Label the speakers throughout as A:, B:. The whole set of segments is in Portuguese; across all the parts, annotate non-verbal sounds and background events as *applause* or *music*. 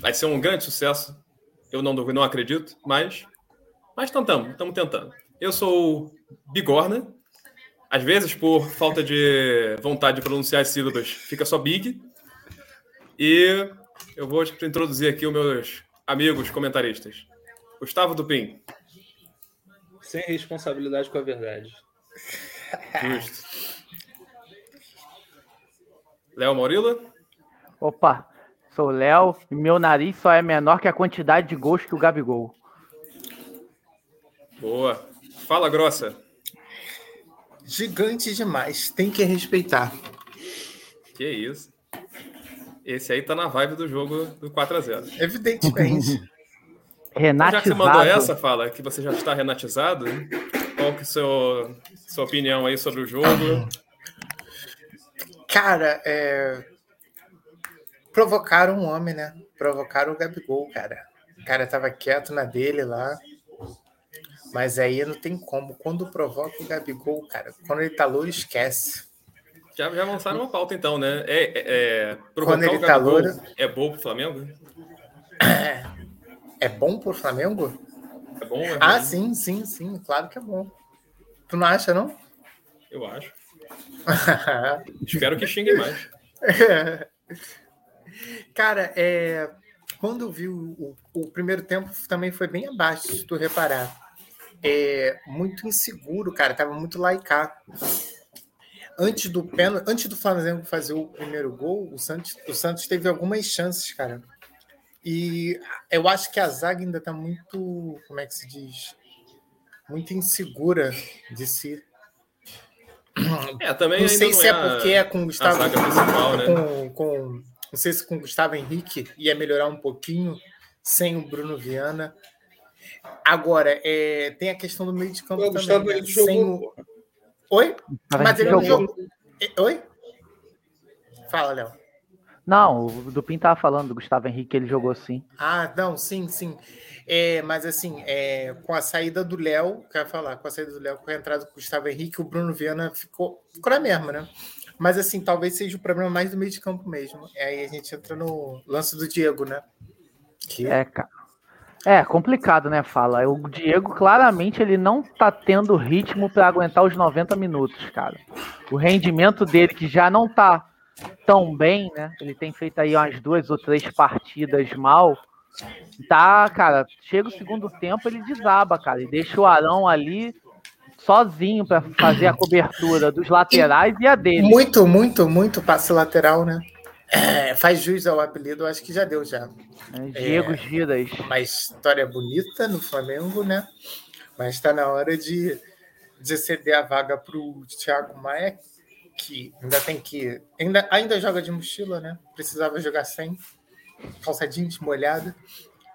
A: Vai ser um grande sucesso. Eu não, não acredito, mas, mas tentamos, estamos tentando. Eu sou bigorna. Às vezes, por falta de vontade de pronunciar as sílabas, fica só big. E eu vou introduzir aqui os meus amigos comentaristas. Gustavo Dupin.
B: Sem responsabilidade com a verdade.
A: Justo. Léo Maurila.
C: Opa, sou o Léo e meu nariz só é menor que a quantidade de gols que o Gabigol.
A: Boa. Fala grossa.
D: Gigante demais, tem que respeitar.
A: Que isso. Esse aí tá na vibe do jogo do 4x0.
D: É Evidentemente.
A: Então, Já que você mandou
C: Renatizado.
A: essa, fala que você já está renatizado. Qual que é a sua, sua opinião aí sobre o jogo?
D: cara, é... provocaram um homem, né? Provocaram o Gabigol, cara. O cara tava quieto na dele lá. Mas aí não tem como. Quando provoca o Gabigol, cara, quando ele tá louro, esquece.
A: Já, já avançaram uma pauta, então, né? É, é, é, provocar
D: Quando ele
A: o
D: tá
A: Gabigol
D: louro.
A: É bom pro Flamengo?
D: É bom pro Flamengo?
A: É bom? É
D: Ah,
A: ruim?
D: sim, sim, sim. Claro que é bom. Tu não acha, não? *laughs*
A: Eu acho. Espero que xinguem mais.
D: Cara, é, quando eu vi o, o- o primeiro tempo também foi bem abaixo, se tu reparar. É, muito inseguro, cara, tava muito laicar. Antes do pênalti, antes do Flamengo fazer o primeiro gol, o Santos, o Santos teve algumas chances, cara. E eu acho que a zaga ainda tá muito, como é que se diz? Muito insegura de si.
A: É, também
D: Não
A: ainda
D: sei
A: não
D: se é
A: a-
D: porque é com o
A: a
D: Gustavo
A: zaga principal, né?
D: com, com- não sei se com o Gustavo Henrique ia melhorar um pouquinho sem o Bruno Viana. Agora, é, tem a questão do meio de
B: Pô,
D: campo
B: o
D: também.
B: Gustavo
D: né?
B: Henrique
D: Sem
B: jogou.
D: o- Oi?
C: Tava
D: Mas
C: gente
D: ele não
C: jogou.
D: jogou. É, Oi? Fala, Léo.
C: Não, o Dupin tava falando do Gustavo Henrique, ele jogou sim.
D: Ah, não, sim, sim. É, mas assim, é, com a saída do Léo, quero falar, com a saída do Léo, com a entrada do Gustavo Henrique, o Bruno Viana ficou, ficou na mesma, né? Mas assim, talvez seja o problema mais do meio de campo mesmo. É, Aí a gente entra no lance do Diego, né? Que
C: É, cara. É complicado, né, fala. O Diego claramente ele não tá tendo ritmo pra aguentar os 90 minutos, cara. O rendimento dele que já não tá tão bem, né? Ele tem feito aí umas duas ou três partidas mal. Tá, cara, chega o segundo tempo, ele desaba, cara, e deixa o Arão ali sozinho pra fazer a cobertura dos laterais e a dele.
D: Muito, muito, muito passe lateral, né? É, faz jus ao apelido, acho que já deu já.
C: né?
D: É.
C: Diego Giras.
D: Uma história bonita no Flamengo, né? Mas está na hora de, de ceder a vaga para o Thiago Maia, que ainda tem que. Ainda, ainda joga de mochila, né? Precisava jogar sem. Calça jeans molhada.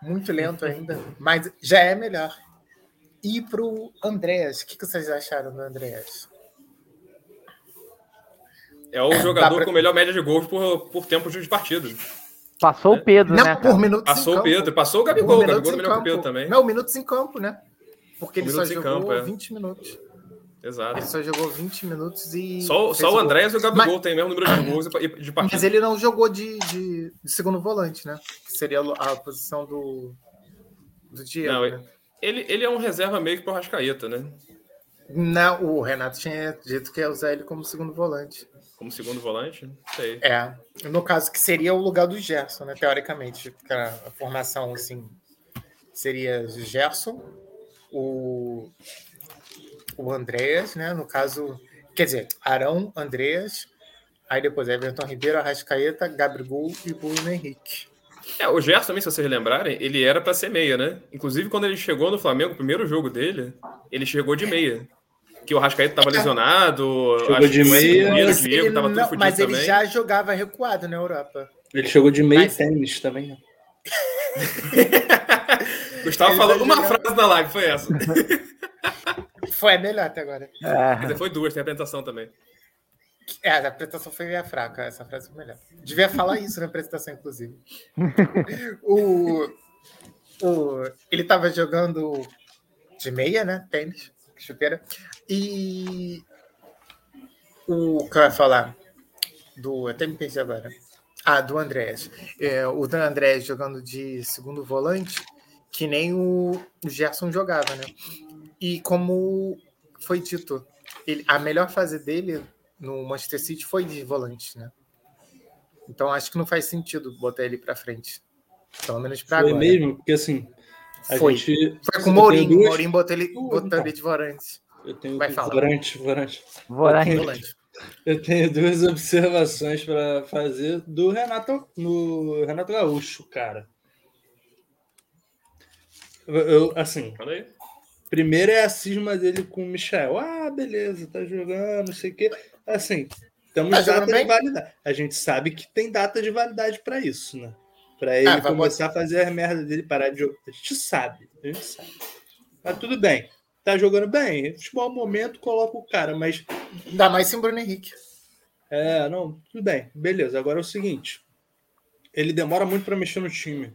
D: Muito lento ainda, mas já é melhor. E para o Andréas, o que, que vocês acharam do Andréas?
A: É o jogador
D: pra-
A: com melhor média de gols por, por tempo de partido.
C: Passou o Pedro,
D: Não,
C: né?
D: por
C: Cara?
D: minutos em
A: Passou o
D: campo.
A: Pedro, passou o Gabigol. O Gabigol é melhor que o Pedro também.
D: Não, minutos em campo, né? Porque ele só
A: Minutos em
D: jogou
A: campo, é.
D: 20 minutos. Ele
A: Exato.
D: só jogou 20 minutos e.
A: Só,
D: fez
A: só o
D: gol.
A: Andrés e o Gabigol têm o mesmo número de gols e de
D: Mas, mas
A: partidas.
D: ele não jogou de, de, de segundo volante, né? Que seria a a posição do. Do Diego.
A: Não,
D: né?
A: Ele, ele é um reserva meio que pro Rascaeta, né?
D: Não, o Renato tinha dito que ia usar ele como segundo volante.
A: Como segundo volante. Não sei.
D: É. No caso, que seria o lugar do Gerson, né? Teoricamente. porque A a formação, assim. Seria o Gerson, o, o Andreas, né? No caso. Quer dizer, Arão, Andreas. Aí depois Everton Ribeiro, Arrascaeta, Gabriel e Bruno Henrique.
A: É, o Gerson também, se vocês lembrarem, ele era pra ser meia, né? Inclusive, quando ele chegou no Flamengo, o primeiro jogo dele, ele chegou de meia. Que o Rascaeta tava lesionado,
B: Chegou
A: acho
B: de
A: que o Everton
B: meia.
A: Ribeiro, o
D: Mas
A: Diego
D: ele
A: tava tudo
D: não-
A: fodido
D: mas
A: também.
D: ele já jogava recuado na Europa.
B: Ele chegou de meio
D: Mas-
B: tênis também. né?
A: *laughs* Gustavo
D: ele
A: falou
D: já
A: uma
D: jogava-
A: frase na live, foi essa. Quer
D: Foi a melhor até agora.
C: É.
A: dizer, foi duas, tem apresentação também.
D: É, a apresentação foi meio fraca, essa frase foi melhor. Devia falar isso na apresentação, inclusive. o, o- ele estava jogando de meia, né? Tênis, chuteira. E o que eu ia falar? Do, até me perdi agora. Ah, do Andrés. É, o Dan Andrés jogando de segundo volante, que nem o o Gerson jogava, né? E como foi dito, ele- a melhor fase dele no Manchester City foi de volante, né? Então acho que não faz sentido botar ele pra frente. Pelo menos pra
E: Foi
D: agora.
E: mesmo, porque assim. A
D: Foi.
E: gente.
D: Foi com o Mourinho.
E: Eu tenho
D: O
E: duas-
D: Mourinho botou ele,
E: Tudo,
D: botou ele
E: então.
D: de volante.
E: Eu tenho
D: Vai falar.
E: Varante, varante.
C: Voragem.
D: Volante.
E: Eu tenho duas observações para fazer do Renato no Renato Gaúcho, cara. Eu, eu, assim,
A: Olha aí.
E: primeiro é a cisma dele com o Michel. Ah, beleza, tá jogando, não sei o quê. Assim, temos
D: Tá jogando
E: data de
D: bem?
E: validade. A gente sabe que tem data de validade para isso, né? Para ele
D: Ah, vai
E: começar a fazer as merdas dele parar de jogar. A gente sabe, a gente sabe. Mas tudo bem. Tá jogando bem. Futebol é o momento, coloca o cara, mas
D: Ainda mais sem o Bruno Henrique.
E: é, não, tudo bem, beleza. Agora é o seguinte: ele demora muito para mexer no time.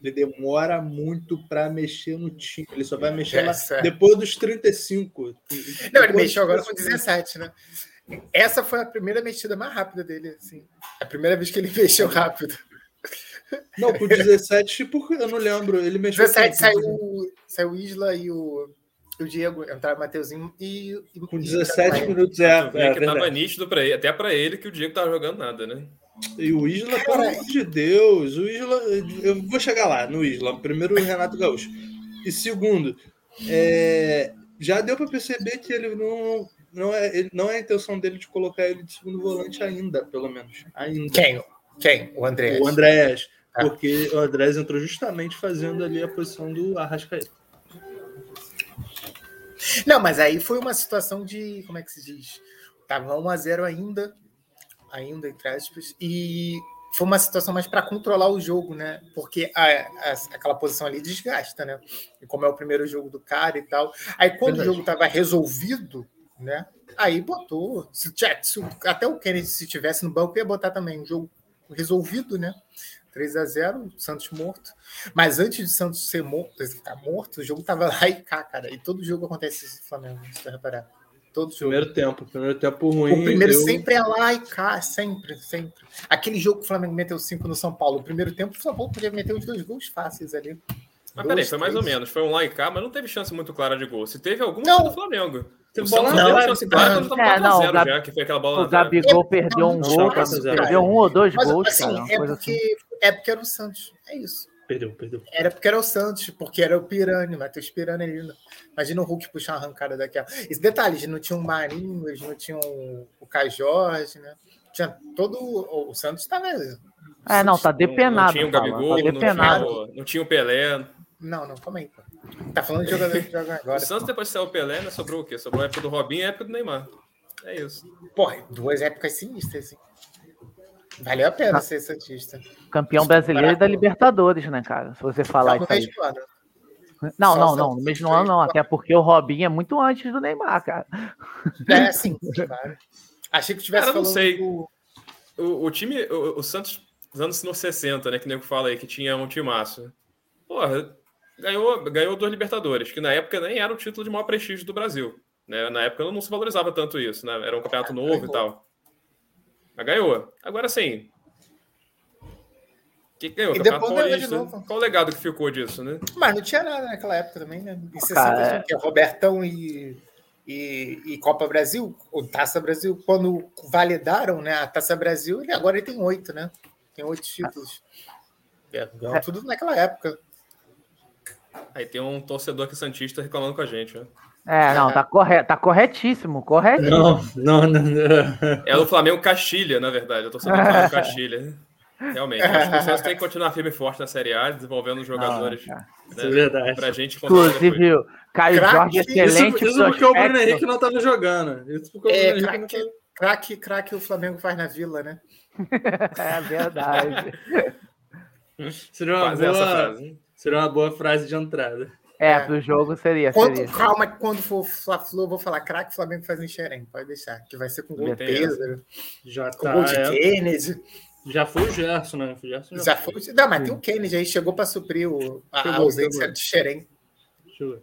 E: Ele demora muito para mexer no time. Ele só vai mexer lá
D: Essa é.
E: depois dos 35.
D: Não, ele
E: Depois
D: mexeu agora
E: dos
D: com
E: 35.
D: 17, né? Essa foi a primeira mexida mais rápida dele, assim. A primeira vez que ele *laughs* mexeu rápido.
E: Não, com 17, porque eu não lembro. Ele mexeu.
D: 17
E: com-
D: saiu, o- saiu o Isla e o, o Diego, entraram o Mateuzinho e. e-
E: Com
D: e-
E: 17
D: e-
E: minutos. É,
A: Tu
E: é
A: vê que tava
E: verdade.
A: nítido pra ele, até pra ele que o Diego tava jogando nada, né?
E: E o Isla, pelo amor de Deus, o Isla. Eu vou chegar lá no Isla. Primeiro o Renato Gaúcho. E segundo, é, já deu para perceber que ele não, não, é, ele- não é a intenção dele de colocar ele de segundo volante ainda, pelo menos. Ainda.
D: Quem? Quem? O André.
E: O Andrés.
D: Ah.
E: Porque o Andrés entrou justamente fazendo ali a posição do Arrascaeta.
D: Não, mas aí foi uma situação de. Como é que se diz? Tava 1x0 ainda, ainda, entre aspas, e foi uma situação mais para controlar o jogo, né? Porque a- a- aquela posição ali desgasta, né? E como é o primeiro jogo do cara e tal. Aí quando
E: Verdade.
D: o jogo tava resolvido, né? Aí botou. Se, tinha- se o- até o Kennedy, se tivesse no banco, ia botar também um jogo resolvido, né? 3 a 0 o Santos morto. Mas antes de Santos ser morto, ficar morto, o jogo tava lá e cá, cara. E todo jogo acontece isso no Flamengo, se você reparar. Todo jogo.
E: Primeiro tempo. Então, Primeiro tempo ruim.
D: o primeiro
E: eu-
D: sempre é lá e cá, sempre, sempre. Aquele jogo que o Flamengo meteu 5 no São Paulo, o primeiro tempo, o São Paulo podia meter os dois gols fáceis ali.
A: Mas
D: Dois,
A: peraí, foi mais ou
D: três.
A: menos. Foi um lá e cá, mas não teve chance muito clara de gol. Se teve alguma,
D: Não.
A: foi do Flamengo.
E: Teve
A: o Santos
E: bola
A: não,
E: assim, na
A: teve
E: área.
A: chance clara,
D: não.
A: quando
C: É,
A: tava
C: não,
A: 4
C: o Gabi-
A: já, que foi aquela bola
C: O
A: na trave.
C: Gabigol perdeu um
D: não,
E: não,
C: gol,
E: não,
C: também.
E: não.
C: perdeu um ou dois
D: Mas
C: gols,
D: assim,
C: cara. Uma
D: é,
C: coisa assim.
D: porque, é porque era o Santos. É isso.
E: Perdeu, perdeu.
D: Era porque era o Santos, porque era o Pirani, Matheus Pirani ali. no- Imagina o Hulk puxar uma arrancada daquela. Esse detalhe, eles não tinham o Marinho, eles não tinham o Caio Jorge, né? Tinha todo. O o Santos tá, né? estava.
C: É, não, tá
A: Não
C: depenado.
A: tinha o
C: fala,
A: Gabigol,
C: tá
A: não tinha,
C: depenado.
A: o, não tinha o Pelé.
D: Não, não, calma aí. Pô. Tá falando de jogador que joga
A: O
D: agora.
A: Santos, depois que saiu o Pelé, né, sobrou o quê? Sobrou a época do Robinho e a época do Neymar. É isso.
D: Porra, duas épocas sinistras, assim. Valeu a
C: Tá.
D: pena ser Santista.
C: Campeão brasileiro e da Libertadores, né, cara? Se você falar
D: Só
C: isso
D: no
C: aí.
D: mesmo ano.
C: *laughs* Não,
D: só
C: não,
D: os
C: não.
D: anos
C: No mesmo
D: 2003,
C: ano, não.
D: claro.
C: Até porque o Robinho é muito antes do Neymar, cara.
D: É, assim, claro. Achei que tivesse
A: Cara, eu não
D: falando
A: sei.
D: do-
A: O, o time, o, o Santos, nos anos nos 60, né, que o nego fala aí, que tinha um timaço. Porra, ganhou, ganhou dois Libertadores, que na época nem era o título de maior prestígio do Brasil. né? Na época não se valorizava tanto isso, né? Era um
D: É,
A: campeonato novo e tal. Mas ganhou. Agora sim. Que ganhou?
D: E
A: Campeonato
D: depois ganhou de
A: Paulista.
D: novo.
A: Qual o legado que ficou disso, né?
D: Mas não tinha nada naquela época também, né? Em 60,
C: Cara, é.
D: tinha o quê? Robertão e, e, e Copa Brasil, ou Taça Brasil, quando validaram né, a Taça Brasil, ele agora ele tem oito, né? Tem oito títulos. É, ganhou tudo naquela época.
A: Aí tem um torcedor aqui santista reclamando com a gente, né? ó.
C: É, não, tá, corre... tá corretíssimo, correto.
E: Não, não, não. não.
A: É do Flamengo Castilha, na verdade. Eu tô sabendo do Flamengo
E: *laughs*
A: Castilha. Realmente. Acho que o Santos tem que continuar firme e forte na Série A, desenvolvendo os jogadores.
C: cara.
E: Isso é verdade.
A: Pra gente continuar depois.
C: Inclusive, o Caio
D: Craque.
C: Jorge, excelente.
E: isso, isso porque o Bruno
C: prospecto.
E: Henrique não tava jogando. Isso porque o
D: É,
E: Bruno Henrique não
D: craque.
E: tava
D: Craque, craque, o Flamengo faz na vila, né?
C: *laughs* É verdade.
E: Seria uma,
A: Quase essa
E: boa,
A: frase.
E: seria uma boa frase de entrada.
C: É,
D: É.
C: pro jogo seria,
D: Quando,
C: seria.
D: calma, que quando for Fla-Flu, eu vou falar craque, o Flamengo faz em Xerém. Pode deixar, que vai ser com gol de
A: Também tem
D: Pedro,
E: Já,
D: com
E: tá,
D: gol de
E: é.
D: Kennedy.
E: já foi o Gerson, né? O Gerson já
D: Já foi. Não, mas tem o Kennedy aí, chegou para suprir o- a, a
E: Chegou,
D: ausência
E: chegou.
D: de Xerém.
E: foi.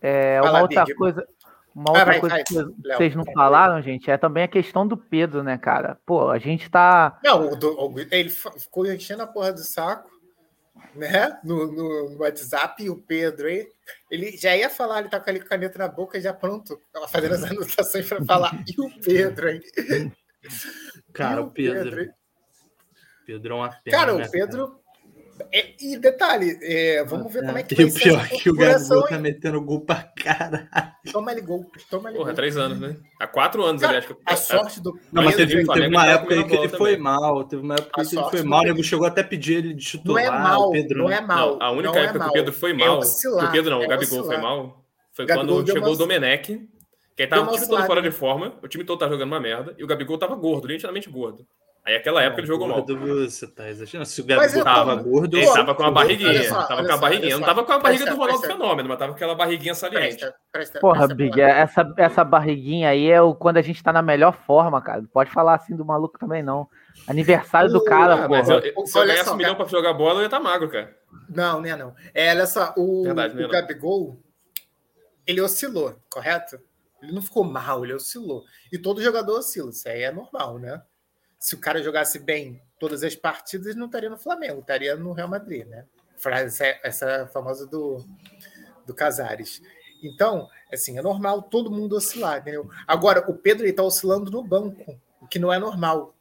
C: É,
D: Fala,
C: uma outra
D: Big.
C: coisa, Uma outra
D: vai,
C: coisa
D: vai,
C: que vocês-
D: Léo.
C: vocês não falaram, gente, é também a questão do Pedro, né, cara? Pô, a gente tá.
D: Não, o do- o- ele fa- ficou enchendo a porra do saco, né? No, no- no WhatsApp, e o Pedro aí. Ele já ia falar, ele tá com a caneta na boca, já pronto. Tava fazendo
E: Uhum.
D: as anotações para falar. E o Pedro, hein?
E: Cara,
D: E
E: o Pedro.
D: hein?
E: Pedro é uma pena.
D: Cara,
E: né,
D: o Pedro. é- e detalhe, é, vamos ver como é que
E: E
D: vai
E: Ah, o
D: ser
E: pior
D: essa
E: é que o
D: configuração,
E: Gabigol tá
D: hein?
E: metendo gol pra cara.
D: Toma ele gol, toma ele
A: Porra, há
D: gol.
A: três anos, né? Há quatro anos,
D: Cara,
A: aliás. que eu-
D: A é sorte do
E: Não, mas
A: Pedro,
E: teve,
A: o
E: teve
A: Flamengo
E: uma
A: tá
E: época aí
A: comendo
E: que ele
A: bola
E: foi
A: também.
E: mal. Teve uma época aí que
D: A
E: ele foi
D: sorte
A: é
E: mal. O
D: do
E: nego chegou até a pedir ele de titular.
D: não é mal,
E: o Pedro,
D: não é mal.
A: Não, a única
D: não é
A: época que
D: mal.
A: o Pedro foi
D: É
A: mal,
D: oscilar,
A: que o Pedro não,
D: é
A: o Gabigol
D: oscilar.
A: foi mal, foi
D: Gabigol
A: quando
D: deu
A: chegou
D: uma-
A: o Domenech, que aí
D: deu
A: tava
D: uma
A: o time
D: oscilada,
A: todo fora de
D: né?
A: forma, o time todo tava jogando uma merda, e o Gabigol tava gordo, nitidamente gordo. Aí aquela é época ele jogou mal.
E: gordo, Você tá exagerando. Se o
D: Mas
E: Gabigol
D: eu
E: tava
D: tô-
E: gordo,
A: Ele
D: Pô,
A: tava com uma barriguinha,
D: olha só,
A: tava
D: olha
A: com a
D: só,
A: barriguinha,
D: olha
A: não
D: só.
A: tava com a barriga
D: Presta-
A: do Ronaldo
D: presta-
A: Fenômeno, mas tava com aquela barriguinha saliente.
D: Presta, presta,
C: Porra,
D: presta
C: Big,
D: pra-
C: essa, essa barriguinha aí é o, quando a gente tá na melhor forma, cara. Não pode falar assim do maluco também, não. Aniversário do
D: Uh,
C: cara,
A: Ah, mas
C: porra.
A: eu- eu- se eu
D: Olha
A: ganhasse
D: só,
A: um milhão pra jogar bola, eu ia estar magro, cara.
D: Não, né, não. É, olha só, o,
A: Verdade, né,
D: o
A: não.
D: Gabigol, ele oscilou, correto? Ele não ficou mal, ele oscilou. E todo jogador oscila, isso aí é normal, né? Se o cara jogasse bem todas as partidas, ele não estaria no Flamengo, estaria no Real Madrid, né? Frase, essa- essa famosa do, do Casares. Então, assim, é normal todo mundo oscilar, entendeu? Agora, o Pedro está oscilando no banco, o que não é normal.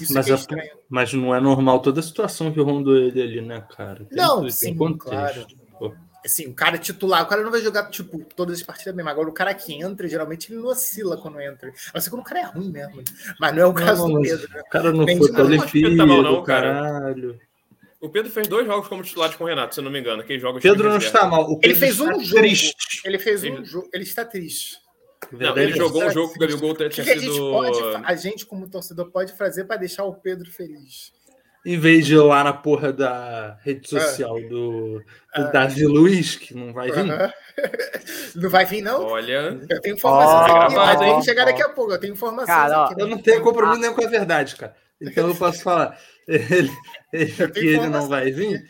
D: Isso
E: Mas
D: que é
E: a-
D: estranho.
E: mas não é normal toda a situação que rondou ele ali, né, cara? Tem
D: Não,
E: tudo, tem
D: sim,
E: contexto. pô.
D: assim, o cara titular, o cara não vai jogar, tipo, todas as partidas mesmo. Agora, o cara que entra, geralmente ele não oscila quando entra. A não ser quando o cara é ruim mesmo. Mas não é o caso
E: Não,
D: do
E: mas
D: Pedro. né?
E: O cara não
D: Nem
E: foi
D: de novo,
A: acho que ele tá
E: qualificado,
A: mal não, cara.
E: caralho.
A: O Pedro fez dois jogos como titular com o Renato, se eu não me engano. Quem joga os
E: Pedro
A: times
E: não
A: de
E: está mal. O Pedro
D: fez
E: está
D: um jogo.
E: Triste.
D: Ele fez um
A: Ele-
D: jogo, ele está triste.
A: guerra. Não, ele
E: Verdade. é
A: jogou um jogo que o Gabigol
D: O que,
A: tinha
D: que a gente pode, fa-
A: sido...
D: a gente como torcedor pode fazer para deixar o Pedro feliz?
E: Em vez de ir lá na porra da rede
D: É.
E: social do, do Davi Luiz, que não vai vir.
D: Aham. *laughs* Não vai vir, não?
A: Olha...
D: Eu tenho informações
A: Ó,
D: aqui, mas tem
A: ó,
D: que chegar
C: ó.
D: daqui a pouco. Eu tenho informações
C: Cara, ó,
D: aqui. né?
E: Eu não tenho compromisso nenhum com a verdade, cara. Então eu posso falar. *laughs* Ele, ele-
D: Eu tenho
E: que ele não
D: informação
E: vai vir.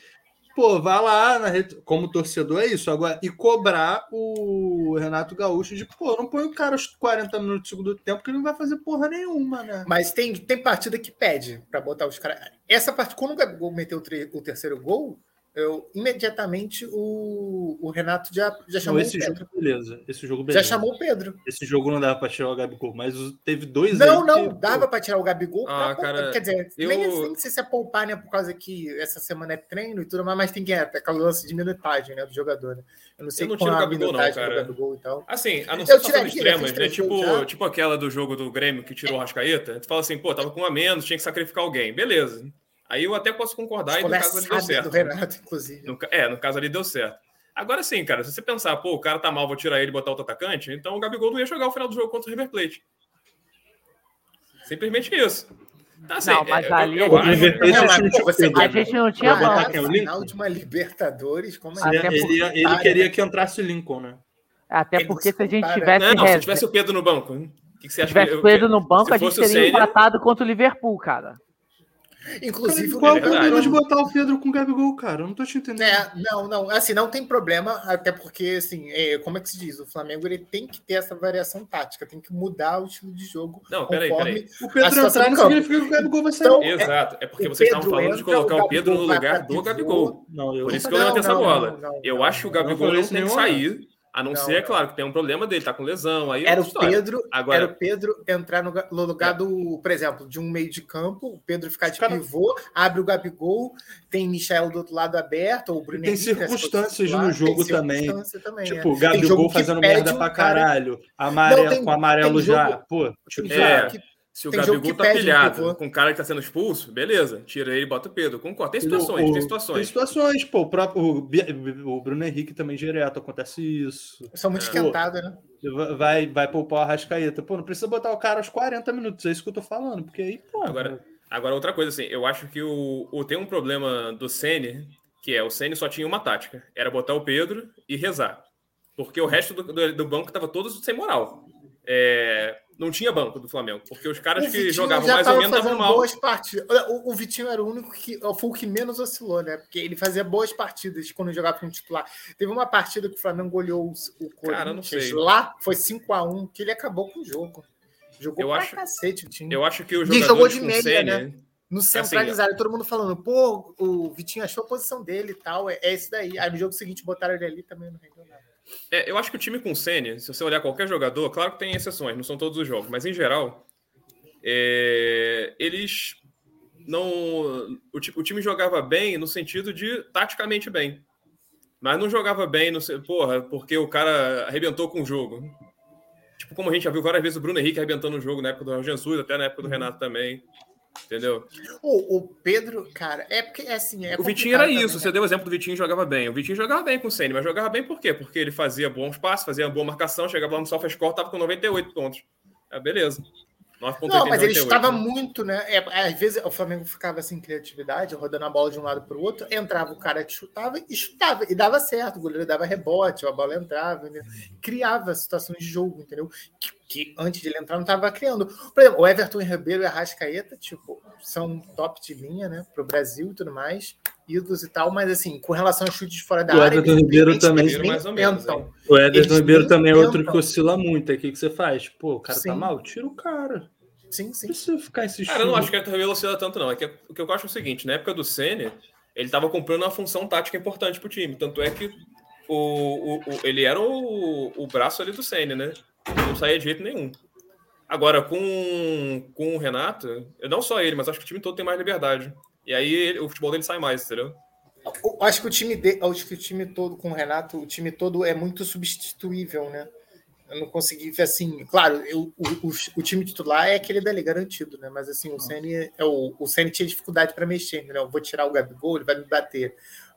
E: Pô, vá lá na rede, como torcedor é isso. Agora, e cobrar o Renato Gaúcho de, pô, não põe o cara os 40 minutos do segundo tempo que ele não vai fazer porra nenhuma, né?
D: Mas tem, tem partida que pede para botar os caras. Essa parte, quando o Gabigol meteu o, tre- o terceiro gol, eu imediatamente o, o Renato já, já
E: Não,
D: chamou o
E: esse
D: Pedro.
E: jogo, beleza. Esse jogo,
D: Já
A: né?
E: beleza.
D: chamou o Pedro.
E: Esse jogo não dava pra tirar o Gabigol, mas teve dois aí
D: Não,
E: que,
D: não,
E: pô,
D: dava para tirar o Gabigol. pra
A: Ah,
D: poupar.
A: cara,
D: Quer dizer,
A: eu-
D: nem, nem sei se é poupar, né? Por causa que essa semana é treino e tudo mais, mas tem que é, é aquela lance de minutagem né, do jogador. Né? Eu não sei
A: Eu não
D: qual
A: tiro
D: é a
A: o Gabigol, não,
D: minutagem do
A: cara.
D: Gabigol então. e tal.
A: Assim, a não
D: Eu
A: ser situações
D: tiraria,
A: extremas,
D: né?
A: né?
D: Fiz três gols já.
A: Tipo, tipo aquela do jogo do Grêmio que tirou o Rascaeta. Tu fala assim, pô, tava com um a menos, tinha que sacrificar alguém. Beleza. Aí eu até posso concordar e no
D: Ficou
A: caso ali deu
D: laçada do
A: certo.
D: Renato, inclusive.
A: No ca- é, no caso ali deu certo. Agora sim, cara, se você pensar, pô, o cara tá mal, vou tirar ele e botar outro atacante, então o Gabigol não ia jogar o final do jogo contra o River Plate. Simplesmente isso. Tá, assim,
C: Não, mas
A: é, eu-
C: ali
A: eu
C: a gente-
A: acho-
E: River Plate
D: Não,
E: eu
D: mas,
E: tiro o
D: pô, você-
E: Pedro.
C: A gente não tinha
E: Vai botar
C: banco.
D: Caraca,
E: quem? O
D: final
E: Lincoln?
D: de uma Libertadores, como é
C: Até
E: Ele, ele, ele queria que entrasse o Lincoln, né?
C: Até
D: é
C: porque se a gente
D: desculpar,
C: tivesse,
A: Não, se
C: reserva-
A: tivesse o Pedro no banco, hein? o que, que você
C: se
A: acha que
C: tivesse
A: eu-
C: Pedro no banco,
A: se
C: a gente
A: fosse o
C: teria
A: Senna-
C: empatado contra o Liverpool, cara.
D: Inclusive,
E: Cara, qual
A: é
E: o problema
A: verdade.
E: de botar o Pedro com o Gabigol, cara? Eu não tô te entendendo.
D: né, não, não, assim, não tem problema, até porque, assim, é, como é que se diz? O Flamengo ele tem que ter essa variação tática, tem que mudar o estilo de jogo.
A: Não, peraí,
D: conforme-
A: peraí.
E: O
D: A
E: Pedro
D: situação
F: é
E: entrar não
D: do campo.
E: significa que o Gabigol vai sair.
D: Então,
A: Exato, é porque
D: o
A: vocês estavam
D: Pedro
A: falando de
D: entra,
A: colocar
D: o
A: o Pedro no
D: Gabigol vai
A: lugar
D: pra
A: do
D: pivô.
A: Gabigol.
E: não, eu
A: Por isso que eu
D: Não,
A: levantei essa
D: não,
A: bola.
D: não, não,
A: Eu
D: não,
A: acho que o
E: não. Não
A: Gabigol
E: falei
A: não
E: isso
A: tem que
E: nenhuma.
A: sair, a não
D: Não,
A: ser, é
D: não.
A: claro, que tem um problema dele, tá com lesão, aí é
D: Era
A: outra
D: o
A: história.
D: Pedro,
A: Agora- É.
D: era o Pedro entrar no, ga- no lugar do, por exemplo, de um meio de campo, o Pedro ficar de
E: Cara-
D: pivô, abre o Gabigol, tem Michel do outro lado aberto, ou o Bruno
E: tem
D: Henrique, né, se for
E: circunstâncias no
D: titular,
E: jogo
D: tem
E: também.
D: circunstância também, é.
E: Tipo, o
D: Tem jogo
E: Gabigol
D: que
E: fazendo
D: pede
E: merda
D: um
E: pra
D: cara-
E: caralho. Amarelo,
D: Não, tem-
E: com amarelo
D: tem jogo-
E: já. Pô, tipo,
D: Tem
A: É.
D: jogo que
A: Se o
D: Tem jogo
A: Gabigol
D: que
A: tá
D: pede um pivô.
A: pilhado com o cara que tá sendo expulso, beleza, tira ele e bota o Pedro. Concordo. Tem situações,
E: o-
A: tem
E: Tem
A: situações.
E: situações, pô. O próprio o Bi- o Bruno Henrique também direto, acontece isso.
D: são muito
A: É.
D: esquentados, né?
E: Vai, vai poupar o Arrascaeta. Pô, não precisa botar o cara aos 40 minutos, é isso que eu tô falando. Porque aí, pô.
A: Agora, agora outra coisa, assim, eu acho que o, o- tem um problema do Sene, que é o Sene só tinha uma tática, era botar o Pedro e rezar. Porque o resto do, do, do banco tava todos sem moral. É, não tinha banco do Flamengo, porque os caras
D: O
A: que
D: Vitinho
A: jogavam
D: já
A: mais ou
D: tava
A: menos estavam
D: fazendo
A: mal.
D: boas partidas. Olha, O, o Vitinho era o único que foi o que menos oscilou, né? Porque ele fazia boas partidas quando jogava como titular. Teve uma partida que o Flamengo olhou o
A: Cara, não
D: Corinthians
A: sei.
D: lá, foi 5 a 1 que ele acabou com o jogo. Jogou
A: Eu
D: pra
A: acho-
D: cacete o time.
A: Eu assim, acho que os
D: E
A: jogadores
D: jogou de né?
A: com
D: meia,
A: Sene,
D: No centralizado, todo mundo falando, pô, o Vitinho achou a posição dele e tal, é, é isso daí. Aí no jogo seguinte botaram ele ali também não rendeu nada.
A: É, eu acho que o time com Sene, se você olhar qualquer jogador, claro que tem exceções, não são todos os jogos, mas em geral, é, eles não. O, ti- o time jogava bem no sentido de taticamente bem. Mas não jogava bem, no, se- porra, porque o cara arrebentou com o jogo. Tipo, como a gente já viu várias vezes o Bruno Henrique arrebentando o jogo na época do Jorge Jesus, até na época do Renato também. Entendeu?
D: O, o Pedro, cara, é porque é assim, é
A: o Vitinho era
D: complicado
A: isso.
D: também,
A: Você deu o exemplo do Vitinho jogava bem. O Vitinho jogava bem com o Senna, mas jogava bem por quê? Porque ele fazia bons passos, fazia uma boa marcação, chegava lá no SofaScore, tava com 98 pontos. Ah, beleza. 9.88.
D: Não, mas ele estava
A: né?
D: muito, né? É, às vezes o Flamengo ficava sem criatividade, rodando a bola de um lado para o outro, entrava o cara que chutava e chutava, e dava certo, o goleiro dava rebote, a bola entrava, entendeu? criava situações de jogo, entendeu? Que, que antes de ele entrar não estava criando. Por exemplo, o Everton Ribeiro e a Rascaeta, tipo, são top de linha, né, para o Brasil e tudo mais, ídolos e tal, mas assim, com relação a chutes fora da
F: O
D: área.
F: Everton
D: eles
F: Ribeiro
D: simplesmente-
F: também.
D: eles nem
A: Mais ou menos,
D: tentam.
A: hein?
F: O Everton
D: Eles
F: Ribeiro também é outro
D: tentam.
F: que oscila muito. Aí o que, que você faz? Pô, o cara
D: Sim.
F: tá mal? Tira o cara. Não
D: Sim, sim.
F: precisa ficar insistindo.
A: Cara, eu
F: *laughs*
A: não acho que ele Ribeiro oscila tanto, não. É que, o que eu acho é o seguinte: na época do Senna, ele estava comprando uma função tática importante pro time. Tanto é que o, o- o- ele era o, o braço ali do Senna, né? Não saía de jeito nenhum. Agora, com, com o Renato, eu- não só ele, mas acho que o time todo tem mais liberdade. E aí ele- o futebol dele sai mais, entendeu?
D: Eu acho que o time de, acho que o time todo com o Renato, o time todo é muito substituível, né? Eu não consegui ver assim, claro, eu- o, o, o time titular é aquele dali garantido, né? Mas assim, o Ceni é o, o Ceni tinha dificuldade para mexer, entendeu? Eu Vou tirar o Gabigol, ele vai me bater.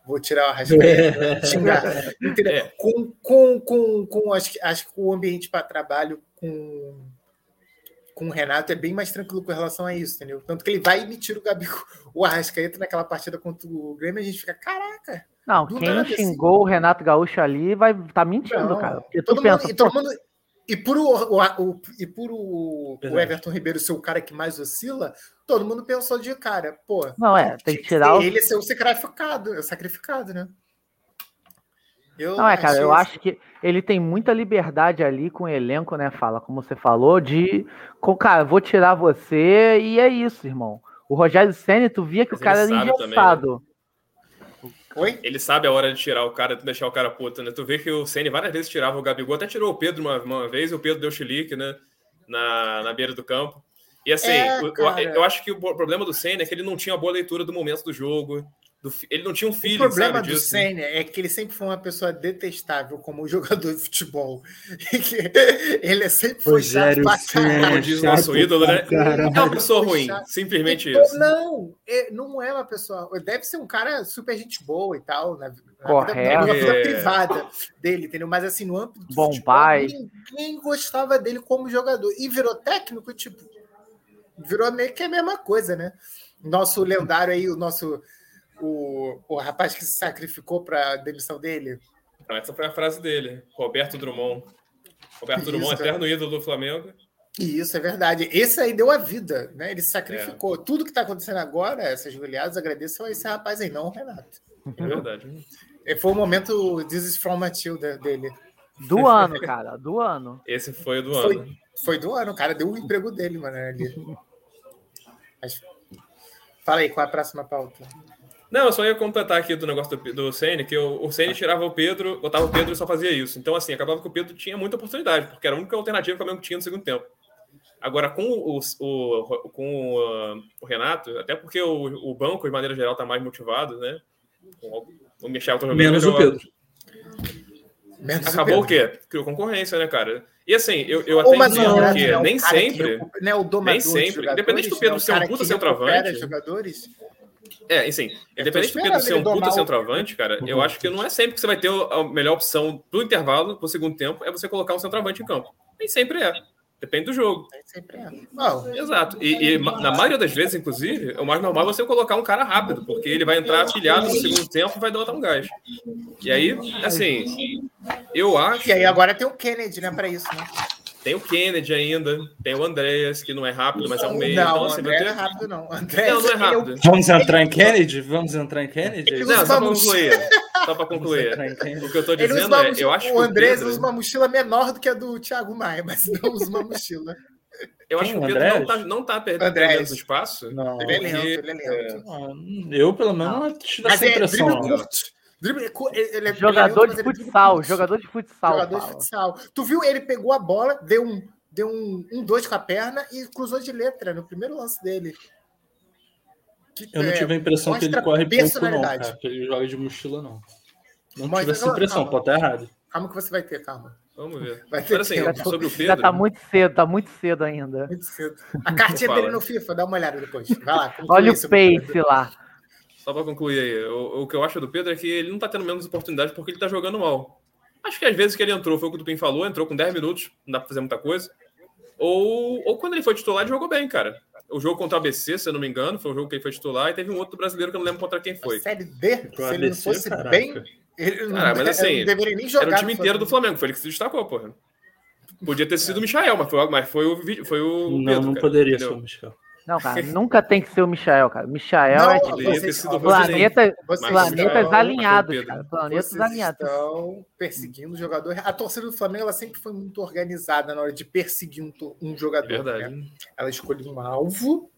D: Vou tirar o
F: É,
D: Arrascaeta, ele vai me xingar. Entendeu?
A: É.
D: Com, com, com, com acho, que- acho que o ambiente para trabalho com com o Renato é bem mais tranquilo com relação a isso, entendeu? Tanto que ele vai e me tira o Gabigol, o Arrascaeta naquela partida contra o Grêmio, a gente fica, caraca.
C: Não,
D: Do
C: quem
D: nada, assim.
C: xingou o Renato Gaúcho ali vai tá mentindo,
D: Não.
C: cara. Porque tu
D: Todo
C: pensa,
D: mundo, e
C: pô,
D: todo mundo. E por, o, o- o- e por o, o
F: Verdade.
D: Everton Ribeiro ser o cara que mais oscila, todo mundo pensou de cara, pô.
C: não é, tem que tirar o
D: ele é ser o sacrificado, sacrificado, né? Eu
C: Não, é, cara,
D: achei
C: eu
D: assim-
C: acho que ele tem muita liberdade ali com o elenco, né, Fala? Como você falou, de. Com, cara, vou tirar você e é isso, irmão. O Rogério Senna, tu via que
A: Mas
C: o cara
A: ele
C: era
A: sabe também, né?
C: engessado.
D: Oi?
A: Ele sabe a hora de tirar o cara, deixar o cara puto, né? Tu vê que o Senna várias vezes tirava o Gabigol, até tirou o Pedro uma, uma vez, e o Pedro deu chilique, né? Na, na beira do campo. E assim,
D: É,
A: o- o-
D: cara.
A: eu acho que o bo- problema do Senna é que ele não tinha uma boa leitura do momento do jogo. do fi- ele não tinha um
D: O
A: feeling,
D: problema
A: sabe,
D: do
A: disso. né?
D: Senna é que ele sempre foi uma pessoa detestável como *laughs* jogador de futebol. ele é sempre foi chato
F: Rogério
D: pra caralho.
A: Como
F: Senna.
A: diz
F: chato
A: nosso ídolo, né?
F: pra caralho.
A: É uma pessoa
D: Foi
A: ruim,
D: chato.
A: simplesmente
D: Então,
A: isso.
D: Não, é- não é uma pessoa. Deve ser um cara super gente boa e tal, né? na, na vida-
C: Correto.
D: na vida
A: É.
D: privada dele, entendeu? Mas assim, no âmbito do
C: Bom
D: futebol,
C: pai.
D: ninguém gostava dele como jogador. E virou técnico, tipo, virou meio que a mesma coisa, né? Nosso lendário aí, o nosso. O, o rapaz que se sacrificou para a demissão dele.
A: Então, essa foi a frase dele, Roberto Drummond. Roberto
D: Isso,
A: Drummond, é
D: cara.
A: eterno ídolo do Flamengo.
D: E isso é verdade. Esse aí deu a vida, né? Ele se sacrificou.
A: É.
D: Tudo que está acontecendo agora, essas goleadas, agradeço a esse rapaz aí, não o Renato.
A: É
D: *laughs*
A: verdade.
D: É, Foi o momento This is from Matilda dele.
C: Do ano, cara, do ano.
A: Esse foi o do
D: Foi.
A: ano.
D: Foi do ano, o cara deu o emprego dele, mano, ali. Mas- Fala aí, qual é a próxima pauta?
A: Não, eu só ia completar aqui do negócio do, do Ceni, que o, o
F: Tá.
A: Ceni tirava o Pedro, botava o Pedro e só fazia isso. Então, assim, acabava que o Pedro tinha muita oportunidade, porque era a única alternativa que o Flamengo tinha no segundo tempo. Agora, com o, o- com o, ah, o Renato, até porque o, o banco, de maneira geral, tá mais motivado, né? O, o Michel tá jogando
F: Menos o
A: melhor.
F: Pedro.
D: Menos
A: Acabou o
D: Pedro.
A: quê? Criou concorrência, né, cara? E assim, eu, eu até
D: Ou mais
A: entendo
D: ou menos,
A: que
D: né, o
A: nem
D: cara que
A: sempre.
D: recu- né, o domador de
A: sempre.
D: jogadores,
A: Independente do Pedro
D: né, o
A: ser um
D: cara
A: puta
D: que recupera
A: centroavante. né?
D: jogadores.
A: É, assim,
D: Eu
A: independente
D: tô
A: do Pedro
D: esperando
A: ser
D: ele
A: um
D: domar
A: puta
D: o-
A: centroavante, cara, eu acho que não é sempre que você vai ter a melhor opção pro intervalo, pro segundo tempo, é você colocar um centroavante em campo. Nem sempre é. Depende do jogo.
D: né, Sempre é. Bom,
A: Exato. E, e ma- na maioria das vezes, inclusive, o mais normal é você colocar um cara rápido, porque ele vai entrar pilhado no segundo tempo e vai dar um gás. E aí, assim, eu acho.
D: e aí agora tem o Kennedy, né, pra isso, né?
A: Tem o Kennedy ainda, tem o Andreas, que não é rápido, mas é um meio.
D: Não,
A: então,
D: o
A: assim,
D: André
A: vai
D: não é
A: ter-
D: rápido, não. O André
A: Não, não é
D: ele o-
A: rápido.
E: Vamos entrar em Kennedy? Vamos entrar em Kennedy?
A: Não, só pra
D: Vamos.
A: concluir. Só pra concluir.
E: Entrar em Kennedy.
A: O que eu tô
D: Ele usa
A: dizendo
D: uma
A: é,
D: mochi-
A: eu acho que
D: o Andrés
A: Pedro-
D: usa uma mochila menor do que a do Thiago Maia, mas não usa uma mochila.
A: Eu acho
E: Quem,
A: que o
E: o
A: Pedro
E: Andrés?
A: não tá, não tá perdendo
D: Andrés.
A: perdendo espaço.
E: Não.
D: *laughs* Ele é lento, ele é lento.
E: Ah, Eu, pelo menos, não tive
D: Mas
E: essa
D: é
E: impressão.
D: drible
E: não.
D: curto. Drible cu- ele- ele é-
C: Jogador
D: ele é lento, mas
C: de
D: ele drible
C: futsal,
D: curto.
C: jogador de futsal.
D: Jogador de
C: fala.
D: futsal. Tu viu? Ele pegou a bola, deu um, deu um, um dois com a perna e cruzou de letra no primeiro lance dele. Que-
E: Eu não
D: é,
E: tive a impressão que ele
D: mostra
E: corre pouco, não,
D: personalidade.
E: cara. Que ele joga de mochila, não. Não
D: Mostra-
E: tive essa
D: não,
E: impressão,
D: calma.
E: pode estar errado.
D: Calma que você vai ter, calma.
A: Vamos ver.
D: Vai ter
A: Mas assim,
D: tempo.
A: sobre o
C: Já
A: Pedro,
C: tá muito cedo, tá muito cedo ainda.
D: Muito cedo.
A: *laughs*
D: A cartinha
A: Fala.
D: dele no FIFA, dá uma olhada depois. Vai lá. conclui
C: Olha
D: sobre
C: o pace lá.
A: só pra concluir aí, o, o que eu acho do Pedro é que ele não tá tendo menos oportunidade porque ele tá jogando mal. Acho que às vezes que ele entrou, foi o que o Dupin falou, entrou com 10 minutos, não dá pra fazer muita coisa. Ou, ou quando ele foi titular, ele jogou bem, cara. O jogo contra o ABC, se eu não me engano, foi o jogo que ele foi titular, e teve um outro brasileiro que eu não lembro contra quem
D: A
A: foi.
D: Série D, se
E: Pro
D: ele não
E: ABC,
D: fosse
E: caraca.
D: bem, ele não,
A: Cara, mas assim,
D: ele não deveria nem jogar.
A: Era o time
D: no
A: inteiro do Flamengo, foi ele que se destacou, porra. Podia ter sido o Michael, mas foi, mas foi o, Vi- foi o
E: Não,
A: Pedro,
E: não
A: cara,
E: poderia
A: entendeu?
E: ser o Michel.
C: Não,
D: *laughs*
C: cara, nunca tem que ser o Michael, cara. Michael
D: Não,
C: é
D: eu-
C: tipo
A: Poderia ter
D: Vocês-
A: sido o Rodinei.
C: planeta,
A: assim,
D: Vocês
C: planetas
A: estão-
C: alinhados,
A: Pedro.
C: cara.
D: Vocês
C: Planetas alinhados.
D: estão perseguindo o jogador. A torcida do Flamengo ela sempre foi muito organizada na hora de perseguir um, to- um
A: É
D: jogador.
A: verdade.
D: né? Ela escolheu um alvo.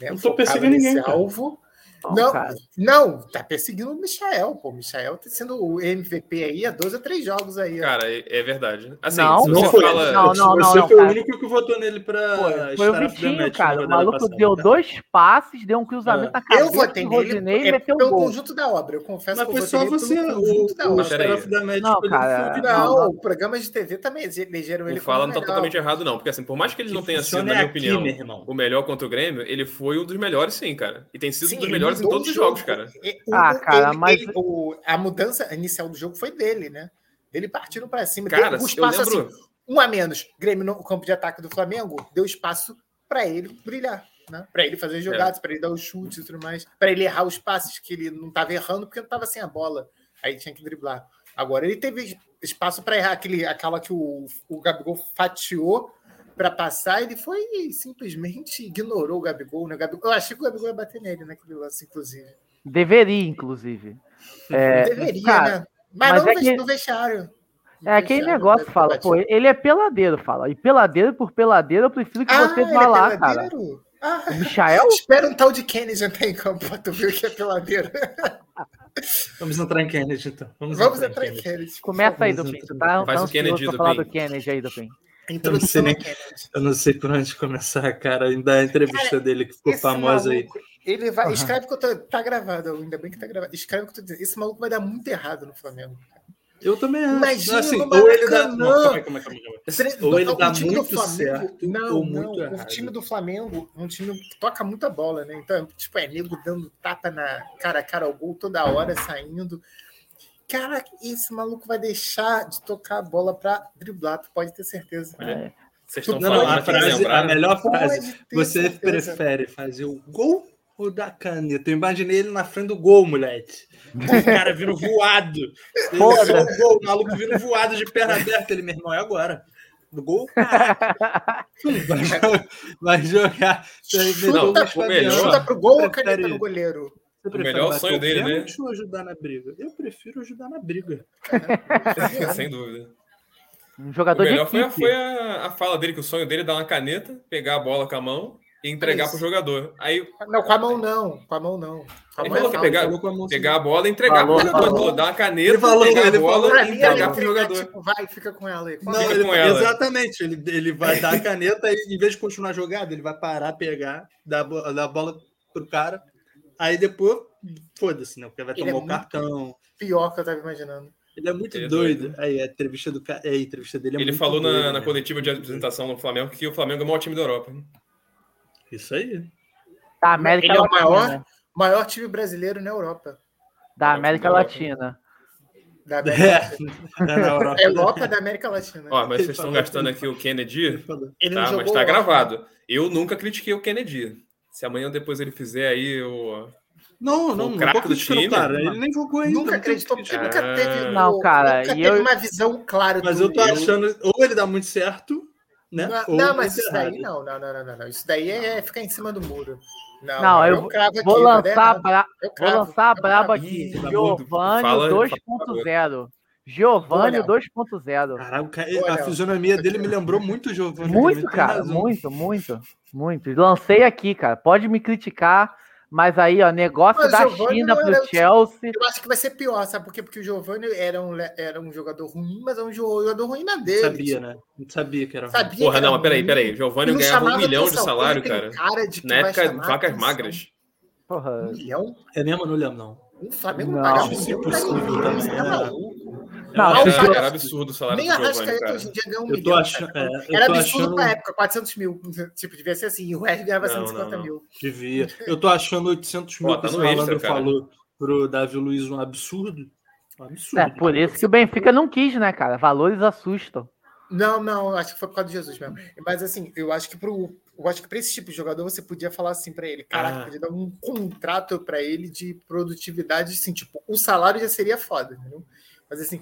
D: Né?
E: Não tô
D: focava
E: perseguindo
D: nesse
E: ninguém, cara.
D: alvo.
C: Não,
D: Não,
C: cara.
D: não, tá perseguindo o Michael. Pô, o Michael tá sendo o MVP aí há 12 a 3 jogos aí. ó.
A: Cara, é é verdade. Assim,
C: Não,
A: se você
C: não
F: foi.
A: fala.
C: Não, não,
F: Você
C: não,
F: foi
C: cara.
F: o único que votou nele pra
C: Foi, foi o
E: Ah, Estará
C: Vitinho,
E: finalmente na
C: cara. O
E: rodada
C: maluco
E: passada.
C: deu dois passes, deu um cruzamento
E: É.
C: na cabeça
D: eu votei
C: do
D: nele
C: Rodinei e
D: é
C: meteu
D: pelo
C: um gol.
D: conjunto da obra. Eu confesso
F: Mas
D: que eu
F: foi só
D: votei nele
F: você.
D: pelo
F: O,
D: conjunto da
F: o
D: obra.
A: Mas peraí.
F: Staraf da Médica.
C: Não, cara.
D: Não,
C: Não,
D: programas de TV também elegeram ele.
A: O Fala
D: como
A: não tá
D: melhor.
A: totalmente errado, não. Porque assim, por mais que ele não tenha sido, na minha opinião,
E: é irmão.
A: o melhor contra o Grêmio, ele foi um dos melhores, sim, cara. E tem sido
D: Sim,
A: um dos
D: ele
A: melhores em
D: mudou
A: todos
D: o
A: os jogos,
D: jogo.
A: cara.
D: E- o-
C: Ah, cara,
D: ele-
C: mas-
D: ele- o- a mudança inicial do jogo foi dele, né? Ele partindo pra cima.
A: Cara,
D: deu um
A: eu
D: espaço
A: lembro.
D: assim, um a menos. Grêmio no campo de ataque do Flamengo deu espaço pra ele brilhar, né? Pra ele fazer as jogadas, pra ele dar os chutes e tudo mais. Pra ele errar os passes que ele não tava errando porque não tava sem a bola. Aí tinha que driblar. Agora ele teve espaço pra errar aquele, aquela que o, o Gabigol fatiou pra passar, ele foi e simplesmente ignorou o Gabigol, né? O Gabigol- eu achei que o Gabigol ia bater nele naquele lance, inclusive.
C: Deveria, inclusive. É,
D: Deveria,
C: cara,
D: né? Mas,
C: mas
D: não
C: é
D: no
C: que-
D: no vestiário. No
C: É aquele
D: vestiário, né?
C: negócio,
D: no
C: fala,
D: debate.
C: pô, ele é peladeiro, fala. E peladeiro por peladeiro, eu prefiro que
D: Ah,
C: você
D: ele
C: vá
D: é
C: lá, cara.
D: peladeiro? Ah,
C: O Michael?
D: espera um tal de Kennedy entrar em campo pra tu ver o que é peladeiro.
E: Vamos entrar em Kennedy, então.
D: Vamos entrar em Kennedy.
C: Começa aí,
E: Faz
C: Dupin. Tu tá, tá
A: o Kennedy,
C: ansioso pra falar
A: Dupin.
C: do Kennedy aí, Dupin.
D: Introdução
E: Eu não sei
D: do Kennedy.
E: Eu não sei por onde começar, cara. Ainda a entrevista dele que ficou
D: Esse
E: famosa aí.
D: maluco, Ele vai. Escreve que eu tô. Tá gravado, ainda bem que tá gravado. Escreve o que eu tô dizendo. Esse maluco vai dar muito errado no Flamengo.
E: Eu também acho.
D: Imagina
E: assim,
D: no
E: ou ele dá.
D: Maracanã.
E: Não, calma aí, calma aí, calma aí. Ou ele
D: O
E: dá
D: time do
E: muito certo
D: Não,
E: ou
D: não.
E: muito
D: O
E: errado.
D: time do Flamengo é um time que toca muita bola, né? Então, tipo, é nego dando tapa na cara a cara ao gol toda hora, saindo. Cara, esse maluco vai deixar de tocar a bola pra driblar, tu pode ter certeza.
A: Olha, Vocês né? estão
E: Não,
D: Não,
E: não,
A: falando,
E: a,
A: mas tem que
E: frase, a
A: lembrar.
E: melhor frase.
D: Pode ter
E: Você
D: certeza.
E: prefere fazer o gol ou dar caneta? Eu imaginei ele na frente do gol, moleque. O cara vindo voado. Ele
C: Foda.
E: só o gol, o maluco vindo voado de perna aberta. Ele, meu irmão, é agora. Do gol,
D: *laughs*
E: caraca. Vai jogar- Vai jogar.
A: Não,
D: Chuta,
A: o melhor-
D: chuta pro gol ou caneta
E: Prefere-
D: no goleiro? *laughs*
E: Você prefere
A: melhor
E: bater
A: sonho
E: o
A: dele, né?
E: pênalti ou ajudar na briga? Eu prefiro ajudar na briga.
A: Sem dúvida.
C: Um
A: O
C: jogador de
A: melhor foi, a,
C: equipe.
A: foi a, a fala dele, que o sonho dele é dar uma caneta, pegar a bola com a mão e entregar
D: Isso.
A: pro jogador. Aí
D: Não, com a mão não. Com a mão não. Com a
A: Ele
D: mão é
A: falou que
D: falta.
A: pegar-
E: Falou com a mão
A: pegar a bola e entregar
C: Falou,
A: pro jogador.
C: falou.
A: Dar uma caneta,
E: Ele falou,
A: é pegar
E: ele
A: a bola
E: falou.
D: Pra
A: e
D: mim, ele
A: entregar pro
D: entregar,
A: jogador.
D: tipo, vai, fica com ela aí.
E: Não,
A: Fica
E: ele-
A: com ela.
E: Exatamente, ele, ele
A: *laughs*
E: vai dar a caneta e em vez de continuar jogada, ele vai parar, pegar, dar, a bo- dar a bola pro cara. Aí depois, foda-se, né? Porque vai tomar
D: Ele é
E: o
D: muito-
E: cartão.
D: Pior que eu tava imaginando.
E: Ele é muito
A: Ele é
E: doido. Aí a entrevista do cara. É, a entrevista dele é
A: Ele
E: muito
A: falou
E: doida,
A: na, na
E: né?
A: coletiva de apresentação no Flamengo que o Flamengo é o maior time da Europa. hein?
E: Isso aí.
C: Da América
D: Ele é o
C: Latina.
D: maior? Maior time brasileiro na Europa.
C: Da
D: é
C: América
A: Maior.
C: Latina.
E: *laughs*
D: Da América Latina.
E: É, é na Europa.
D: Europa da América Latina. *laughs*
A: Ó, mas
E: Ele
A: vocês estão
E: falou
A: gastando
E: que-
A: aqui o Kennedy,
E: Ele falou.
D: ele
A: tá?
D: não
A: Mas
D: jogou
A: tá
D: ontem.
A: gravado. Eu nunca critiquei o Kennedy. Se amanhã depois ele fizer aí o.
E: Não, não,
A: O
E: não.
A: craque
E: tô
A: do
E: criticando o
A: time?
E: cara. Ele nem jogou ainda. não
D: Nunca
E: tem
D: acreditou,
E: que
D: porque
E: criticar.
A: Ah.
D: nunca teve.
C: Não, cara,
D: nunca
C: e
D: teve
C: eu-
D: uma visão clara
E: Mas
D: do
E: eu tô
D: jogo.
E: achando. Ou é ele dá muito certo,
D: Né? Não, Ou não mas isso daí não, não, não, não, não. Isso daí é ficar em cima do muro.
C: Não, não eu, eu aqui, vou,
D: né? é
C: lançar bra... eu cravo, vou lançar a braba aqui. Giovanni 2.0. Giovanni 2.0.
E: Caraca, a fisionomia dele
D: é
E: me lembrou muito o Giovanni.
C: Muito, cara, muito, muito, muito. Lancei aqui, cara. Pode me criticar, mas aí, ó, negócio mas da China pro era, Chelsea.
D: Eu acho que vai ser pior, sabe por quê? Porque o Giovanni era um, era um jogador ruim, mas é um jogador ruim na dele. tipo,
E: Sabia, né? Sabia que era ruim. Sabia
A: Porra, não,
D: é um
A: mas peraí, peraí. O Giovanni ganhava um milhão de salário, cara. cara de na época, vacas magras.
E: Porra. Um milhão? É mesmo? Não lembro, não.
D: O Flamengo não pagava um milhão pra ninguém,
A: tá maluco. Não, não, era, cara, era absurdo o salário
D: Ah, Nem do Giovani, Arrascaeta cara. hoje em dia ganhou um milhão. Achando, é, era absurdo achando... pra época, 400 mil. Tipo, devia ser assim. E o West ganhava não, 150 não, mil.
E: Devia. Eu tô achando 800 mil Pô, tá que o malandro falou pro Davi Luiz um absurdo. Um absurdo.
C: É, por isso que o Benfica não quis, né, cara? Valores assustam.
D: Não, não, acho que foi por causa do Jesus mesmo.
E: Uhum.
D: Mas assim, eu acho que pro. Eu acho que para esse tipo de jogador você podia falar assim para ele, caraca, ah. podia dar um contrato para ele de produtividade, assim, tipo, o salário já seria foda, entendeu? Mas assim,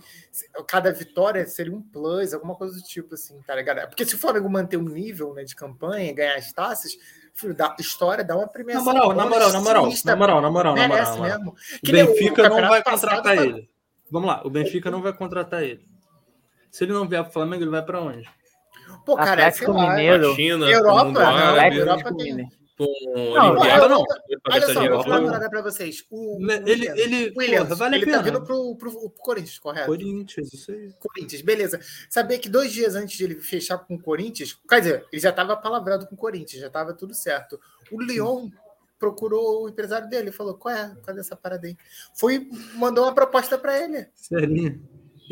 D: cada vitória seria um plus, alguma coisa do tipo, assim, tá ligado? Porque se o Flamengo manter um nível né, de campanha, ganhar as taças, filho, dá história, dá uma premiação.
E: Na moral, na moral, na moral, na moral, na moral, na moral. Mesmo. O Benfica não vai contratar ele. Vamos lá, o Benfica não vai contratar ele. Se ele não vier pro Flamengo, ele vai pra onde?
D: Pô, cara, Atlético
A: é Mineiro. China,
D: Europa, né?
C: Ah, é
D: não, Europa tem.
A: Não, Olimpiada, não.
D: Olha só, vou falar agora pra vocês. O,
E: Né, ele, ele,
D: Williams, porra, vale ele tá vindo pro, pro, pro, Corinthians, correto?
E: Corinthians, isso aí.
D: Corinthians, beleza. Sabia que dois dias antes de ele fechar com o Corinthians, quer dizer, ele já estava palavrado com o Corinthians, já estava tudo certo. O Leon procurou o empresário dele, falou: qual é? Cadê essa parada aí? Foi, mandou uma proposta pra ele.
E: Serinho.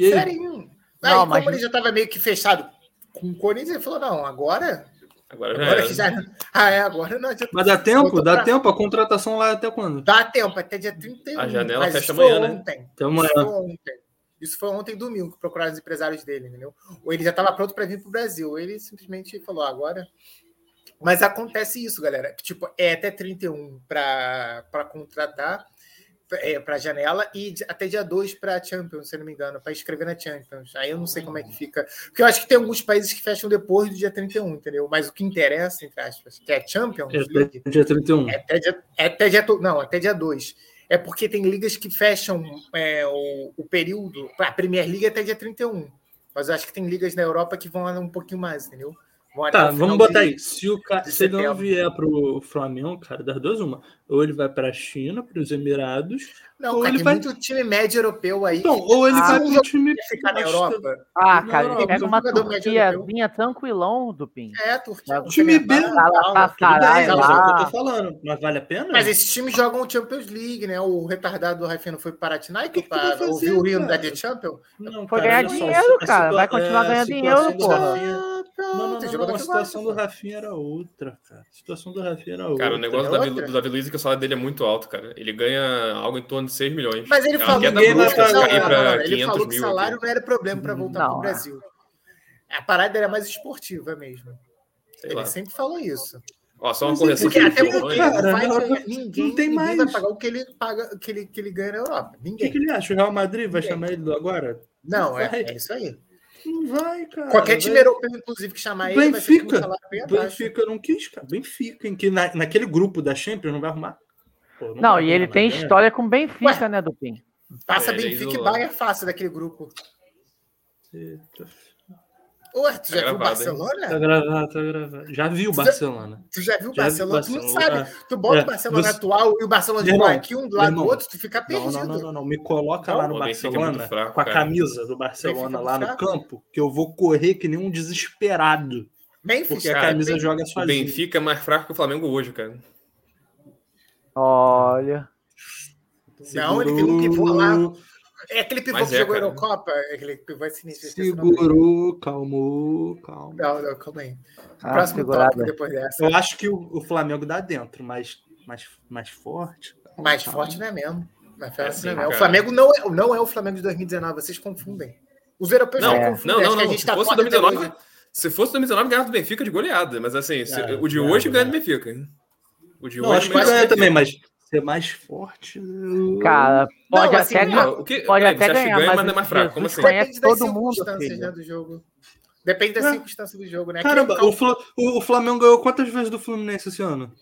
D: Serinho. Aí, não, mas... como ele já estava meio que fechado com o Corinthians, ele falou: não, agora
A: Agora, já, agora é. já
D: Ah, é, agora não adianta.
E: Mas dá tempo? Dá pra... tempo? A contratação lá é até quando?
D: Dá tempo, até dia 31.
A: A janela mas fecha amanhã, né?
D: Ontem. Até amanhã. Isso foi ontem. Isso foi ontem, domingo, que procuraram os empresários dele, entendeu? Ou ele já estava pronto para vir para o Brasil. Ele simplesmente falou, "Ah, agora. Mas acontece isso, galera. Tipo, é até 31 para contratar, é, para janela, e até dia 2 para Champions, se não me engano, para escrever na Champions. Aí eu não sei como é que fica. Porque eu acho que tem alguns países que fecham depois do dia 31, entendeu? Mas o que interessa, entre aspas, que é Champions.
E: É League, até dia 31.
D: É até dia, é até dia, não, até dia 2. É porque tem ligas que fecham é, o, o período. A Premier League é até dia 31. Mas eu acho que tem ligas na Europa que vão um pouquinho mais, entendeu?
E: tá, vamos botar aí. Se, o ca... se ele não vier pro Flamengo, cara, das duas, uma. Ou ele vai pra China, pros Emirados.
D: Não,
E: ou
D: cara,
E: Então ele vai.
D: muito time médio europeu aí.
E: Não, ou ele ah, vai pro time.
D: Ficar na Europa.
C: Ah, cara, ele pega uma Turquiazinha tranquilão do Pim.
D: É, Turquia.
E: Time B. né? é eu tô falando, mas vale a pena?
D: Mas esses times jogam Champions League, né? O retardado do Rafinha foi para Tinaik para ouvir o Rio da The Champions?
C: Não, foi ganhar dinheiro, cara. Vai
E: é,
C: continuar ganhando dinheiro,
E: tá
C: porra.
E: Não, não, não, não, a situação do Rafinha era outra, cara. A situação do Rafinha era outra.
A: Cara, o negócio é do, Davi, Luiz é que o salário dele é muito alto, cara. Ele ganha algo em torno de 6 milhões.
D: Mas ele
A: é
D: falou,
A: que
D: assim, não, ele falou que o salário aqui. não era problema para voltar para o Brasil. A parada era mais esportiva mesmo. Sei ele lá. sempre falou isso.
A: Ó, só uma Mas correção.
D: Porque até porque cara, vai, Europa, ninguém, não tem ninguém mais. vai pagar o que ele, paga, que ele, que ele ganha na Europa. Ninguém.
A: é
E: O que, que ele acha? O Real Madrid vai ninguém. chamar ele agora?
D: Não, é, é isso aí.
E: Não vai, cara.
D: Qualquer time vai... europeu, inclusive, que chamar ele.
E: Benfica.
A: é
E: Vai Benfica não quis, cara. Benfica, em que na, naquele grupo da Champions não né? vai arrumar.
C: Pô, não, não vai e ele tem nada. história com Benfica, É. Ué, né, Dupin?
D: Passa é, Benfica e Bayern fácil daquele grupo. Eita. Ué, tu já tá viu o Barcelona?
E: Tá gravado, tá gravado. Já viu o Barcelona.
D: Tu já viu o Barcelona? Barcelona? Tu não sabe. Ah, tu bota é, o Barcelona você... atual e o Barcelona de aqui, um do lado do outro, tu fica perdido.
E: Ah, Não, não, não, não. Me coloca não, lá no
A: é
E: Barcelona, fraco, com a camisa
D: é
E: cara. do Barcelona lá fraco. no campo, que eu vou correr que nem um desesperado.
D: Memphis,
E: porque a camisa
A: cara,
E: joga sozinha.
A: O Benfica é mais fraco que o Flamengo hoje, cara.
C: Olha.
D: Segurou. Não, ele tem um pivô lá. É aquele pivô Mas que é, jogou cara. Eurocopa? É aquele pivô é sinistro.
E: Segurou, calmou, calmou.
D: Não, não, né? calma aí. Ah, Próximo segurada. tópico depois dessa.
E: Eu acho que o, o, Flamengo dá dentro, mas mais, mais forte.
D: Mais calma. forte não é mesmo. Mas, é assim, não é. O Flamengo não é, não é o Flamengo de 2019, vocês confundem. Os europeus
A: não,
D: não confundem.
A: Não, não, não. A gente se, tá fosse 2019, se fosse 2019, ganhava do Benfica de goleada. Mas assim, se, o de hoje ganha do Benfica.
E: O de não, hoje acho que ganha também, mas ser mais forte.
C: Cara, pode não, até, assim, ganhar, não, que, pode aí, até ganhar,
A: ganha, mas, mas é mais fraco. Como assim?
C: Conhece todo mundo. Né,
D: do jogo. Depende da é. circunstância do jogo, né?
E: Caramba, Aquele... o, Fl o Flamengo ganhou quantas vezes do Fluminense esse ano?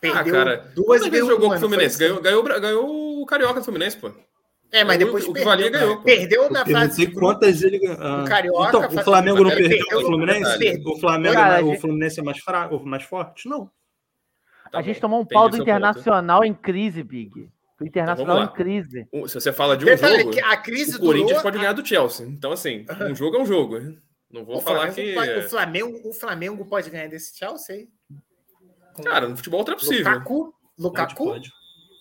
A: Perdeu ah, cara, duas vezes jogou com o Fluminense. Assim. Ganhou, ganhou, ganhou o Carioca do Fluminense, pô.
D: É, mas depois
A: o, o que valia ganhou. Pô.
D: Perdeu na fase.
E: De quantas ele ganhou?
D: Ah. O Carioca,
E: então, o Flamengo não perdeu, perdeu o Fluminense? Perdeu. O Flamengo, cara, o Fluminense é mais fraco, mais forte? Não.
C: Tá a bom, gente tomou um pau do Internacional ponto. em crise, Big. O Internacional então, em crise.
A: Se você fala de um Detalhe,
D: jogo, a crise
A: o Corinthians durou... pode ganhar do Chelsea. Então, assim, um jogo é um jogo. Não vou o falar
D: Flamengo
A: que... é.
D: Pode, o, Flamengo, o Flamengo pode ganhar desse Chelsea?
A: Com... Cara, no futebol outra é possível.
D: Lukaku? Lukaku?
C: tipo,
E: Pode,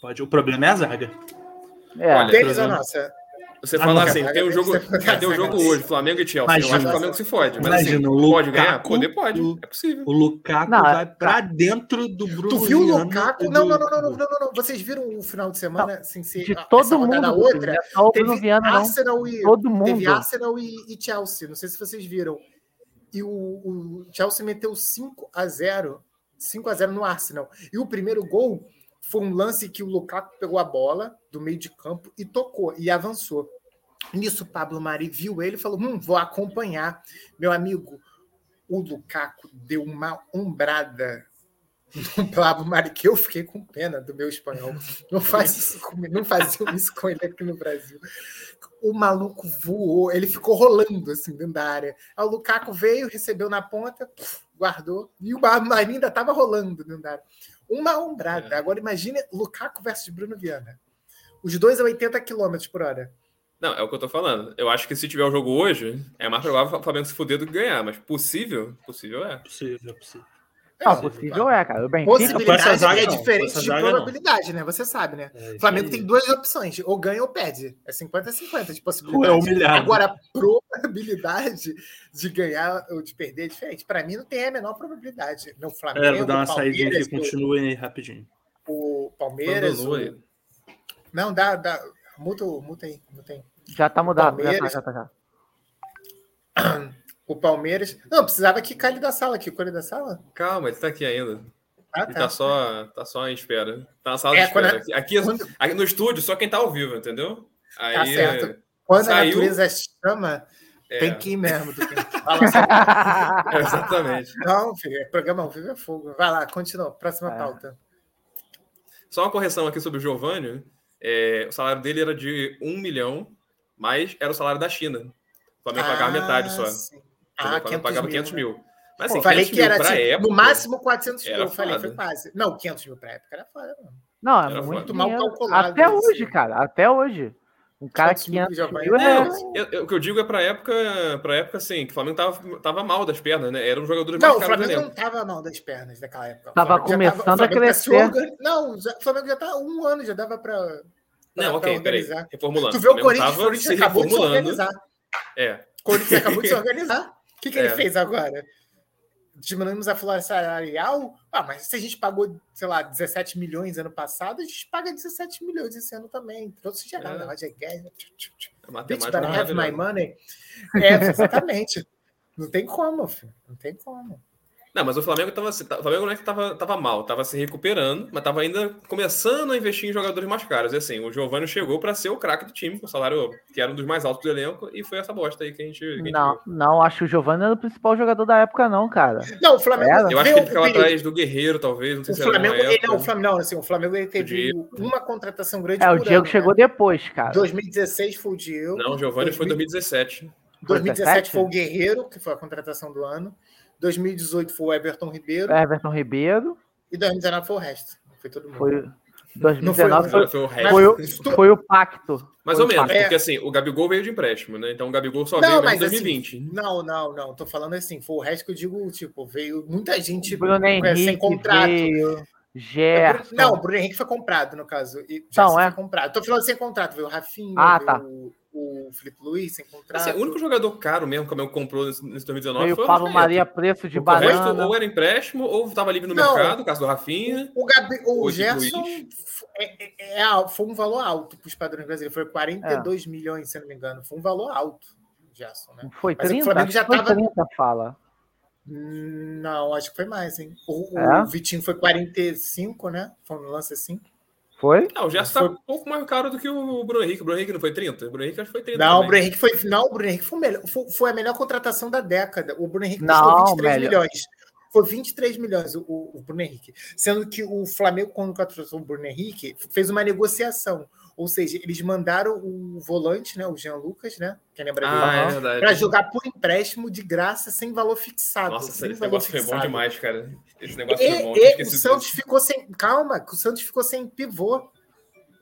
E: pode. O problema é a zaga.
D: É, Olha, deles exemplo,
C: né?
D: nossa...
A: Você ah, fala assim, tem um jogo, tem um jogo hoje, Flamengo e Chelsea. Imagina, eu acho que o Flamengo se fode. Mas imagina, assim, Lukaku, pode ganhar? Poder pode. O, é possível.
E: O Lukaku não, vai pra dentro do Bruno.
D: Tu viu o Lukaku? Não, não, não, não, não, não, não, Vocês viram o final de semana, não, assim, se,
C: de todo mundo, tá
D: da outra?
C: Não, teve Viana,
D: Arsenal e
C: todo mundo. Ah,
D: Teve Arsenal e, e, Chelsea. Não sei se vocês viram. E o, o Chelsea meteu 5 a 0 5 a 0 no Arsenal. E o primeiro gol foi um lance que o Lukaku pegou a bola do meio de campo e tocou e avançou. Nisso, Pablo Mari viu ele e falou: Hum, vou acompanhar. Meu amigo, o Lukaku deu uma umbrada no Pablo Mari, que eu fiquei com pena do meu espanhol. Não, faz isso comigo, não faziam isso com ele aqui no Brasil. O maluco voou, ele ficou rolando assim dentro da área. Aí o Lukaku veio, recebeu na ponta, guardou, e o Pablo Mari ainda estava rolando dentro da área uma ombrada. É. Agora imagine Lukaku versus Bruno Viana. Os dois a 80 km por hora.
A: Não, é o que eu tô falando. Eu acho que se tiver o um jogo hoje, é mais provável o Flamengo se fuder do que ganhar, mas possível, possível é.
E: Possível, possível.
C: É, não, possível claro. é, cara. O Benfica...
D: Possibilidade zaga, é diferente não, de probabilidade, não. né? Você sabe, né? É, o Flamengo tem duas opções, ou ganha ou perde. É 50-50 de possibilidade.
E: É humilhado. *laughs*
D: Agora, a probabilidade de ganhar ou de perder é diferente. Para mim, não tem a menor probabilidade. No Flamengo, é,
E: vou dar uma saída aqui, continue aí rapidinho.
D: O Palmeiras... O... Não, dá... dá... Muta, muta aí, muta aí.
C: Já tá mudado, Palmeiras... já tá, já *laughs*
D: tá. Já. O Palmeiras. Não, precisava que ele da sala aqui. Quicar da sala?
A: Calma, ele tá aqui ainda. Ah, tá. Ele tá só, tá só em espera. Tá na sala é, de espera. A... Aqui, quando... aqui, no estúdio, só quem tá ao vivo, entendeu?
D: Aí, tá certo. Quando saiu... a natureza chama, é. tem que ir mesmo. Que...
A: é, *laughs* exatamente.
D: Não, filho, programa ao vivo é fogo. Vai lá, continua.
A: É.
D: Próxima pauta.
A: Só uma correção aqui sobre o Giovanni. o salário dele era de um milhão, mas era o salário da China. O Flamengo ah, pagava metade só. Sim.
D: Ah, 500
A: pagava 500 mil. mil.
D: Mas, assim, falei que era tipo, época, no máximo 400 mil. Eu falei, foi quase. Não, 500 mil para época era foda, mano.
C: Não, é era muito mal calculado. Até assim. hoje, cara, até hoje. Um cara que mil, mil
A: é... Eu, eu, o que eu digo é para época, para época assim, que o Flamengo tava, tava mal das pernas, né? Era um jogador
D: Não, o Flamengo não tava mal das pernas naquela época.
C: Tava começando tava, a crescer.
D: Tá não, o Flamengo já tá um ano, já dava para
A: Não, ok, peraí. Reformulando.
D: Tu vê Um o Corinthians, o Corinthians acabou de se organizar.
A: É,
D: Corinthians acabou de se organizar. O que, que é. ele fez agora? Diminuímos a folha salarial? Ah, mas se a gente pagou, sei lá, 17 milhões ano passado, a gente paga 17 milhões esse ano também. Trouxe geral, é. Roger Guedes. Bitch, better have my money. É, exatamente. não tem como, filho. Não tem como.
A: Não, mas o Flamengo tava assim, o Flamengo não é que tava, tava mal, tava se recuperando, mas tava ainda começando a investir em jogadores mais caros. E assim, o Giovanni chegou para ser o craque do time, com o salário que era um dos mais altos do elenco, e foi essa bosta aí que a gente. Que a gente
C: não, viu. não, acho que o Giovanni era o principal jogador da época, não, cara.
D: Não, o Flamengo.
C: É,
A: Era. Eu acho que ele ficava atrás do Guerreiro, talvez. Não sei
D: o
A: se
D: Flamengo, era ele, não, o Flamengo, não, assim, o Flamengo ele teve uma contratação grande.
C: É, o Diego ano, chegou né? depois, cara.
D: 2016 foi o Diego.
A: Não, o Giovanni 2000... foi em 2017.
D: 2017 foi o Guerreiro, que foi a contratação do ano. 2018 foi o Everton Ribeiro.
C: Everton Ribeiro.
D: E 2019 foi o resto. Foi todo mundo.
C: Foi... 2019 foi, foi, o resto. Foi o, foi o pacto.
A: Mais
C: foi
A: ou menos, é. porque assim, o Gabigol veio de empréstimo, né? Então o Gabigol só não, veio em 2020.
D: Assim, não, não, não. Tô falando assim, foi o resto que eu digo, tipo, veio muita gente Bruno Henrique sem contrato. Veio.
C: Gerson.
D: Não, o Bruno Henrique foi comprado, no caso. E não, é? comprado. Tô falando sem contrato, veio o Rafinha,
C: ah, tá.
D: o o Felipe Luiz sem contrato.
A: Assim, o único jogador caro mesmo é que o Flamengo comprou nesse 2019
C: Veio
A: foi
C: o Pablo Maria preço de banana.
A: Resto, ou era empréstimo, ou estava livre no não, mercado, o caso do Rafinha.
D: O, Gabi, o, o Gerson é, é, é, foi um valor alto para os padrões brasileiros. Foi 42 milhões, se não me engano. Foi um valor alto, Gerson, né?
C: Foi 30? Mas o Flamengo já tava... 30, fala.
D: Não, acho que foi mais, hein? O, o Vitinho foi 45, né? Foi um lance assim.
C: Foi?
A: Ah, o Gerson tá um pouco mais caro do que o Bruno Henrique. O Bruno Henrique não foi 30? O Bruno Henrique acho que foi 30.
D: Não, o Bruno Henrique foi, não, o Bruno Henrique foi, o melhor, foi, foi a melhor contratação da década. O Bruno Henrique custou
C: Não,
D: 23
C: melhor.
D: milhões. Foi 23 milhões o, o Bruno Henrique. Sendo que o Flamengo, quando contratou o Bruno Henrique, fez uma negociação. Ou seja, eles mandaram o volante, né? O Jean Lucas, né? Quem lembra dele?
A: Ah, é verdade.
D: Pra jogar por empréstimo de graça, sem valor fixado.
A: Nossa,
D: sem
A: esse
D: valor
A: negócio foi bom
D: fixado.
A: demais, cara. Esse negócio foi bom.
D: E, e, o
A: esqueci
D: Santos
A: disso.
D: ficou sem. Calma, que o Santos ficou sem pivô.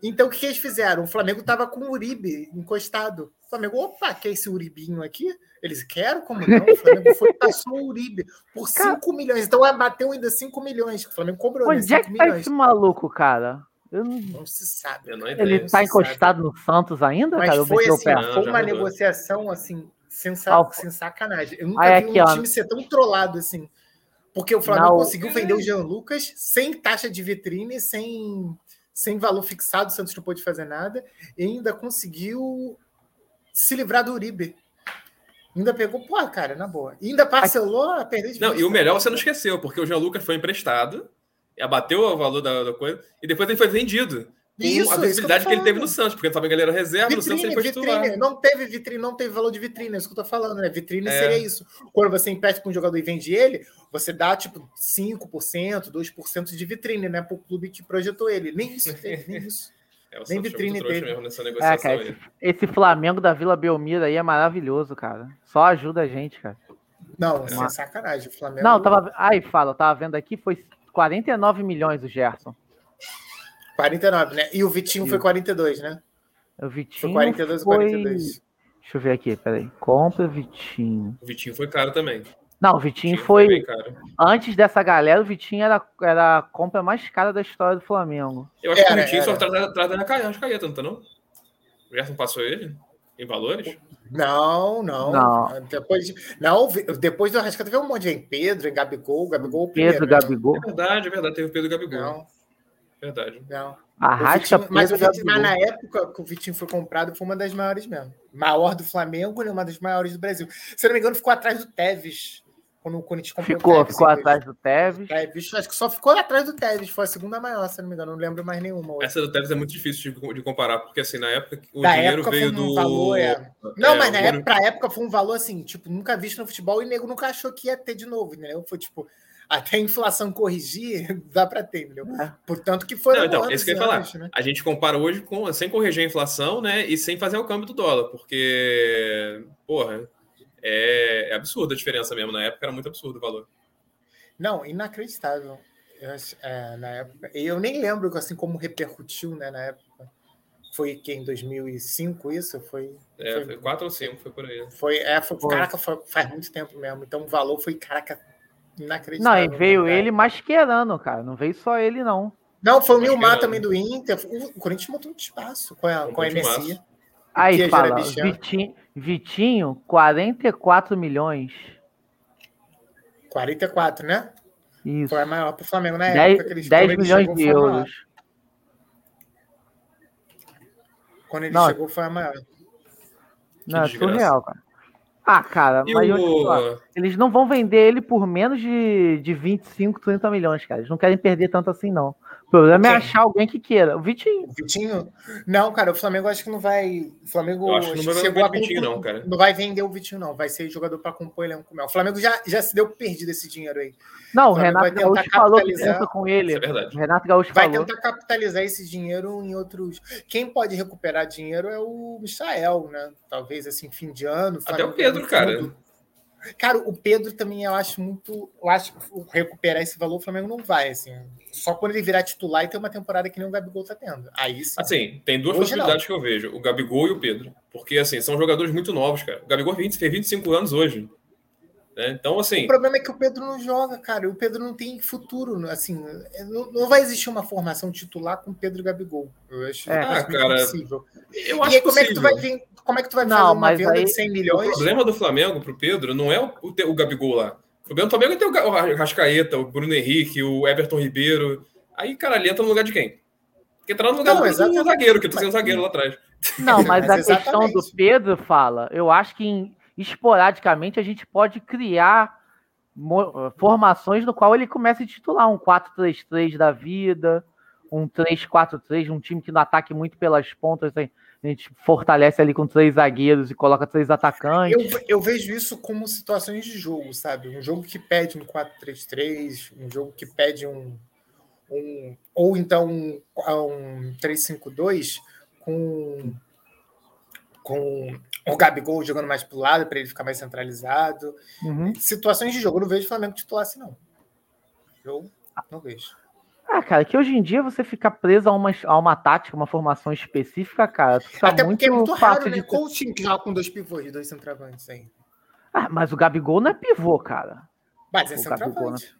D: Então o que, que eles fizeram? O Flamengo estava com o Uribe encostado. O Flamengo, opa, que é esse Uribinho aqui? Eles querem, como não? O Flamengo foi e passou o Uribe por 5 milhões. Então abateu ainda 5 milhões. que O Flamengo cobrou né?
C: Onde é
D: 5
C: que tá
D: milhões.
C: esse maluco, cara? Eu não-
D: Não se sabe.
A: Menor
D: cara.
A: ideia.
C: Ele
D: não
C: tá
D: se sabe.
C: encostado no Santos ainda,
D: Mas
C: cara? Eu
D: foi
C: bati o
D: assim,
C: pé.
A: Não,
D: foi
A: já
D: uma
A: mudou.
D: negociação assim, sem, sa-
C: Ah, o-
D: sem sacanagem. Eu nunca
C: Ah, é
D: vi
C: aqui,
D: um
C: ó.
D: time ser tão trollado assim. Porque o Flamengo
C: Não.
D: conseguiu vender o Jean Lucas sem taxa de vitrine, sem, sem valor fixado, o Santos não pôde fazer nada, e ainda conseguiu se livrar do Uribe. Ainda pegou, pô, cara, na boa. E ainda parcelou a perder de
A: Não,
D: vista.
A: e o melhor é você não esqueceu, porque o Jean Lucas foi emprestado, abateu o valor da, da coisa, e depois ele foi vendido. Com
D: Isso,
A: a
D: isso que eu tô
A: visibilidade que, ele teve no
D: falando.
A: Santos, porque sabe que ele era reserva, no Santos ele
D: Vitrine,
A: foi titular.
D: vitrine, não teve vitrine, não teve valor de vitrine, é isso que eu tô falando, né? Vitrine
A: É.
D: seria isso. Quando você empresta com um jogador e vende ele, você dá tipo 5%, 2% de vitrine, né? Pro clube que projetou ele. Nem isso teve, nem isso.
A: É, o Santos foi
D: Nem
A: muito
D: vitrine
A: trouxa
D: teve.
A: mesmo nessa
C: É,
A: negociação
C: cara, esse,
A: aí.
C: esse Flamengo da Vila Belmiro aí é maravilhoso, cara. Só ajuda a gente, cara.
D: Não, isso é
C: Mas-
D: sacanagem. O Flamengo.
C: Não, tá- eu tava. Aí fala, eu tava vendo aqui, foi 49 milhões o Gerson.
D: 49, né? E o Vitinho foi 42, né?
C: O
D: Foi
C: Vitinho.
D: 42
C: foi-
D: 42.
C: Deixa eu ver aqui, peraí. Compra Vitinho.
A: O Vitinho foi caro também.
C: Não, o
A: O
C: Vitinho
A: Vitinho
C: foi.
A: bem caro.
C: Antes dessa galera, o Vitinho era, era a compra mais cara da história do Flamengo.
A: Eu acho que o
D: Era,
A: Vitinho só
D: era.
A: atrás da- atrás da Ca- Arrascaeta, não tá não? O Gerson passou ele? Em valores? É
D: Não, não.
C: Não.
D: Depois, não, vi- depois do Arrascaeta veio um monte. Vem Pedro, vem Gabigol, Gabigol o primeiro.
C: Pedro,
D: né?
C: Gabigol.
A: É verdade, é verdade. Teve o Pedro Gabigol. É
D: Não,
A: Verdade.
D: não. O
C: Arrasca
D: Vitinho- mas, o
C: Pedro,
D: Vitinho,
C: Gabigol.
D: mas na época que o Vitinho foi comprado, foi uma das maiores mesmo. Maior do Flamengo, né? Uma das maiores do Brasil. Se eu não me engano, ficou atrás do Tevez. Quando o Corinthians comprou o
C: Ficou,
D: Tevez,
C: ficou
D: em dois-
C: atrás do Tevez.
D: Tevez, acho que só ficou atrás do Tevez. Foi a segunda maior, se eu não me engano. Não lembro mais nenhuma. hoje.
A: Essa do Tevez é muito difícil de, de comparar, porque assim, na época o
D: da
A: dinheiro
D: época
A: veio
D: foi um
A: do.
D: valor. é. Não,
A: é,
D: mas
A: o
D: na
A: dinheiro-
D: época, pra época foi um valor assim, tipo, nunca visto no futebol e o nego nunca achou que ia ter de novo, entendeu? Foi tipo, até a inflação corrigir, *laughs* dá pra ter, entendeu?
C: É.
D: Portanto que foram
A: Não, então,
D: anos
A: isso que eu ia
D: e
A: falar.
D: anos, né?
A: A gente compara hoje com, sem corrigir a inflação, né? E sem fazer o câmbio do dólar, porque, porra, é, é absurda a diferença mesmo. Na época era muito absurdo o valor.
D: Não, inacreditável. Eu, ach- é, na época, e eu nem lembro assim como repercutiu, né, na época. Foi que em 2005 isso foi
A: É,
D: Foi-
A: foi 4 ou 5, foi por aí.
D: foi, é, foi-
C: Foi.
D: caraca, foi- faz muito tempo mesmo. Então o valor foi caraca
C: Não,
D: inacreditável.
C: e veio
D: né, cara?
C: ele masquerando, cara. Não veio só ele, não.
D: Não, foi o
A: Acho que
D: Milmar
A: era.
D: também do Inter. O o Corinthians montou um espaço com a,
A: Um
D: com a
A: timaço.
D: MSI. Que
C: Aí
D: é
C: fala,
D: Jarabichara.
C: Vitinho, Vitinho, 44 milhões.
D: 44, né?
C: Isso.
D: Foi a maior pro Flamengo na época. que
C: 10,
D: eles- quando ele
C: milhões
D: chegou,
C: de
D: foi a maior.
C: euros.
D: Quando ele
C: Não.
D: chegou, foi a maior.
C: Não, é
A: desgraça.
C: surreal, cara. Ah, cara,
A: E
C: mas eu te falo,
A: o.
C: eles não vão vender ele por menos de, de 25, 30 milhões, cara. Eles não querem perder tanto assim, não. O problema é
D: Quem?
C: achar alguém que queira. O Vitinho.
D: O Vitinho? Não, cara, o Flamengo acho que não vai. O Flamengo
A: Eu acho que não vai
D: acho
A: vender o
D: a compor-
A: Vitinho, não, cara.
D: Não vai vender o Vitinho, não. Vai ser jogador pra compor ele com O Flamengo já, já se deu perdido esse dinheiro aí.
C: Não, o
D: Flamengo vai
C: Renato
D: tentar
C: Gaúcho falou que
D: capitalizar.
C: pensa com
A: Isso é
C: ele.
A: verdade.
C: O Renato Gaúcho
D: Vai
C: falou.
D: tentar capitalizar esse dinheiro em outros. Quem pode recuperar dinheiro é o Michael, né? Talvez assim, fim de
A: Até
D: ano.
A: o
D: Flamengo
A: Pedro,
D: no
A: cara.
D: fundo. Cara, o Pedro também eu acho muito. Eu acho que recuperar esse valor, o Flamengo não vai, assim. Só quando ele virar titular e ter uma temporada que nem o Gabigol tá tendo. Aí sim.
A: Assim, tem duas
D: Hoje
A: possibilidades que eu vejo: o Gabigol e o Pedro. Porque, assim, são jogadores muito novos, cara. O Gabigol 20, fez 25 anos hoje. né? Então,
D: O
A: assim,
D: problema é que o Pedro não joga, cara. O Pedro não tem futuro. Assim, não, não vai existir uma formação titular com Pedro e Gabigol. Eu acho,
C: É.
D: eu acho
A: Ah,
D: meio
A: cara,
D: impossível.
A: eu
D: E
A: acho
D: aí, como é que
A: possível.
D: tu vai vir, como é que tu vai
C: Não,
D: fazer uma
C: mas
D: venda
C: aí-
D: de 100
A: O
D: milhões?
A: problema do Flamengo pro Pedro não é o, o, te- o Gabigol lá. O problema do Flamengo é ter o Ga- o Rascaeta, o Bruno Henrique, o Everton Ribeiro. Aí, cara, ali entra no lugar de quem? Porque entra no lugar
D: Não,
A: do- do
D: exatamente.
A: zagueiro, que tá sendo zagueiro lá atrás.
D: *laughs*
C: Não, mas,
D: Mas
C: a questão do
D: exatamente.
C: Pedro fala, eu acho que em- esporadicamente a gente pode criar mo- formações no qual ele comece a titular um 4-3-3 da vida, um 3-4-3, um time que não ataque muito pelas pontas, a gente fortalece ali com três zagueiros e coloca três
A: é
C: atacantes.
D: Eu, eu vejo isso como situações de jogo, sabe? Um jogo que pede um 4-3-3, um jogo que pede um. um ou então um, um 3-5-2 com, com o Gabigol jogando mais pro lado para ele ficar mais centralizado. Uhum. Situações de jogo, eu não vejo o Flamengo titular assim, não. Eu não vejo.
C: Ah, cara, que hoje em dia você ficar preso a uma, a uma tática, uma formação específica, cara. tá
D: Até muito porque é muito raro, né? De... Qual time que joga com dois pivôs, dois centroavantes aí?
C: Ah, mas o Gabigol não é pivô, cara.
D: Mas é o
C: né?
D: centroavante.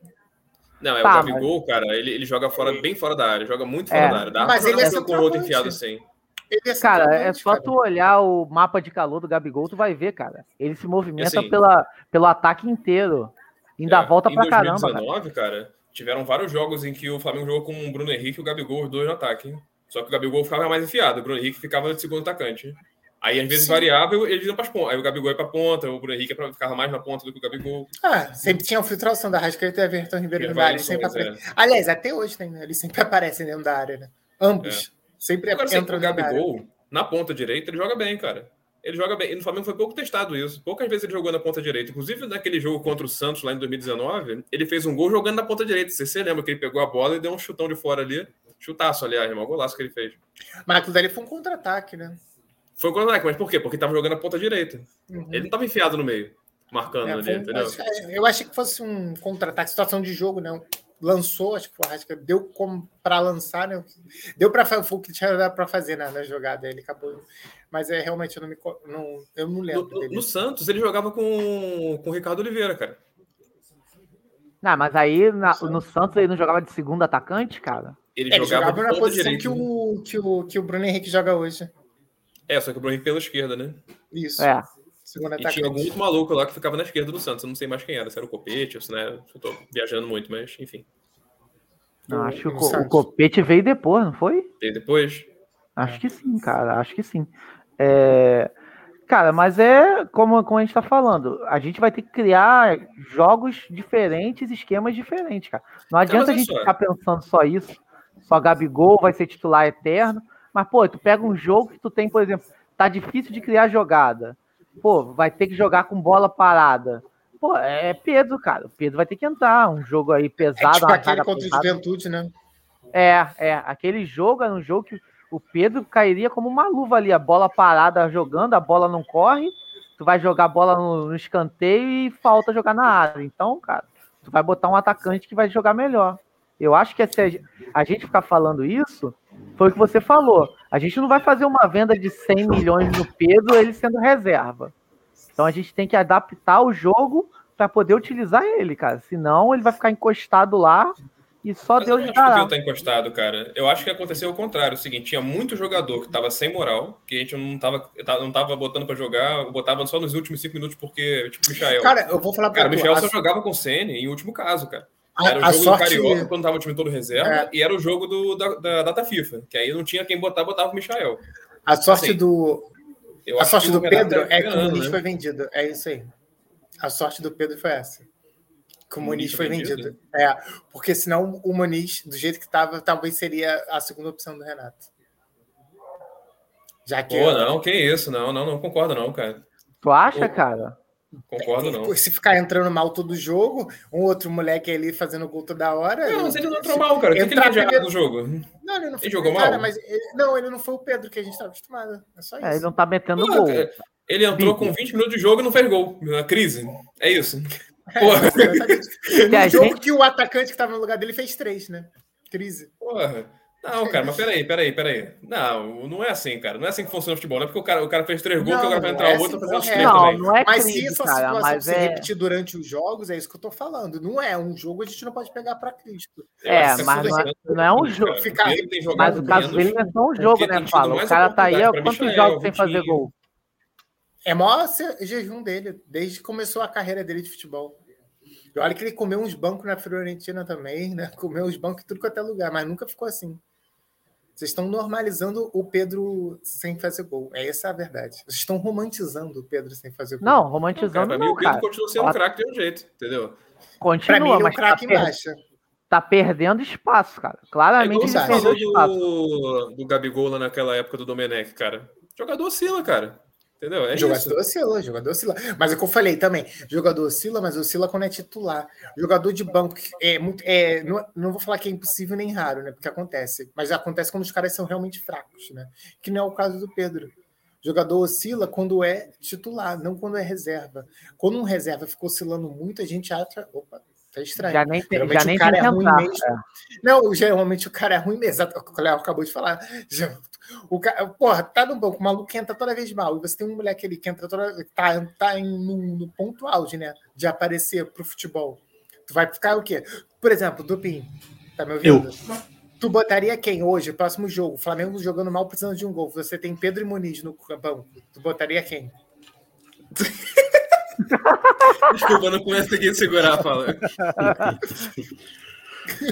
A: Não, é tá, o Gabigol, mas... cara, ele, ele joga fora, bem fora da área, joga muito fora é. da área. Dá
D: mas ele é centroavante.
A: Com o outro enfiado assim.
C: É cara, é só cara. tu olhar o mapa de calor do Gabigol, tu vai ver, cara. Ele se movimenta assim, pela, pelo ataque inteiro. Ainda é, volta pra 2019, caramba.
A: Em 2019, cara, tiveram vários jogos em que o Flamengo jogou com o Bruno Henrique e o Gabigol, os dois no ataque. Hein? Só que o Gabigol ficava mais enfiado, o Bruno Henrique ficava de segundo atacante. Aí, às vezes, Sim. variava e eles iam pras pontas. Aí o Gabigol ia pra ponta, o Bruno Henrique ficava mais na ponta do que o Gabigol.
D: Ah, sempre tinha a filtração da Rascaeta e a Vertão Ribeiro no área. Sempre apare... é. Aliás, até hoje tem, né? Eles sempre *laughs* aparecem dentro da área, né? Ambos. É. Sempre
A: Agora, entra o Gabigol na ponta direita, ele joga bem, cara. Ele joga bem. E no Flamengo foi pouco testado isso. Poucas vezes ele jogou na ponta direita. Inclusive, naquele jogo contra o Santos lá em 2019, ele fez um gol jogando na ponta direita. Você se lembra que ele pegou a bola e deu um chutão de fora ali. Chutaço, aliás, irmão. Golaço que ele fez.
D: Mas aquilo dali foi um contra-ataque, né?
A: Foi um contra-ataque, mas por quê? Porque ele tava jogando na ponta direita. Uhum. Ele não tava enfiado no meio, marcando é, ali, um... entendeu?
D: Eu achei que fosse um contra-ataque, situação de jogo, não lançou, acho que o Arrasca deu para lançar, né? Deu para o que tinha para fazer na, na jogada, ele acabou. Mas é realmente eu não me não, eu não lembro.
A: No, no, Santos ele jogava com, com o Ricardo Oliveira, cara.
C: Não, mas aí na, no Santos ele não jogava de segundo atacante, cara.
D: É, Ele, ele jogava, jogava na posição
A: né?
D: direito, que o, que, o, que o Bruno Henrique joga hoje.
A: É, só que o Bruno Henrique pela esquerda, né?
D: Isso. É
C: É.
A: Segundo
D: tá
A: atacante. E tinha
D: tipo
A: algum outro maluco lá que ficava na esquerda do Santos. Eu não sei mais quem era, se era o Copete, ou se não era. Eu tô viajando muito, mas enfim.
C: Não,
D: é
C: acho que o, o, Copete veio depois, não foi?
A: Veio depois?
C: Acho que sim, cara. Acho que sim. É... Cara, mas é como, como a gente tá falando. A gente vai ter que criar jogos diferentes, esquemas diferentes, cara. Não adianta não, a gente só. ficar pensando só isso. Só Gabigol vai ser titular eterno. Mas, pô, tu pega um jogo que tu tem, por exemplo, tá difícil de criar jogada pô, vai ter que jogar com bola parada. Pô, é Pedro, cara. O Pedro vai ter que entrar. Um jogo aí pesado. É tipo
D: aquele contra pesada. o Juventude, né?
C: É, é. Aquele jogo era um jogo que o Pedro cairia como uma luva ali. A bola parada jogando, a bola não corre. Tu vai jogar a bola no, no escanteio e falta jogar na área. Então, cara, tu vai botar um atacante que vai jogar melhor. Eu acho que se a gente ficar falando isso, foi o que você falou. A gente não vai fazer uma venda de 100 milhões no Pedro, ele sendo reserva. Então a gente tem que adaptar o jogo para poder utilizar ele, cara. Senão ele vai ficar encostado lá e só Mas Deus
A: dará. Eu tá encostado, cara. Eu acho que aconteceu o contrário. O seguinte, tinha muito jogador que tava sem moral, que a gente não tava, não tava botando para jogar, botava só nos últimos cinco minutos porque, tipo, Michael.
D: Cara, eu vou falar
A: pra Cara, o Michael só jogava com o Sene em último caso, cara. Era o
D: a
A: jogo
D: sorte...
A: do Carioca, quando tava o time todo reserva, é. e era o jogo do, da, da, data FIFA, que aí não tinha quem botar, botava o Michael.
D: A sorte assim, do. a sorte do Pedro é que o Muniz né? foi vendido. É isso aí. A sorte do Pedro foi essa. Que o, o Muniz foi vendido. vendido. É, porque senão o Muniz, do jeito que tava, talvez seria a segunda opção do Renato.
A: Já que. Pô, não, que isso, não, não, não concordo, não, cara.
C: Tu acha, o... cara?
A: Concordo, não.
D: Se ficar entrando mal todo jogo, um outro moleque ali fazendo gol toda hora.
A: Não, mas ele não entrou se... mal, cara. Tem entrar que ele primeiro... no jogo.
D: Não, ele não foi.
A: Ele jogou cara, mal?
D: Mas ele... Não, ele não foi o Pedro que a gente estava acostumado. É só isso. É,
C: ele
D: *laughs*
C: não tá metendo Pô, gol.
A: é, Ele entrou com 20 minutos de jogo e não fez gol. Na crise. É *laughs* isso. Porra.
D: É, no jogo gente... *laughs* que o atacante que estava no lugar dele fez três, né? Crise.
A: Porra. Não, cara, mas peraí, peraí, peraí. Não, não é assim, cara. Não é assim que funciona o futebol. Não é porque o cara, o cara fez três gols, não, que agora vai entrar é outro assim, fazer uns é. três
C: não,
A: também.
C: Não é
D: mas
C: crise,
D: se essa
C: cara,
D: situação se
C: é...
D: repetir durante os jogos, é isso que eu tô falando. Não é um jogo, a gente não pode pegar pra Cristo.
C: É, mas, mas não, é, não é, um jogo. Cara,
A: ficar... tá
C: Mas o caso dele não é só um jogo, né, Fala? O cara tá aí há quantos jogos sem fazer gol?
D: É maior jejum dele, desde que começou a carreira dele de futebol. E olha que ele comeu uns bancos na Fiorentina também, né? *laughs* Comeu uns bancos em tudo quanto é lugar, mas nunca ficou assim. Vocês estão normalizando o Pedro sem fazer gol. É essa a verdade. Vocês estão romantizando o Pedro sem fazer gol.
C: Não, romantizando não, cara,
A: pra mim,
C: não,
A: o Pedro
C: cara.
A: continua sendo Ela... um craque de um jeito, entendeu?
C: Continua,
D: pra mim, ele é um
C: mas
D: craque tá em baixa.
C: Tá perdendo espaço, cara.
A: é
C: Claramente
A: ele perdeu espaço. Do, do Gabigol lá naquela época do Domenech, cara. Jogador oscila, cara. Entendeu? É
D: jogador
A: isso.
D: oscila, jogador oscila. Mas é o que eu falei também, jogador oscila, mas oscila quando é titular. Jogador de banco é muito. É, não, não vou falar que é impossível nem raro, né? Porque acontece. Mas acontece quando os caras são realmente fracos, né? Que não é o caso do Pedro. Jogador oscila quando é titular, não quando é reserva. Quando um reserva ficou oscilando muito, a gente acha. Opa, tá estranho.
C: Já nem, geralmente já nem o cara é ruim tentar,
D: mesmo. É. Não, geralmente o cara é ruim mesmo. O Léo acabou de falar. O cara, porra, tá no banco, o maluco entra toda vez mal. E você tem um moleque ali que entra toda tá, tá em, no, no ponto auge, né? De aparecer pro futebol. Tu vai ficar o quê? Por exemplo, Dupin, tá me ouvindo? Eu. Tu botaria quem hoje, próximo jogo? Flamengo jogando mal, precisando de um gol. Você tem Pedro e Muniz no banco. Tu botaria quem?
A: Desculpa, não começo aqui a segurar fala.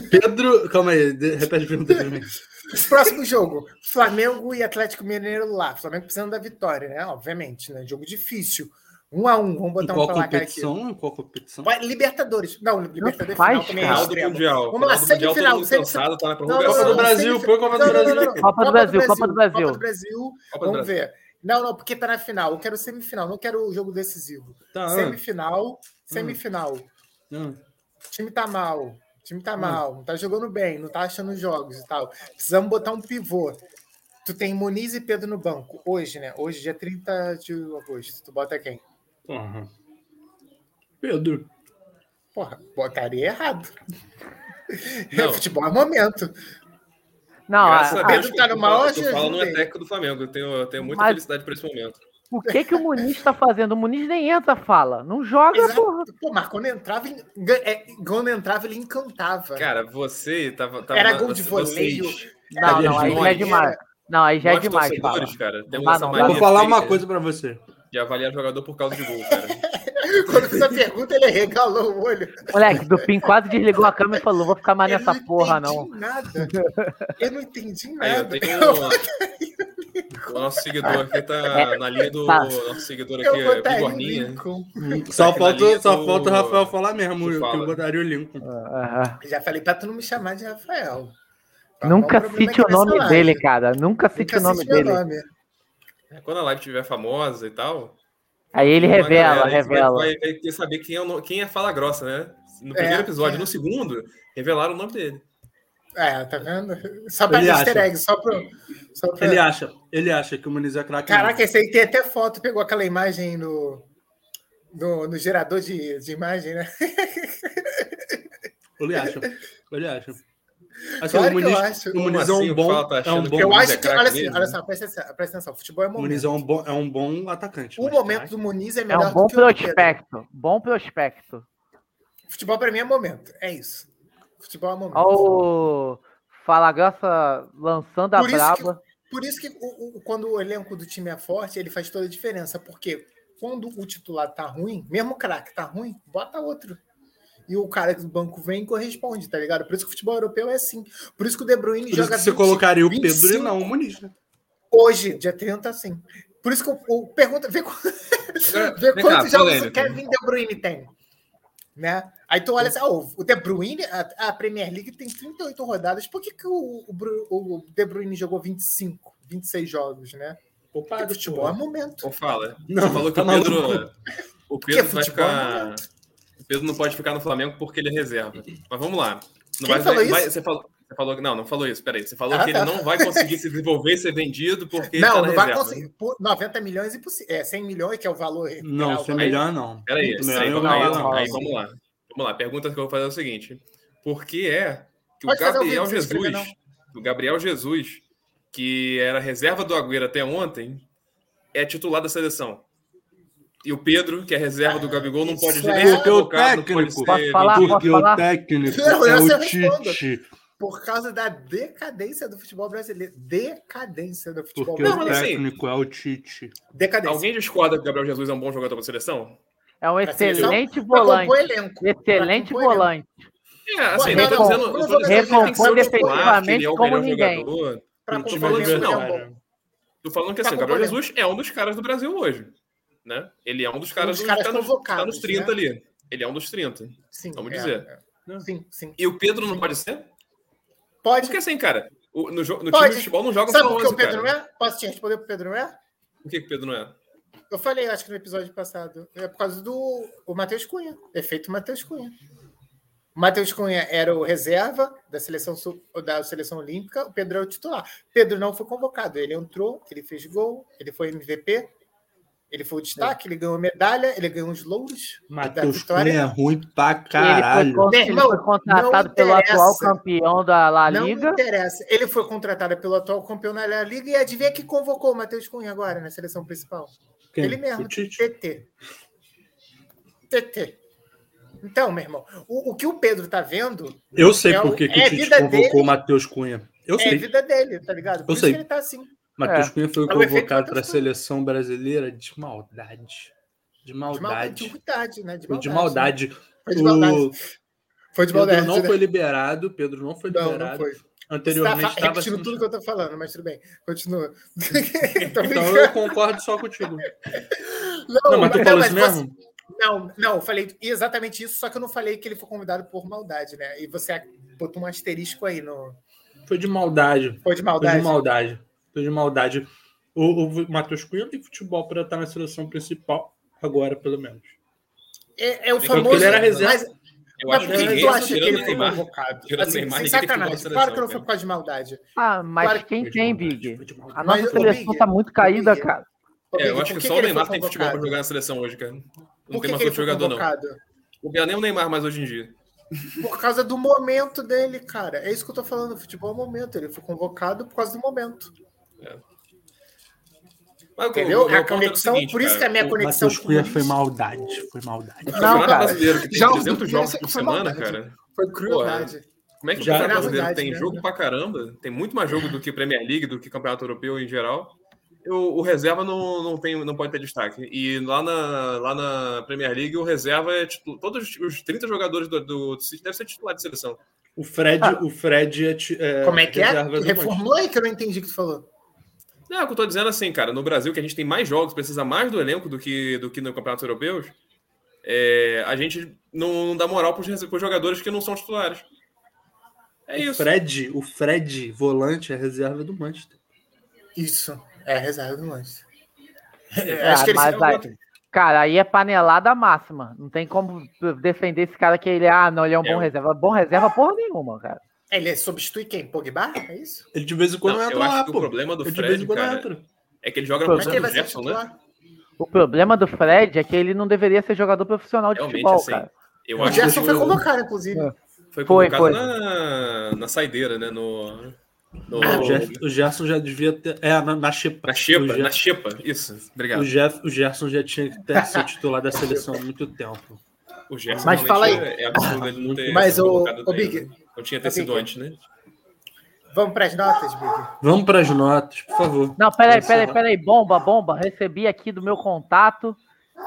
E: Pedro, calma aí, repete a pergunta pra mim.
D: Próximo jogo: Flamengo e Atlético Mineiro lá. Flamengo precisando da vitória, né? Obviamente, né? Jogo difícil. Um a um, vamos *laughs* botar um placar aqui.
E: Qual competição?
D: Libertadores. Não, Libertadores
C: não faz,
D: final
A: cara. também é Mundial.
D: Vamos lá, semifinal.
A: Cansado, tá na prorrogação.
E: Copa do Brasil, põe Copa do Brasil.
C: Copa do Brasil, Copa do Brasil.
D: Copa do Brasil, vamos ver. Não, não, porque tá na final. Eu quero semifinal, não quero o jogo decisivo.
C: Ah.
E: Tá,
C: Hum.
D: semifinal, semifinal.
E: Hum.
D: O time tá mal. O time
A: Hum.
D: tá mal, não tá jogando bem, não tá achando jogos e tal. Precisamos botar um pivô. Tu tem Muniz e Pedro no banco. Hoje, né? Hoje, dia 30 de agosto. Tu bota quem?
E: Uhum. Pedro.
D: Porra, botaria errado. *laughs* Não. É, futebol é momento.
C: Não,
A: Graças a, a Deus,
D: Pedro tá no maior
A: eu falo não é técnico do Flamengo. Eu tenho, eu tenho muita
C: Ah, Mas-
A: felicidade por esse momento.
C: O que que o Muniz tá fazendo? O Muniz nem entra, fala. Não joga,
D: Exato.
C: porra.
D: Pô, mas quando entrava, ele- gan- é, quando entrava ele encantava.
A: Cara, você tava. tava
D: Era
A: na-
D: gol de
A: vocês-
D: voleio.
C: Não, não, aí já é
A: nós-
C: demais. Não, aí já é
A: nós
C: demais, fala.
A: torcedores, cara. Temos
C: Ah,
A: essa
C: não,
A: mania
E: Vou falar uma
A: feia
E: coisa pra você.
A: De avaliar jogador por causa de gol, cara.
D: *laughs* Quando fez a pergunta, ele regalou o olho.
C: Moleque, do Pim quase desligou a câmera e falou: vou ficar mais
D: Eu
C: Tá nessa
D: não
C: porra, não.
D: entendi Nada. Eu não entendi
A: Aí, eu
D: nada.
A: tenho um-
D: *laughs*
A: O nosso seguidor aqui tá na linha do.
C: Tá.
A: Nosso seguidor aqui,
D: É, Eu
A: é
D: botaria o
A: Bigorninha.
D: Lincoln.
E: Só
A: Aqui na
E: falta,
A: linha
E: só
A: do-
E: falta o Rafael falar mesmo,
A: do
E: eu, que
A: Fala.
E: eu botaria o Lincoln.
C: Aham.
D: Já falei pra tu não me chamar de Rafael. Tá
C: Nunca
D: bom, problema
C: cite
D: é
C: o
D: que nessa
C: nome
D: live.
C: dele, cara. Nunca cite
D: Nunca
C: o nome
D: cite meu
C: dele.
D: nome.
A: É, Quando a live estiver famosa e tal.
C: Aí ele
A: uma
C: revela,
A: galera aí vai-
C: revela.
A: Vai, vai querer saber quem é, o no- quem é Fala Grossa, né? No primeiro episódio,
D: é.
A: no segundo, revelaram o nome dele.
D: É, tá vendo? Só pra
E: Ele
D: easter
E: acha.
D: egg, só pro. Só pra...
E: Ele acha, ele acha que o Muniz é craque.
D: Caraca, esse aí tem até foto, pegou aquela imagem no, no, no gerador de, de imagem, né?
E: não. Ele acha, ele acha. Assim,
D: Claro
E: o
D: que
E: Muniz,
D: eu acho.
E: o Muniz é
A: Como assim,
E: um
A: o
E: bom,
A: Fala tá
E: é um
A: achando
E: bom
A: que
D: eu
A: Muniz
D: acho
A: é
D: que.
A: craque
D: Olha, assim,
A: mesmo?
D: olha só, presta atenção, presta atenção. Futebol é
E: O
D: momento.
E: Muniz é um bom, é um bom atacante.
D: O
E: mas tá
D: momento
E: craque-
D: do Muniz é
C: É
D: melhor
C: um bom
D: do que o do Pedro.
C: prospecto. Bom prospecto.
D: Futebol pra mim é momento. É isso. Futebol é momento.
C: Olha o Fala Grossa lançando a
D: Por isso que-
C: braba.
D: Por isso que o- o- quando o elenco do time é forte, ele faz toda a diferença. Porque quando o titular tá ruim, mesmo o craque tá ruim, bota outro. E o cara do banco vem e corresponde, tá ligado? Por isso que o futebol europeu é assim. Por isso que o De Bruyne
E: Por isso
D: joga
E: que você
D: 20,
E: colocaria o Pedro e
D: 25.
E: não o Muniz, né?
D: Hoje, dia 30, sim. Por isso que eu, eu pergunto, vê, qu-
E: É,
D: *laughs* vê
A: Vem cá,
D: quantos jogos
A: polêmica.
D: o Kevin De Bruyne tem. Né? Aí tu olha assim, ah, o De Bruyne, a, a Premier League tem 38 rodadas, por que, que o, o Bru- o De Bruyne jogou 25, 26 jogos, né?
E: Opa,
D: Porque futebol é momento.
A: Ou fala.
E: Não,
A: Você falou que
E: tá
A: o Pedro.
E: maluco.
A: O Pedro
D: Porque
A: vai
D: futebol é
A: ficar.
D: momento.
A: O Pedro não pode ficar no Flamengo porque ele é reserva. Mas vamos lá. Não
D: Quem falou isso?
A: você falou. Você falou, não, não falou isso, peraí. Você falou
D: Ah,
A: que
D: tá.
A: ele não vai conseguir se desenvolver e ser vendido porque ele tá
D: Não,
A: na
D: não vai
A: reserva.
D: conseguir. Por 90 milhões e é 100 milhões, que é o valor.
E: Não,
D: real,
E: isso é
D: né?
E: melhor não.
A: Peraí,
E: Isso é
A: aí,
E: melhor
A: vamos- aí,
C: não,
A: vamos-
C: não,
A: aí
C: não.
A: vamos lá. Vamos lá, a pergunta que eu vou fazer é o seguinte: por que é que
D: Pode
A: o
D: fazer ao
A: Gabriel
D: vivo, se inscreve,
A: Jesus, o Gabriel Jesus, que era reserva do Agüero até ontem, é titular da seleção? E o Pedro, que é reserva do Gabigol, não
D: isso
A: pode
D: é
A: nem ser
E: porque o
A: convocado, não pode
E: técnico-
A: ser
C: Posso falar?
A: vendido.
E: Porque
C: posso falar?
E: o técnico
D: Não,
E: é
D: *laughs* eu
E: o
D: sei responder.
E: Tite.
D: Por causa da decadência do futebol brasileiro. Decadência do futebol
E: Porque
A: Não,
E: o
A: mas
D: brasileiro.
A: assim-
E: técnico é o Tite.
D: Decadência.
A: Alguém discorda que o Gabriel Jesus é um bom jogador para a seleção?
C: É um
D: Pra seleção,
C: excelente
D: Pra compor
C: volante.
D: elenco. pra
C: Excelente
D: compor elenco.
C: volante.
A: É, assim, não
C: Recompõe-
A: tô dizendo. Não tô dizendo que ele tem que ser o
C: recompõe
A: titular, que ele é o
C: defensivamente
A: melhor
C: como ninguém.
A: jogador.
D: Pra
A: Eu tô
D: compor
A: falando
D: elenco,
A: isso, não.
D: não.
A: Tô falando que
D: Tá
A: assim, o Gabriel
D: concorrendo.
A: Jesus é um dos caras do Brasil hoje. Né? Ele é um dos
D: Um
A: caras,
D: dos
A: dos
D: caras
A: tá, nos, tá
D: convocados,
A: nos 30
D: né?
A: ali. Ele é um dos 30.
D: Sim,
A: Vamos
D: é,
A: dizer.
D: é. Sim, sim.
A: E o Pedro não pode ser?
D: Pode.
A: Porque assim, cara, o- no, jo- no
D: Pode.
A: time de futebol não joga
D: Sabe
A: só
D: o que
A: 11,
D: o Pedro
A: cara.
D: não é? Posso te responder pro Pedro não é?
A: O que, que o Pedro não é?
D: Eu falei, acho que no episódio passado. É por causa do o Matheus Cunha. Efeito Matheus Cunha. O Matheus Cunha era o reserva da seleção, su- da seleção olímpica, o Pedro é o titular. Pedro não foi convocado. Ele entrou, ele fez gol, ele foi MVP, ele foi o destaque, ele ganhou medalha, ele ganhou os louros
E: Matheus Cunha é ruim pra
C: Ele foi,
E: caralho.
C: con- ele
D: Meu irmão,
C: foi contratado
D: não
C: pelo atual
D: interessa.
C: campeão da La
D: Não
C: Liga.
D: interessa. Ele foi contratado pelo atual campeão da La Liga e adivinha que convocou o Matheus Cunha agora na seleção principal?
E: Quem?
D: Ele mesmo,
E: O Tite?
D: TT. TT. Então, meu irmão, o, o que o Pedro tá vendo
E: Eu sei
D: É o-
E: por que, que
D: é a
E: o Tite
D: vida
E: convocou
D: dele.
E: o Matheus Cunha. Eu
D: é a
E: sei.
D: vida dele, tá ligado? Por
E: Eu
D: isso
E: sei.
D: que ele tá assim.
E: Matheus
C: É.
E: Cunha foi
D: É o efeito
E: convocado para a
D: Matheus Cunha.
E: seleção brasileira de maldade. De
D: De maldade.
E: maldade.
D: De maldade, né? De
E: Foi De
D: maldade. né?
E: maldade.
D: Foi de maldade.
E: O
D: Foi de maldade.
E: Pedro não
D: né?
E: foi liberado. Pedro não foi
D: Não,
E: liberado.
D: não foi.
E: Anteriormente
D: Você tá fa-
E: estava
D: repetindo
E: sendo...
D: tudo que eu tô falando, mas tudo bem. Continua. *laughs* Tô
E: Então
D: brincando.
E: eu concordo só contigo. Não, mas tu
D: não,
E: falou
D: mas
E: isso
D: você-
E: mesmo?
D: Não, não, eu falei exatamente isso, só que eu não falei que ele foi convidado por maldade, né? E você botou um asterisco aí no.
E: Foi de maldade.
D: Foi de
E: Foi
D: maldade.
E: de maldade. Foi de maldade. O, o Matheus Cunha tem futebol para estar na seleção principal, agora, pelo menos.
D: É, é o
A: Porque
D: famoso.
E: ele era reserva.
D: Mas,
A: Eu
D: mas
A: acho
D: por
A: que
D: que que
A: ninguém tá
D: tu acha que
A: tirando
D: ele
A: o
D: foi
A: Neymar.
D: convocado?
A: tirando o
D: Assim,
A: Neymar,
D: sem
A: ninguém
D: sacanagem.
A: que ficou na
D: claro que não
A: seleção, né?
D: foi por causa de maldade.
C: Ah, mas
D: Claro
C: quem
E: Foi de
C: tem,
E: maldade,
C: Big?
E: foi de maldade.
C: A
D: Mas,
C: nossa
D: ô,
C: seleção
D: Big,
C: tá muito caída,
D: Big,
C: cara.
A: É, eu acho que,
D: Por
A: só o
D: ele
A: Neymar
D: foi
A: tem futebol para
D: convocado?
A: jogar na seleção hoje, cara. Não
D: Por
A: tem mais
D: que, que ele
A: outro
D: foi
A: jogador, não.
D: convocado?
A: Não ganha nem o Neymar mais hoje em dia.
D: Por causa do momento dele, cara. É isso que eu tô falando. O futebol é o momento. Ele foi convocado por causa do momento.
A: Mas o- o-
D: Entendeu?
A: o meu
D: A
A: ponto é o
D: conexão,
A: seguinte,
D: por isso que
A: cara,
D: a minha
E: O
D: conexão.
E: Matheus Cunha foi
D: isso
E: maldade. Foi maldade.
A: o
C: Não,
A: Campeonato
C: cara.
A: Brasileiro, que tem
D: Já é um o
A: 300 jogos
D: Fluminense
A: por
D: foi
A: semana,
D: maldade.
A: cara.
D: Foi crueldade.
A: Como é que o Campeonato
E: Já
D: era
A: Brasileiro
D: verdade,
A: tem
D: né?
A: jogo pra caramba? Tem muito mais jogo do que Premier League, do que Campeonato Europeu em geral. O, o reserva não, não, tem, não pode ter destaque. E lá na, lá na Premier League, o reserva é titu- Todos os 30 jogadores do, do City devem ser titular de seleção.
E: O Fred,
C: Ah.
E: o Fred é, ti-
D: Como é que é?
E: reserva
D: Tu
E: do Manchester.
D: Reformula aí que eu não entendi o que tu falou.
A: Não, é o que eu tô dizendo assim, cara. No Brasil, que a gente tem mais jogos, precisa mais do elenco do que, do que no Campeonato Europeu, é, a gente não, não dá moral pros, res- pros jogadores que não são titulares. É
E: O
A: isso.
E: Fred, o Fred, volante, é reserva do Manchester.
D: Isso. É reserva do Manchester.
C: É,
D: acho que ele se
C: mas aí- Cara, aí é panelada máxima. Não tem como defender esse cara que ele, ah, não, ele é um
A: É
C: bom
A: um-
C: reserva. Bom reserva, porra nenhuma, cara.
D: Ele substitui quem? Pogba? É isso?
E: Ele de vez em quando
A: Não,
E: entra
A: eu acho
E: lá,
A: que o
E: pô.
A: problema do
E: Ele de vez em
A: Fred,
E: quando
A: cara,
E: entra.
A: é que ele joga na
C: Mas
D: Mas
A: posição
D: quem
A: do
D: vai ser
A: Jefferson, né?
D: titular?
C: O problema do Fred é que ele não deveria ser jogador profissional de
A: Realmente,
C: futebol,
A: assim,
C: cara.
A: Eu
D: O
A: acho que
D: Gerson foi
A: foi,
D: convocado, inclusive.
C: É.
A: foi
C: Foi,
A: convocado
C: foi.
A: Na, na saideira, né? No, no-
E: Ah, o, Gerson, o Gerson já devia ter. É, na, na
A: é
E: xepa.
A: na
E: O
A: xepa,
E: Gerson-
A: na xepa. Isso, obrigado.
E: O, Jeff, o Gerson já tinha que ter sido titular da seleção há muito tempo.
A: O Gerson
D: Mas
A: realmente
D: fala aí.
A: é é absurdo ele não ter
D: Mas
A: sido
D: o-
A: convocado
D: o
A: daí,
D: Big-
A: né? Não tinha
D: o
A: ter sido
D: Big-
A: antes, né?
D: Vamos para as notas, Big.
E: Vamos para as notas, por favor.
C: Não, peraí,
E: Vamos
C: peraí,
E: lá.
C: peraí. Bomba, bomba. Recebi aqui do meu contato,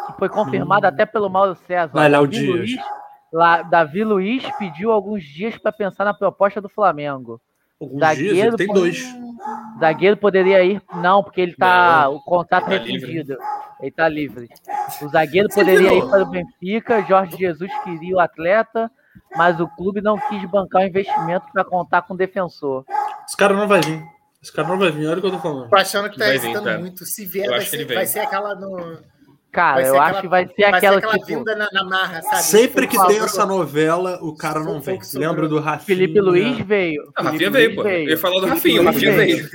C: que foi confirmado até pelo Mauro César.
E: Vai Hum. lá o
C: Davi
E: Dias.
C: Luiz- lá, Davi Luiz pediu alguns dias pra pensar na proposta do Flamengo.
E: Alguns
C: Zagueiro,
E: dias ele tem
C: pô.
E: dois.
C: Zagueiro poderia ir? Não, porque ele tá. o contrato
A: ele tá
C: refundido. Ele tá livre. O zagueiro poderia ir para o Benfica. Jorge Jesus queria o atleta, mas o clube não quis bancar o investimento para contar com o defensor.
E: Esse cara não vai vir. Esse cara não vai vir, olha o que eu tô falando.
D: Tô achando que tá
A: Vai vir,
D: hesitando
A: cara.
D: muito. Se vier,
A: Eu
D: vai
A: acho que
D: ser,
A: ele vem.
D: vai ser aquela no.
C: Cara,
D: Vai
C: Ah,
D: ser
C: eu
D: aquela-
C: acho que vai ser
D: vai
C: aquela,
D: ser aquela
C: tipo.
D: vinda na, na marra, sabe? Tipo,
E: Sempre que
D: Por
E: tem
D: favor.
E: essa novela, o cara não
D: Foi
E: vem.
D: o que sobrou.
E: Lembra do Rafinha?
C: Felipe
E: é.
C: Luiz veio.
A: Ah, Rafinha
C: Felipe
A: veio,
C: Luiz
A: pô. Eu ia falar do Rafinha, o
C: Luiz
A: Rafinha
C: veio.
A: veio.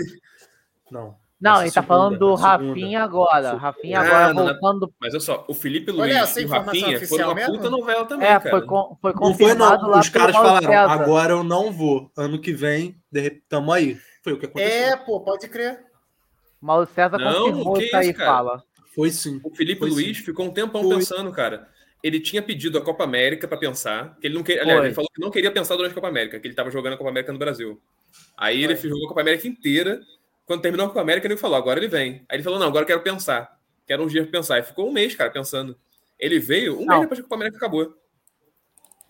E: Não.
C: Não,
E: Essa
C: ele tá
E: segunda,
C: falando do
E: essa
C: Rafinha agora.
E: Segunda.
C: Rafinha
A: Ah, não,
C: agora
A: não.
C: voltando.
A: Mas olha só, o Felipe Luiz
D: Olha essa
A: e o
D: informação
A: Rafinha foram
D: oficial
A: uma
D: mesmo?
A: puta novela também,
C: É,
A: cara.
C: foi, con- foi
E: Não foi,
C: confirmado
E: não.
C: lá
E: Os
C: pelo
E: caras
C: Mauro
E: falaram,
C: César.
E: agora eu não vou. Ano que vem, de repente, tamo aí. Foi o que aconteceu.
D: É, pô, pode crer.
C: Mauro César
A: Não,
C: confirmou
A: que
C: isso aí,
A: isso, cara?
C: fala.
E: Foi sim.
A: O Felipe
E: Foi
A: Luiz ficou um tempão
E: Foi.
A: pensando, cara. Ele tinha pedido a Copa América pra pensar. Que ele não queria, aliás,
C: Foi.
A: ele falou que não queria pensar durante a Copa América, que ele tava jogando a Copa América no Brasil. Aí ele jogou a Copa América inteira. Quando terminou a Copa América, ele falou: agora ele vem. Aí ele falou: não, agora eu quero pensar. Quero uns dias pra pensar. E ficou um mês, cara, pensando. Ele veio um
C: Não.
A: mês depois que a Copa América acabou.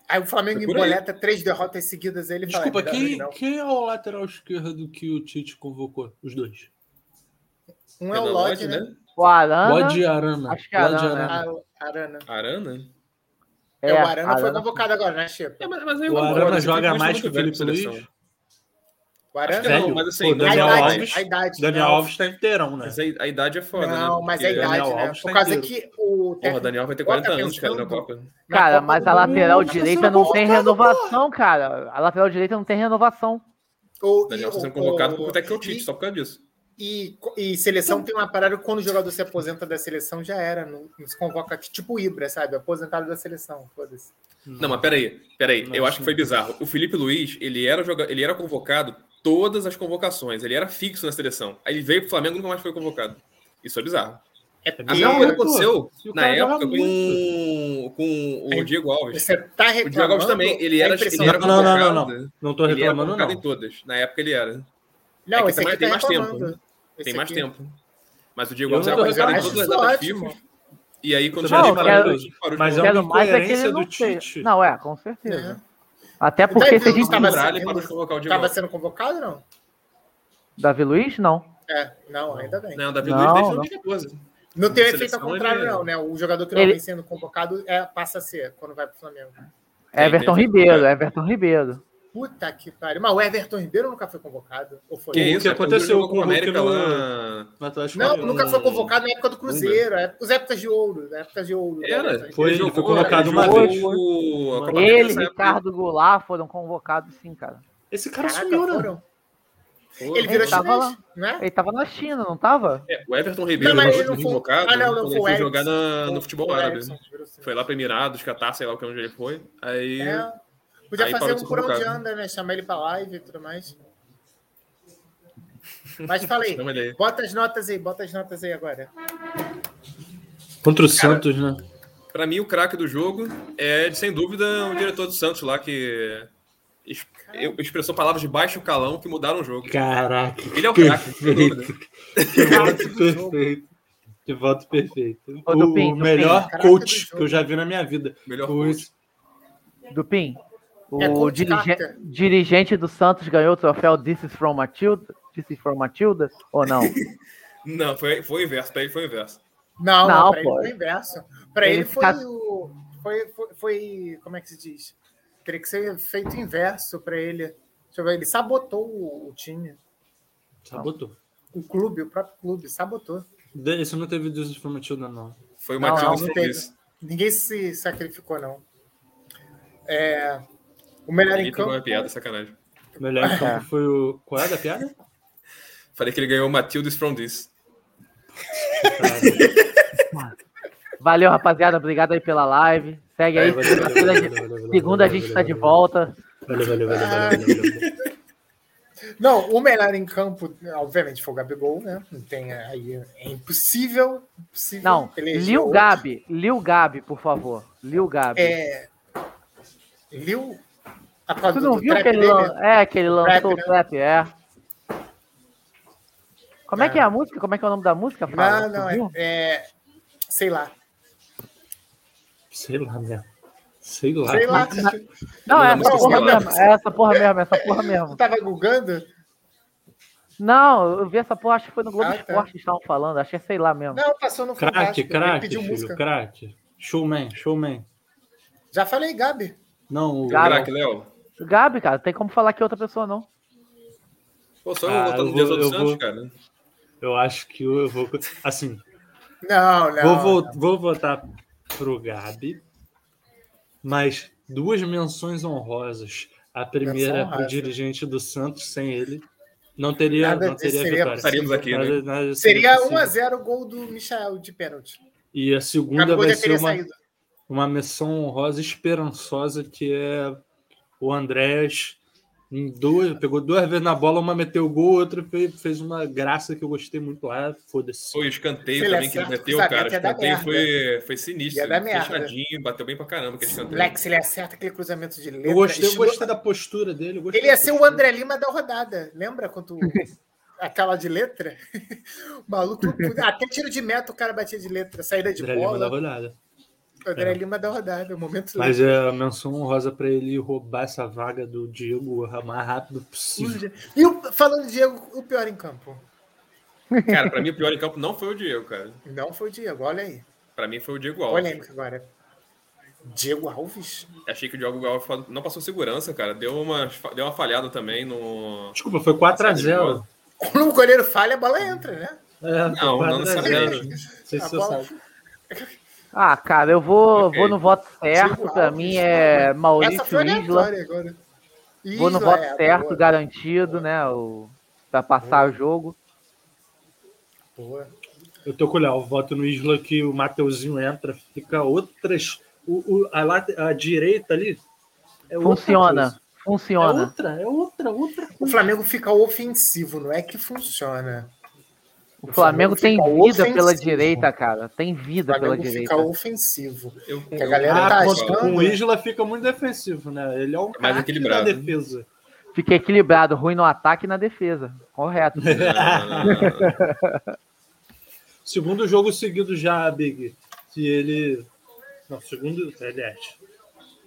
D: Aí o Flamengo
A: Foi por aí.
D: emboleta três derrotas seguidas. Ele fala,
E: Desculpa,
D: "Não,
E: quem,
D: não."
E: quem é o lateral esquerdo que o Tite convocou? Os dois.
D: Um é o
A: Renan
D: Lodge, né?
C: O Arana.
E: Lodi e Arana.
C: Acho que é
E: Lodi e
C: Arana, né?
E: Arana.
D: A Arana.
A: Arana?
D: É, o Arana, Arana foi convocado agora, né, Chico?
E: É, mas, mas o Arana joga mais que o Felipe Luiz.
D: O Arana
A: é
E: Velho, não, mas assim, Pô, Daniel a idade, Alves, a idade, Daniel não. Alves tá inteirão, né?
A: Mas a, a idade é foda,
D: Não,
A: né?
D: mas a idade, Daniel né? Alves Por causa inteiro. que o
E: é
A: Porra, Daniel vai ter 40 anos, cara, na Copa.
C: Cara, mas a lateral direita não tem renovação, cara. A lateral direita não tem renovação.
A: O Daniel está sendo convocado por Tecno Tite, só por causa disso.
D: E, e, seleção
C: Então
D: tem uma parada quando o jogador se aposenta da seleção já era, não, não se convoca tipo Ibra, sabe? Aposentado da seleção, foda-se.
A: Não, mas peraí, peraí, Nossa. eu acho que foi bizarro. O Felipe Luiz, ele era, joga... ele era convocado todas as convocações, ele era fixo na seleção. Aí ele veio pro Flamengo e nunca mais foi convocado. Isso é bizarro. É, a mesma coisa aconteceu na época com, com
D: É
A: o Diego Alves.
D: Você tá reclamando?
A: O Diego Alves também, ele
D: É
A: era, ele
E: era não, não, não, não, não. tô reclamando,
A: ele é um era
E: não.
A: em todas. Na época ele era.
D: Não,
A: é
D: esse aqui
A: tem
D: tá
A: mais tempo. né?
D: reclamando.
A: Tem
D: Esse
A: mais
D: aqui.
A: tempo. Mas o Diego Alves era
E: tô- eu
A: convocado em
D: acho
A: todas as
D: isso é
A: datas
D: ótimo.
A: FIFA. E aí, quando
E: Não,
A: chegou
C: eu quero-
A: parou de
E: mas é
A: convocar.
C: Quero mais é que
E: incoerência
C: ele não
E: do
C: seja.
E: Tite.
C: Não, é, com certeza. Até
D: O
C: porque
D: Davi
C: se a
D: Luiz
C: gente.
D: tava
A: Muralha
D: sendo-
A: parou de convocar o Diego
D: Tava
A: Alves.
D: sendo convocado, não?
C: Davi Luiz, não.
D: É, não, ainda bem. Não,
A: Não, o Davi
C: Não,
A: Luiz desde
C: não.
A: 2014.
D: tem
A: Na
D: efeito ao
A: seleção,
D: contrário,
A: ele-
D: não, né? O jogador que não
C: Ele-
D: vem sendo convocado é, passa a ser quando vai pro Flamengo.
E: É,
A: Tem,
C: Everton
A: tem.
C: Ribeiro, Everton Ribeiro.
D: Puta que pariu. Mas o Everton Ribeiro nunca foi convocado? Ou foi?
A: Que
E: O que
A: isso, é
E: aconteceu
A: jogou
E: com o
A: a América
E: Hulk
A: lá.
E: No Atlético
D: Não,
E: Mineiro.
D: nunca foi convocado na época do Cruzeiro, época, os épocas de ouro, na época de ouro.
A: Era,
E: Foi,
A: ele
E: ele foi
A: jogou,
E: convocado
A: ele
E: uma
A: jogou
E: vez.
A: o- a Copa América
C: Ele,
A: nessa época.
C: Ricardo Goulart foram convocados, sim, cara.
E: Esse cara
D: Caraca,
E: sumiu, né?
D: foram. Ele
C: Ele
D: virou
C: tava
D: chinês,
C: lá.
D: né?
C: Ele tava na China, não tava?
A: É, o Everton Ribeiro
D: Não, mas
A: jogou
D: ele não foi-
A: convocado
D: Ah, não, não,
A: né? quando
D: foi
A: ele
D: o
A: foi
D: Erickson.
A: jogar na- É, no futebol
D: Foi o
A: árabe. né?
D: Erickson que virou chinês.
A: Foi lá para Emirados, Catar, sei lá onde ele foi. Aí
D: É. Podia
A: Aí
D: fazer
A: parou de ser
D: um por onde
A: convocado.
D: anda, né? Chamar ele pra live e tudo mais. Mas falei,
A: Chama ele aí.
D: bota as notas aí, bota as notas aí
C: *laughs*
D: agora.
E: Contra o Santos, né?
A: Pra mim, o craque do jogo é, sem dúvida, o diretor do Santos lá, que es- eu- expressou palavras de baixo calão que mudaram o
D: *laughs*
A: jogo.
E: Caraca,
A: Ele é o craque, sem dúvida.
E: que voto perfeito. Que voto perfeito.
C: Ô,
E: o
C: Dupin, Dupin,
E: melhor
D: caraca, do
E: coach
D: jogo.
E: que eu já vi na minha vida.
A: Melhor
E: O-
A: coach.
C: Dupin. O
D: É, Coach
C: dirige-
D: Carter.
C: dirigente do Santos ganhou o troféu This is from Matilda? This is from Matilda? Ou não?
A: Não, foi, foi o inverso, pra ele foi o inverso.
D: Não,
C: Não,
D: não, pra
C: pô.
D: ele foi o inverso. Pra
C: Ele
D: ele, foi
C: tá-
D: o. Foi, foi, foi- Como é que se diz? Teria que ser feito o inverso pra ele. Deixa eu ver, ele sabotou o, o time.
E: Sabotou.
D: O clube, o próprio clube, sabotou.
E: De- Isso não teve desinformativa, não.
A: Foi o
D: Não,
A: Matheus
D: não,
A: que
D: não
A: fez
D: teve.
A: isso.
D: Ninguém se sacrificou, não. É, o melhor
A: Ele
D: em campo.
A: pegou é uma piada, sacanagem.
E: O melhor em campo foi o. Qual é da piada?
A: Falei que ele ganhou o Matildes from this.
C: Valeu, rapaziada. Obrigado aí pela live. Segue
E: É,
C: aí. Segunda a gente- Segunda a gente tá de volta.
E: Valeu, valeu, valeu, valeu, valeu, valeu.
D: Não, o melhor em campo, obviamente, foi o Gabigol, né? Não tem aí. É impossível. impossível
C: Não,
D: eleger
C: Lil
D: outro.
C: Gabi. Lil Gabi, por favor. Lil Gabi.
D: É. Lil. A causa
C: tu não
D: do
C: viu
D: trap
C: que ele,
D: dele?
C: lan... é, que ele lançou
D: né?
C: o trap, é. Como é.
D: É.
C: que é a música? Como é que é o nome da música? Fala,
D: Não, não,
C: tu viu?
D: é, é- Sei lá.
E: Sei lá, né? Sei lá.
D: Sei lá.
C: Não, é
A: Não,
C: essa
D: não,
C: porra
A: sei lá.
C: mesmo. É essa porra mesmo, é essa porra
D: Eu
C: mesmo.
D: tava googando.
C: Não, eu vi essa porra, acho que foi no Globo
D: Ah, tá.
C: Esporte que estavam falando. Acho que é sei lá mesmo.
D: Não, passou no
E: Craque,
D: Fantástico. ele
E: craque,
D: pediu
E: filho,
D: música.
E: craque. Showman, showman.
D: Já falei, Gabi.
E: Não, o
C: Cara,
A: Craque, Léo.
C: Gabi, cara, tem como falar que é outra pessoa, não.
A: Pô, só
E: Ah,
A: eu voltando
E: eu
A: no dia
E: vou-
A: do
E: eu
A: Santos,
E: vou-
A: cara.
E: eu acho que eu vou. Assim,
D: Não, não.
E: vou, vo- vou votar pro Gabi, mas duas menções honrosas. A primeira
D: Menção honrosa.
E: pro dirigente do Santos, sem ele. Não teria,
D: Nada
E: não
D: disso
E: teria
D: seria
E: vitória.
A: Estaríamos aqui, né?
E: Nada- nada
D: Seria
E: é possível.
D: 1x0 o gol do Michael de pênalti.
E: E a
D: O
E: segunda
D: Gabigol
E: vai
D: já
E: ser
D: teria
E: uma,
D: saído.
E: uma missão honrosa esperançosa que é o Andrés em duas, pegou duas vezes na bola, uma meteu gol, outra fez, fez uma graça que eu gostei muito lá, foda-se.
A: Foi o escanteio
D: Se ele
A: também que ele
D: acerta,
A: meteu,
D: cruzamento
A: cara. O
D: ia dar
A: escanteio
D: merda.
A: foi, foi sinistro.
D: Ia dar merda.
A: Fechadinho, bateu bem pra caramba aquele escanteio.
D: Lex, ele acerta aquele cruzamento de letra.
E: Eu gostei, eu
D: estilo-
E: gostei da postura dele. eu gostei
D: Ele ia
E: da
D: ser o
E: postura.
D: André Lima da rodada.
E: *laughs*
D: Lembra quando aquela de letra? *laughs* O maluco, até tiro de meta o cara batia de letra. Saída de
E: André Lima da
D: bola.
E: rodada.
D: André
E: é.
D: Lima da rodada. Momento
E: Mas é a menção honrosa pra ele roubar essa vaga do Diego o mais rápido possível.
D: E o- falando de Diego, o pior em campo.
A: Cara, pra mim o pior em campo não foi o Diego, cara.
D: Não foi o Diego, olha aí.
A: Pra mim foi o Diego Alves.
D: Polêmica agora. Diego Alves?
A: Achei que o Diogo Alves não passou segurança, cara. Deu uma, deu uma falhada também no.
E: Desculpa, foi 4x0.
D: Quando o goleiro falha, a bola entra, né?
E: É,
A: Não, não
E: 4 a 0.
A: necessariamente.
E: Não sei
D: A
E: se você
D: bola-
E: sabe.
C: Ah, cara, eu vou,
A: Ok.
C: vou no voto certo. Pra mim é
D: Essa foi
C: Maurício Isla.
D: aleatória agora.
C: Vou no
D: Isla,
C: voto
D: é,
C: certo,
D: boa,
C: garantido, né? O, pra passar o jogo.
D: boa.
E: Eu tô com o Léo, voto no Isla que o Mateuzinho entra, fica outras. O, o- a, late- a direita ali. é outra
C: Funciona.
E: coisa. É
C: Funciona.
E: outra, é outra, outra
D: O
E: coisa.
D: Flamengo fica ofensivo, não é que funciona.
C: O Flamengo tem
D: fica
C: vida pela
D: ofensivo.
C: direita, cara. Tem
D: O
C: vida pela
D: Flamengo
C: direita.
D: fica ofensivo.
A: Eu,
D: Que a
A: eu-
D: galera
E: Ah,
D: tá
E: contra-
D: achando,
E: com o
D: né?
E: Isla fica muito defensivo, né? Ele é um
A: É mais
E: cara da
A: equilibrado, né?
E: defesa.
C: Fica equilibrado, ruim no ataque e na defesa.
D: *laughs*
C: Correto.
A: Não, não, não, não, não.
E: Segundo jogo seguido já, Big. Que ele. Não, segundo. Aliás.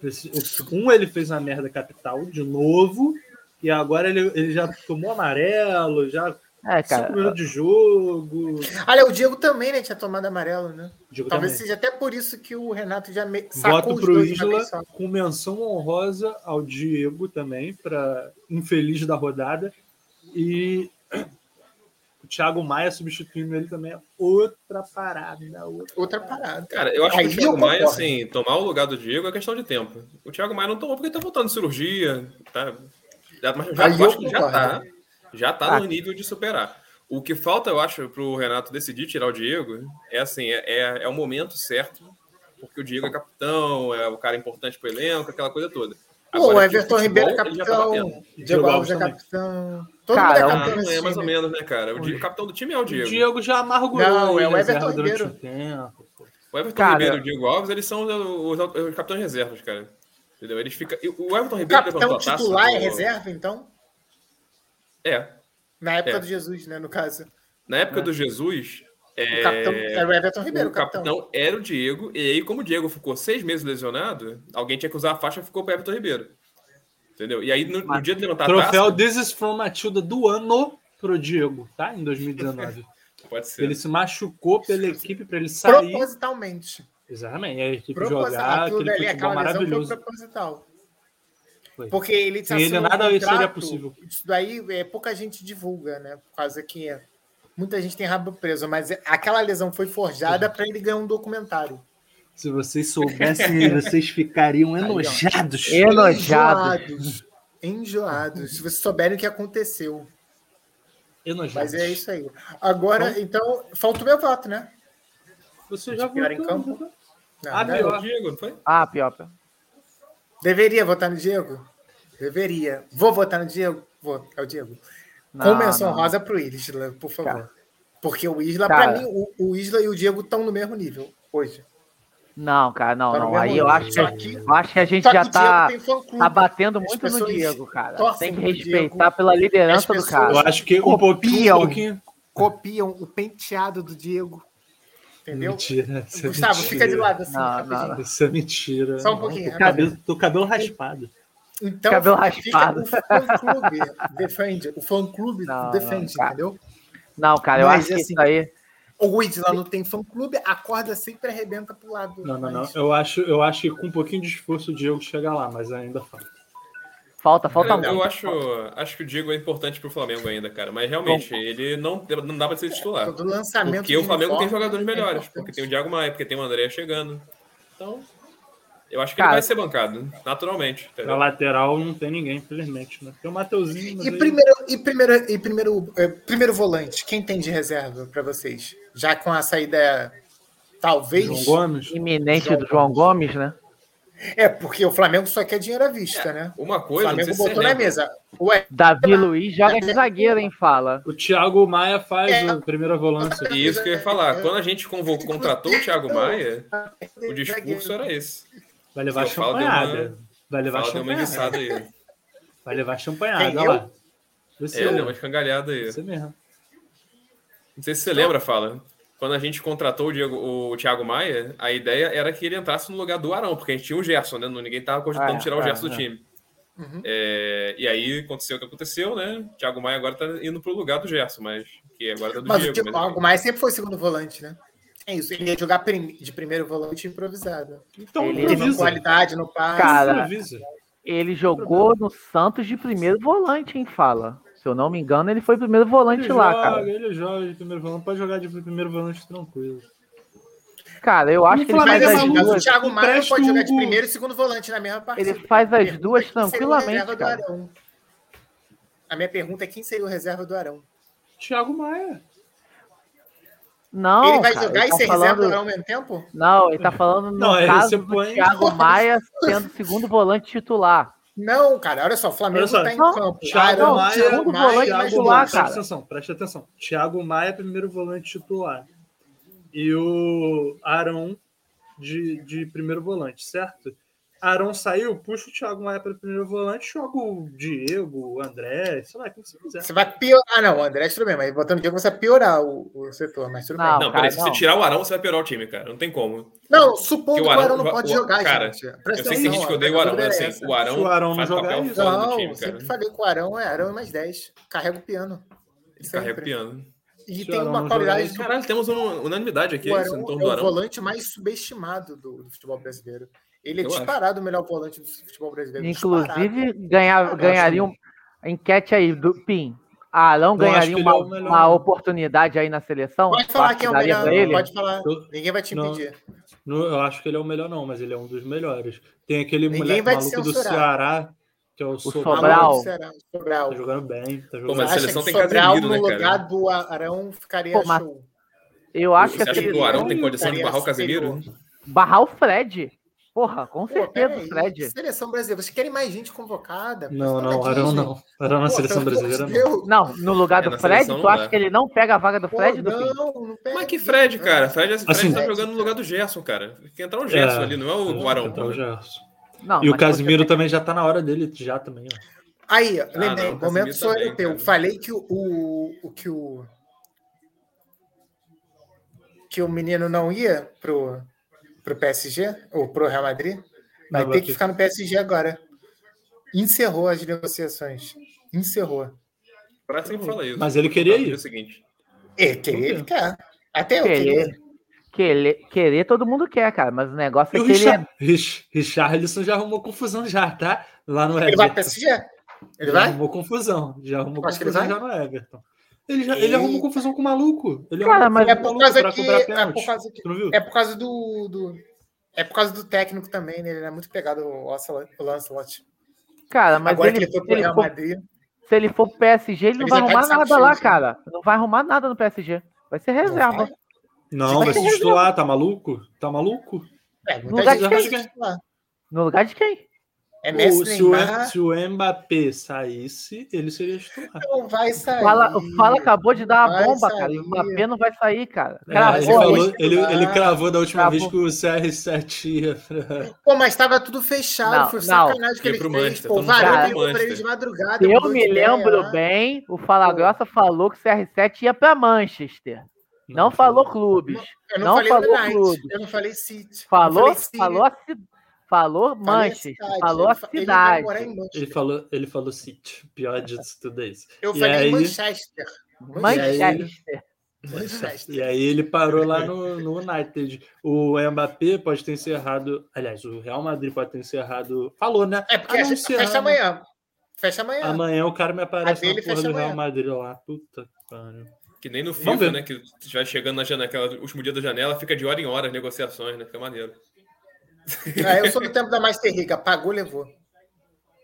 E: esse- o- um ele fez na merda capital de novo. E agora ele, ele já tomou amarelo, já
C: É,
E: cinco
C: cara.
E: minutos de jogo.
D: Olha, o Diego também, né? Tinha tomado amarelo, né?
E: Digo
D: Talvez
E: também.
D: seja até por isso que o Renato já me... sacou
E: Voto
D: os
E: pro
D: dois de uma
E: Isla
D: vez só.
E: com menção honrosa ao Diego também, para infeliz da rodada. E o Thiago Maia substituindo ele também é outra parada. Outra...
D: Outra parada.
A: Cara, eu acho que
D: Aí
A: o Thiago
D: eu
A: Maia,
D: concordo.
A: assim, tomar o lugar do Diego é questão de tempo. O Thiago Maia não tomou porque tá voltando de cirurgia, tá? Já, mas já,
D: Aí
A: eu
D: eu
A: acho que já tá.
D: concordo.
A: Já tá
C: Ah.
A: no nível de superar. O que falta, eu acho, pro Renato decidir tirar o Diego é assim, é, é, é o momento certo, porque o Diego é capitão, é o cara importante pro elenco, aquela coisa toda.
D: Pô, o
A: de
D: Everton
A: futebol,
D: Ribeiro é
A: ele já tá batendo.
D: capitão. Diego Alves é
E: também.
D: capitão. Todo
C: Cara,
D: mundo é
A: Ah,
D: capitão
A: não
D: nesse
A: é mais ou
D: time.
A: menos, né, cara? O, Diego- o capitão do time é o
E: O
A: Diego.
E: Diego já amargurou.
D: Não, é
E: ele
D: o
E: reserva
D: Everton
E: durante
D: Ribeiro.
E: o tempo.
A: O Everton
C: Cara-
A: Ribeiro e o Diego Alves, eles são os, os, os capitães reservas, cara. Entendeu? Eles ficam. e O Everton
D: O
A: Ribeiro
D: capitão titular
A: do-
D: é reserva, então?
A: É.
D: Na época
A: É.
D: do Jesus, né? No caso.
A: Na época do Jesus, é,
D: O capitão era o Everton Ribeiro,
A: o
D: o capitão.
A: capitão era o Diego. E aí, como o Diego ficou seis meses lesionado, alguém tinha que usar a faixa e ficou para Everton Ribeiro. Entendeu? E aí, no, no dia de levantar
E: Troféu
A: a taça,
E: This is from Matilda do ano pro Diego, tá? Em 2019.
A: pode ser.
E: ele se machucou pela equipe para ele sair.
D: Propositalmente.
E: Exatamente. E a equipe
D: Proposital.
E: jogar
D: Aquilo
E: aquele
D: dali,
E: futebol
D: aquela lesão foi
E: maravilhoso.
D: proposital.
E: Foi.
D: Porque ele
E: Sem ele,
D: assinou um
E: nada seria
D: contrato,
E: possível.
D: Isso daí é, pouca gente divulga, né? Por causa que é, muita gente tem rabo preso, mas é- aquela lesão foi forjada para ele ganhar um documentário.
E: Se vocês
D: *laughs*
E: soubessem, vocês ficariam enojados.
D: É,
C: Enojado.
D: Enjoados. Enjoados. Se vocês souberem o que aconteceu.
E: Enojados.
D: Mas é isso aí. Agora, então, falta o meu voto, né?
E: Você já
D: Tiveram em campo?
E: votou.
D: Não,
E: Ah,
D: né?
A: Foi É o Diego, não foi?
C: Ah, pior. pior.
D: Deveria votar no Diego? Deveria. Vou votar no Diego? Vou. É o Diego.
C: Não,
D: Com menção
C: não.
D: é rosa pro Isla, por favor.
C: Cara.
D: Porque o Isla,
C: Cara.
D: pra mim, o, o Isla e o Diego estão no mesmo nível hoje.
C: Não, cara, não,
D: Tá no
C: não.
D: mesmo
C: Aí eu
D: nível.
C: acho que,
D: Só que-
C: eu acho que a gente
D: Só que
C: já
D: o
C: tá,
D: Diego tem fã-clube.
C: tá batendo
D: As
C: muito no
D: pessoas
C: Diego, cara.
D: torcem
C: Tem que
D: pro
C: respeitar
D: Diego.
C: pela liderança
D: As
C: do
D: pessoas-
E: Eu
C: cara.
E: acho que um
D: Copiam.
E: pouquinho, um pouquinho.
D: Copiam o penteado do Diego. Entendeu?
E: Mentira. isso é
D: Gustavo,
E: mentira.
D: fica de lado assim,
C: Não,
D: rapidinho.
C: não, não.
E: Isso é mentira.
D: Só um pouquinho,
E: Tô cabelo, tô cabelo raspado.
D: Então,
C: Cabelo
D: fica-
C: raspado.
D: O fã-clube defende. O fã-clube
C: Não,
D: defende,
C: não, cara.
D: entendeu?
C: Não, cara, eu
D: Mas,
C: acho que
D: assim,
C: isso aí.
D: O Isla não tem fã-clube, a corda sempre arrebenta pro lado.
E: Não, não, não.
D: mas-
E: Eu acho, eu acho que com um pouquinho de esforço o Diego chega lá, mas ainda falta.
C: Falta, falta
A: É, Eu,
C: muito.
A: acho, acho que o Diego é importante pro Flamengo ainda, cara. Mas realmente, ele não, não dá pra ser titular.
D: Todo lançamento
A: Porque o
D: de
A: Flamengo tem
D: uniforme
A: jogadores
D: é
A: melhores,
D: importante.
A: porque tem o Diago Maia, porque tem o André chegando. Então, eu acho que
C: Cara.
A: ele vai ser bancado, naturalmente.
E: Pra
A: entendeu?
E: lateral não tem ninguém, infelizmente. Né? Tem o Mateuzinho. mas
D: E
E: aí-
D: primeiro, e primeiro, e primeiro, eh, primeiro volante, quem tem de reserva para vocês? Já com a saída, talvez.
E: João Gomes.
C: Iminente
D: João
C: do João Gomes, né?
D: É, porque o Flamengo só quer dinheiro à vista, né?
A: Uma
D: O
A: É. coisa, não
D: Flamengo
A: sei se você
D: botou na
A: lembra,
D: mesa. Ué,
C: Davi Luiz joga de zagueiro, hein? Fala.
E: O Thiago Maia faz
D: É.
E: a primeira volância.
A: E isso que eu ia falar. Quando a gente convocou, contratou o Thiago Maia,
D: né, é
A: o discurso é era esse.
E: Vai levar
A: Eu falo, deu
E: champanhada. Vai levar
A: Fala, deu uma enguiçada
E: champanhada.
A: aí.
E: Vai levar champanhada,
D: Quem,
E: olha
D: eu?
E: lá. Você,
A: É, deu uma escangalhada aí.
E: você mesmo.
A: Não sei se você
C: Então
A: lembra, fala. Quando a gente contratou o, Diego- o Thiago Maia, a ideia era que ele entrasse no lugar do Arão, porque a gente tinha o Gerson, né? Ninguém tava cogitando
C: É,
A: tirar o
C: é,
A: Gerson do
C: é.
A: time.
D: Uhum.
A: É, e aí aconteceu o que aconteceu, né? Thiago Maia agora tá indo pro lugar do Gerson, mas que agora tá do
D: Mas o
A: Diego.
D: Thiago
A: mas-
D: Maia sempre foi segundo volante, né? É isso, ele ia jogar prim- de primeiro volante improvisado.
E: Então
C: Ele-
D: Teve uma
E: improvisa.
D: qualidade no passe.
C: Cara,
E: improvisa.
C: Ele jogou no Santos de primeiro volante, hein, fala. Se eu não me engano, ele foi primeiro volante
E: Ele
C: lá,
E: joga,
C: cara.
E: ele joga de primeiro volante, pode jogar de primeiro volante tranquilo.
C: Cara, eu acho
E: O
C: que ele
D: Mas,
C: faz
E: Flamengo
C: as
D: assim, mas o
C: duas.
D: Thiago Maia
E: Presta
D: pode jogar de
E: o-
D: primeiro e segundo volante na mesma partida.
C: Ele faz
D: Minha
C: as
D: pergunta
C: duas
D: é quem seria o
C: tranquilamente,
D: reserva do
C: cara.
D: Arão? A minha pergunta é quem seria o reserva do Arão?
E: Thiago Maia.
C: Não,
D: ele vai
C: cara,
D: jogar
C: ele
D: e
C: tá
D: ser reserva do
C: falando...
D: Arão ao mesmo tempo?
C: Não, ele tá falando no
E: Não, ele
C: caso
E: se
C: do
E: põe-
C: Thiago Maia sendo segundo volante titular.
D: Não, cara, olha só, o Flamengo
E: Olha só,
D: tá em
C: não,
D: campo.
E: Thiago
D: Arão,
E: Maia,
D: Thiago
C: segundo volante
D: Maia,
C: vai
D: Thiago
C: titular,
D: Maia.
E: presta
C: cara.
E: atenção, presta atenção. Thiago Maia, é primeiro volante titular. E o Arão de, de primeiro volante, certo? Arão saiu, puxa o Thiago Maia para primeiro volante, joga o Diego, o André, sei lá, quem você quiser.
D: Você vai piorar. Ah, não, André, tudo bem, mas botando o Diego você vai piorar o, o setor, mas tudo
C: Não,
D: bem.
A: Não, peraí,
C: Ah, cara,
A: se
C: não.
A: você tirar o Arão, você vai piorar o time, cara. Não tem como.
D: Não, supondo
A: Porque o
D: que o Arão
A: Arão
D: não
A: va-
D: pode
A: o-
D: jogar,
A: cara,
D: gente. Presta
A: eu sei que
D: atenção,
A: a gente que odeia o
D: a
A: Arão,
D: dúvida
A: mas
D: é
A: assim,
D: essa.
A: o Arão,
E: Se o Arão não
A: faz
E: jogar,
A: papel
E: isso.
A: fora do
D: Não,
A: time, cara.
D: sempre falei que o Arão é Arão é mais 10. Carrega o piano.
A: Ele carrega
D: sempre.
A: o piano.
D: E
E: Se o
D: tem
E: Arão
D: uma
E: não
D: qualidade
E: jogar,
D: do
A: Caralho, temos uma unanimidade aqui,
D: o
A: é isso?
D: Arão
A: Em torno
D: é
E: então,
A: do
D: o
A: Arão.
D: volante mais subestimado do, do futebol brasileiro. Ele é
A: Eu
D: disparado o melhor volante do futebol brasileiro. é disparado.
C: Inclusive, ganhar,
D: acho
C: ganharia um... enquete aí do PIN. Arão
E: Não, acho
C: ganharia
E: que
C: uma,
E: ele é o melhor.
C: uma oportunidade aí na seleção?
D: Pode falar quem é o
C: Daria pra
D: melhor.
C: ele?
D: Pode falar.
E: Eu-
D: Ninguém vai te
E: não.
D: impedir.
E: No- eu acho que ele é o melhor, não, mas ele é um dos melhores. Tem aquele
D: Ninguém
E: moleque
D: vai te
E: maluco do
D: censurar.
E: Ceará, que é o, Sobral.
C: Sobral.
D: Maluco, será? Sobral.
E: Tá jogando bem, tá
A: Pô,
E: jogando
A: mas a
D: Acha
A: seleção
D: que
A: tem
D: Sobral
A: Casemiro, né,
D: no
A: cara?
D: lugar do Arão ficaria
C: Pô, mas-
D: show.
C: Eu acho que a
A: Você acha que o
C: seleção-
A: Arão tem condição de
D: Estaria
A: barrar o Casemiro?
C: Barrar o Fred. Porra, com
D: Pô,
C: certeza o
D: peraí,
C: Fred.
D: Seleção brasileira. Vocês querem mais gente convocada?
E: Não,
D: Pô,
E: não,
D: tadinho,
E: Arão
D: tá gente.
E: não. Arão na
D: Pô,
E: seleção
D: pelo amor de
E: brasileira não.
D: Deus.
C: Não, no lugar
A: É,
C: do
A: na
C: Fred,
A: seleção
C: tu
A: não
C: acha
A: dá.
C: que ele não pega a vaga do
D: Pô,
C: Fred, Dupin?
D: não, não né? pega.
A: Mas que Fred, cara. Fred, Fred
E: Assim,
A: tá jogando no lugar do Gerson, cara. Tem que entrar o
E: É.
A: Gerson ali, não é o Arão.
E: Então, já-
C: Não,
E: E o
C: Ah, mas tipo você
E: Casimiro
C: pega-
E: também já tá na hora dele, já também. Ó.
D: Aí,
A: Ah, não,
D: lembrei,
A: o Casemiro
D: momento sou
A: também,
D: europeu.
A: cara.
D: Falei que o, o- o- que o que o menino não ia pro pro PSG ou pro Real Madrid,
E: Não,
D: vai ter
E: vai
D: que
E: ter.
D: ficar no PSG agora. Encerrou as negociações. Encerrou.
A: Parece que sempre fala isso.
E: Mas ele queria
A: No
E: ir.
A: dia seguinte.
D: É, Ele queria
E: Por
D: ficar. Até eu
C: Querer.
D: queria.
C: assim, Querer, querer todo mundo quer, cara, mas o negócio
E: E
C: é
E: o
C: que ele é
E: Richard, Rich, Richarlison já arrumou confusão já, tá? Lá no
D: Ele vai pro
E: Everton.
D: PSG?
E: Já
D: Ele vai?
E: arrumou confusão. Já arrumou
D: Acho que ele
E: confusão
D: vai.
E: já no Everton. Ele, já, ele
D: Eita.
E: arrumou confusão com o maluco. Ele
C: Cara,
E: arrumou
C: mas
D: É
E: confusão com o
D: por
E: maluco
D: causa
E: pra
D: que
E: cobrar
D: é
E: pênalti.
D: por causa que
E: Tu não viu?
D: é por causa do, do é por causa do técnico também, né? Ele é muito pegado o Lancelot- o Lancelot.
C: Cara, mas
D: Agora
C: ele,
D: que ele foi
C: se,
D: pro
C: ele
D: Real
C: for,
D: Madrid.
C: se ele for pro PSG, ele não
D: Ele
C: vai
D: já tá de
C: arrumar
D: saco
C: nada
D: cheio,
C: lá,
D: já.
C: cara. Não vai arrumar nada no PSG. Vai ser reserva.
D: vai.
E: Não, vai se titular, tá maluco? Tá maluco?
D: É,
C: Não dá
D: muita gente
C: de
D: vai
E: quem?
D: titular.
C: No lugar de quem?
D: É
E: Ou
D: Messi,
E: se, o,
D: Neymar,
E: se o Mbappé saísse, ele seria titular.
D: É, não então vai sair.
C: Fala, o Fala acabou de dar a
D: Vai
C: bomba, cara. E
D: sair.
C: o Mbappé não vai sair, cara.
E: É,
C: Cravou
E: ele,
D: pô,
E: falou-
C: aí.
D: mas-
E: ele, ele cravou da última
C: Cravou.
E: vez que o CR7 ia pra...
D: Pô, mas tava tudo fechado.
C: Não,
D: foi
C: não.
D: sacanagem que
A: Ia
D: ele
A: pro
D: fez.
A: Manchester,
D: Pô, o
A: todo mundo
C: foi
D: Varane
C: pro
D: ligou pra ele de
A: Manchester.
D: madrugada.
C: Eu
D: mudou de
C: me
D: um ideia né?
C: lembro
D: lá.
C: bem, o Fala Grossa falou que o CR7 ia pra Manchester. Não, falou clubes.
D: Eu não,
C: Não
D: falei
C: falou
D: United,
C: clube.
D: Eu não falei City. eu
C: Falou,
D: falei City,
C: falou, a ci- falou
D: falei
C: Manchester,
D: Tá cidade,
C: falou a
D: ele fa- ele vai
C: cidade.
D: morar em Manchester.
E: Ele falou, ele falou City. O Pior disso tudo é
D: *laughs*
E: isso.
D: Eu
E: E
D: falei
E: aí-
D: Manchester.
E: Manchester.
C: Manchester.
D: Manchester.
E: E aí ele parou lá no,
D: *laughs*
E: no United. O Mbappé pode ter encerrado. Aliás, o Real Madrid pode ter encerrado. Falou, né?
D: É porque
E: Ah,
D: a
E: não,
D: gente
E: encerrado.
D: fecha amanhã. Fecha amanhã.
E: Amanhã o cara me
D: A
E: aparece
D: dele
E: na porra
D: É. fecha
E: do Real
D: amanhã.
E: Madrid lá. Puta que pariu.
A: Que nem no
E: Vamos
A: FIFA,
E: ver.
A: né? Que vai chegando na janela, aquela último dia da janela, fica de hora em hora as negociações, né? Fica maneiro.
D: Ah, eu sou do tempo da Master Riga. Pagou, levou.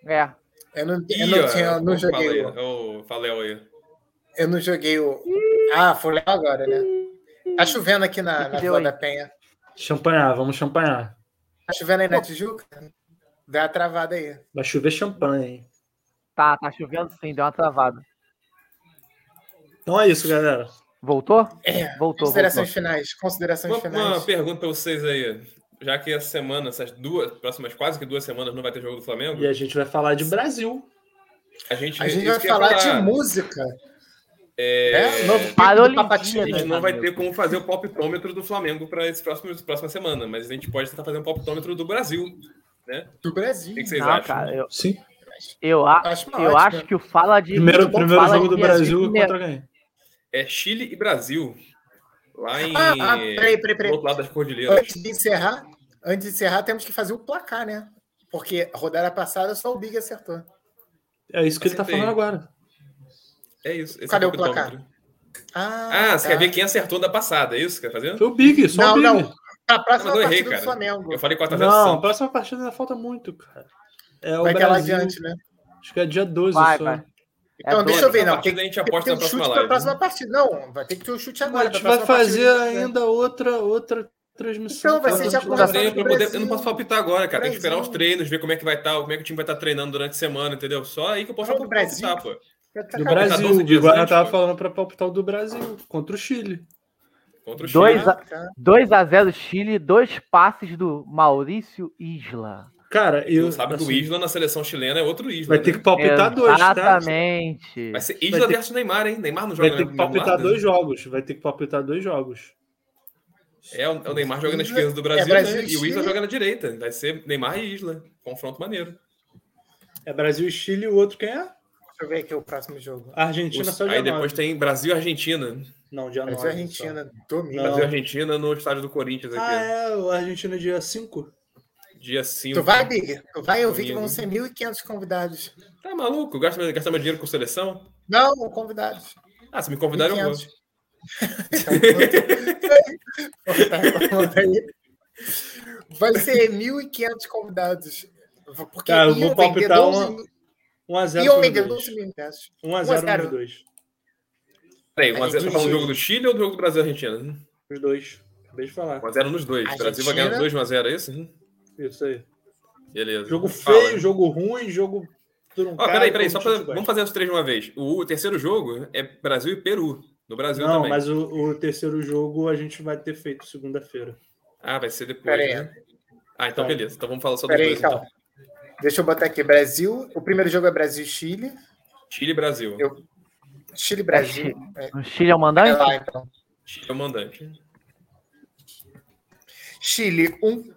C: É.
D: Eu não, eu
A: Ih,
D: não,
A: ó,
D: tinha, eu não
A: ó, fala aí,
D: joguei. o-
A: ó, o Faléu aí.
D: Eu não joguei o. Ah, foi legal agora, né? Tá chovendo aqui na, na
C: Deu
D: Rua
C: aí.
D: da Penha.
E: Champanhar, vamos champanhar.
D: Tá chovendo aí na Tijuca? Dá uma travada aí.
E: Vai chover champanhe.
C: Tá, tá chovendo sim, deu uma travada.
E: Então é isso, galera.
C: Voltou?
D: É,
C: Voltou, voltou.
D: Considerações finais. Considerações
A: Uma, uma
D: finais.
A: pergunta pra vocês aí. Já que essa semana, essas duas, próximas quase que duas semanas, não vai ter jogo do Flamengo,
E: E a gente vai falar de Brasil.
A: a gente,
D: A gente
A: isso
D: vai
A: que eu ia
D: falar de música.
A: É,
D: né? Novo
C: Parou
D: pico do Papatinho.
A: A gente não vai ter como fazer
E: *laughs*
A: o palpitômetro do Flamengo para essa próxima semana, mas a gente pode tentar fazer um palpitômetro do Brasil.
D: do
A: O
D: Brasil.
A: que, que vocês
C: Não,
A: acham?
C: cara, eu,
E: Sim.
C: eu, a-
D: Acho uma
C: eu
D: ótima.
C: acho que o Fala de.
E: Primeiro,
C: o
E: primeiro
C: Fala
E: jogo do
C: de-
E: Brasil
C: primeiro-
E: contra quem?
A: É Chile e Brasil. Lá em.
D: Ah, ah, peraí, peraí,
A: do
D: peraí.
A: outro lado das cordilheiras.
D: Antes de encerrar, antes de encerrar, temos que fazer o placar, né? Porque a rodada passada só o Big acertou.
E: É isso que ele tá
A: Acertei.
E: falando agora.
A: É isso. Esse
D: Cadê
A: é
D: o placar?
A: palpitômetro.
D: Ah,
A: Ah, você
D: tá.
A: quer ver quem acertou da passada, é isso que você tá fazendo?
E: Foi o Big, só o
D: Não,
E: Big.
D: não. A
A: Mas eu
D: próxima partida
A: errei,
D: do
A: cara.
D: Flamengo.
A: Eu falei 4 a 0
E: Não, a
A: Santos.
E: próxima partida ainda falta muito, cara. É o
D: Vai que é lá
E: Brasil.
D: adiante, né?
E: Acho que é dia 12
C: Vai,
E: só.
C: vai.
D: Então,
C: doido.
D: deixa eu ver,
A: Essa
D: não. Tem
A: partida
D: que
A: a gente
D: tem que
A: aposta
D: ter
A: na
D: um chute
A: próxima
D: para
A: live. né?
D: a próxima partida. Não, vai ter que ter um chute
E: Mas
D: agora.
E: a gente
D: pra
E: vai
D: próxima
E: fazer
D: partida, né?
E: ainda outra, outra transmissão. Tá
D: Então, vai ser
E: falando
D: já
E: de-
D: com
A: Não,
D: Brasil,
A: tem pra poder-
D: Brasil.
A: eu não posso palpitar agora, cara. Tem que esperar os
D: Brasil.
A: treinos, ver como é que vai estar, como é que o time vai estar treinando durante a semana, entendeu? Só aí que eu posso
D: Jogo do Brasil.
A: palpitar, pô.
D: Já tá
E: Do
D: acabando.
A: Tá
E: Brasil.
A: 12
E: O
A: dias
D: né?
E: Bigorna
A: antes,
E: tava
A: pô.
E: falando pra palpitar o do Brasil contra o Chile.
A: Contra o Chile.
C: Dois a-
D: Tá.
C: 2 a 0 Chile, dois passes do Maurício Isla.
E: Cara, eu.
A: Não sabe que o
E: assim,
A: Isla na seleção chilena é outro Isla.
E: Vai
A: né?
E: ter que palpitar dois, tá?
C: Exatamente.
A: Vai ser Isla
E: vai ter-
A: versus Neymar, hein? Neymar né? não joga
E: Vai ter
A: na-
E: que
A: na
E: palpitar
A: guarda.
E: dois jogos. Vai ter que palpitar dois jogos.
A: É, o é o Neymar joga na esquerda do Brasil,
D: É Brasil
A: né?
D: e
A: E o Isla
D: Chile.
A: joga na direita. Vai ser Neymar e Isla. Confronto maneiro.
E: É Brasil e Chile, o outro quem é?
D: Deixa eu ver aqui o próximo jogo.
A: Tá
E: Argentina
A: Os-
E: só dia
A: Aí depois
E: 9.
A: tem Brasil e Argentina.
E: Não, dia 9.
D: Brasil e Argentina, domingo.
A: Brasil e Argentina no estádio do Corinthians
E: Ah,
A: aqui.
E: é, o Argentina dia 5.
A: Dia 5.
D: é. Tu vai, Big? Tu vai? Eu vi que vão
A: Domingo.
D: ser 1.500 convidados.
A: Tá maluco? Gasta, meu- gasta meu dinheiro com seleção?
D: Não, convidados.
A: Ah, se me convidarem, eu vou.
D: 1.500. Então, conta- conta aí. Vai ser 1.500 convidados. Porque
E: Cara, eu vou
D: iam vender
E: palpitar
D: 12
E: uma-
D: mil-
E: 1x0
D: iam vender
E: pros
D: 12
E: dois.
D: mil ingressos.
E: 1x0
D: 1x0.
E: pros dois.
A: Peraí,
D: Aí,
A: 1x0 tá
D: do
A: no
D: Chile.
A: jogo do Chile ou do jogo do Brasil e Argentina?
E: Os dois. Acabei de falar.
A: 1x0 nos dois. O Brasil vai ganhar
D: Argentina.
A: 2 1x0, é isso? Uhum.
E: Isso aí.
A: Beleza.
E: Jogo
A: Fala.
E: feio, jogo ruim, jogo truncado.
A: Ó, peraí, peraí,
E: como
A: só
E: o
A: pra,
E: Tite gosta.
A: vamos fazer os três de uma vez. O, o terceiro jogo é Brasil e Peru. No Brasil
E: Não,
A: um também.
E: mas o, o terceiro jogo a gente vai ter feito segunda-feira.
A: Ah, vai ser depois.
D: Pera aí.
A: Né? Ah, então
E: Tá.
A: beleza. Então vamos falar só dos
D: Pera aí,
A: dois. Então.
D: então. Deixa eu botar aqui. Brasil. O primeiro jogo é Brasil-Chile.
A: Chile e Brasil.
D: Eu- Chile-Brasil. É,
C: O Chile é o
D: vai
C: mandante?
D: lá, então.
A: Chile é o mandante.
D: Chile 1,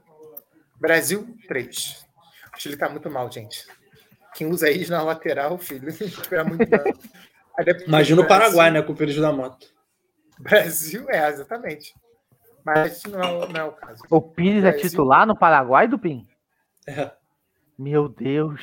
D: Brasil 3. O Chile tá muito mal, gente. Quem usa isso na lateral, filho, *laughs* tá muito mal. Aí depois
E: Imagina o
D: Brasil-
E: Paraguai, né? Com o Pires da Mata.
D: Brasil, é, exatamente. Mas não é, o- não é o caso.
C: O Pires é
D: Brasil.
C: titular no Paraguai, Dupin?
E: É.
C: Meu Deus.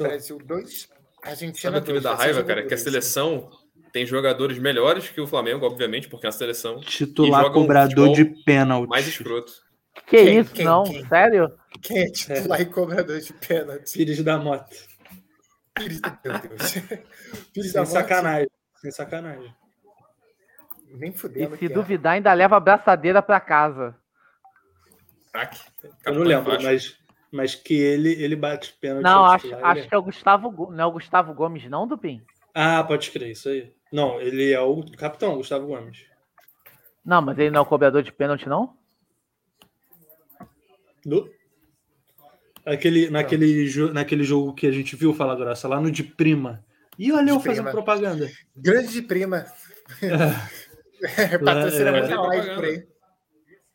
D: Brasil 2, Argentina
A: Sabe o que me
D: 2.
A: dá
D: vai ser
A: raiva,
D: jogo
A: cara? É
D: duro
A: Que a
D: esse.
A: seleção tem jogadores melhores que o Flamengo, obviamente, porque é a seleção E
E: Titular
A: joga um cobrador
E: cobrador
A: de
E: de pênalti.
A: mais
D: *laughs*
A: escroto.
C: Que, que é
D: Quem,
C: isso,
D: quem,
C: não?
D: quem?
C: Sério?
D: Quem é titular e cobrador de pênalti?
E: Pires da Mota.
D: Pires, meu
C: *laughs*
D: Deus. Pires da
E: Sem
D: morte,
E: sacanagem. Sem sacanagem.
D: Nem é.
C: E
D: fudeu.
C: se duvidar, ainda leva a braçadeira pra casa.
A: Crack.
E: Eu não lembro, mas, mas que ele, ele bate pênalti.
C: Não,
E: é
C: acho,
E: titular, ele
C: acho
E: é.
C: que é o Gustavo, Go- não é o Gustavo Gomes, não, Dupin?
E: Ah, pode crer, isso aí. Não, ele é o capitão, Gustavo Gomes.
C: Não, mas ele não é o cobrador de pênalti, não?
E: Do... Aquele, naquele, jo- naquele jogo que a gente viu falar grossa, lá no de prima. E olha
D: De
E: eu fazendo
D: Prima.
E: propaganda.
D: Grande prima. *laughs* Patrocina
E: É,
D: muita
A: é
D: live por aí.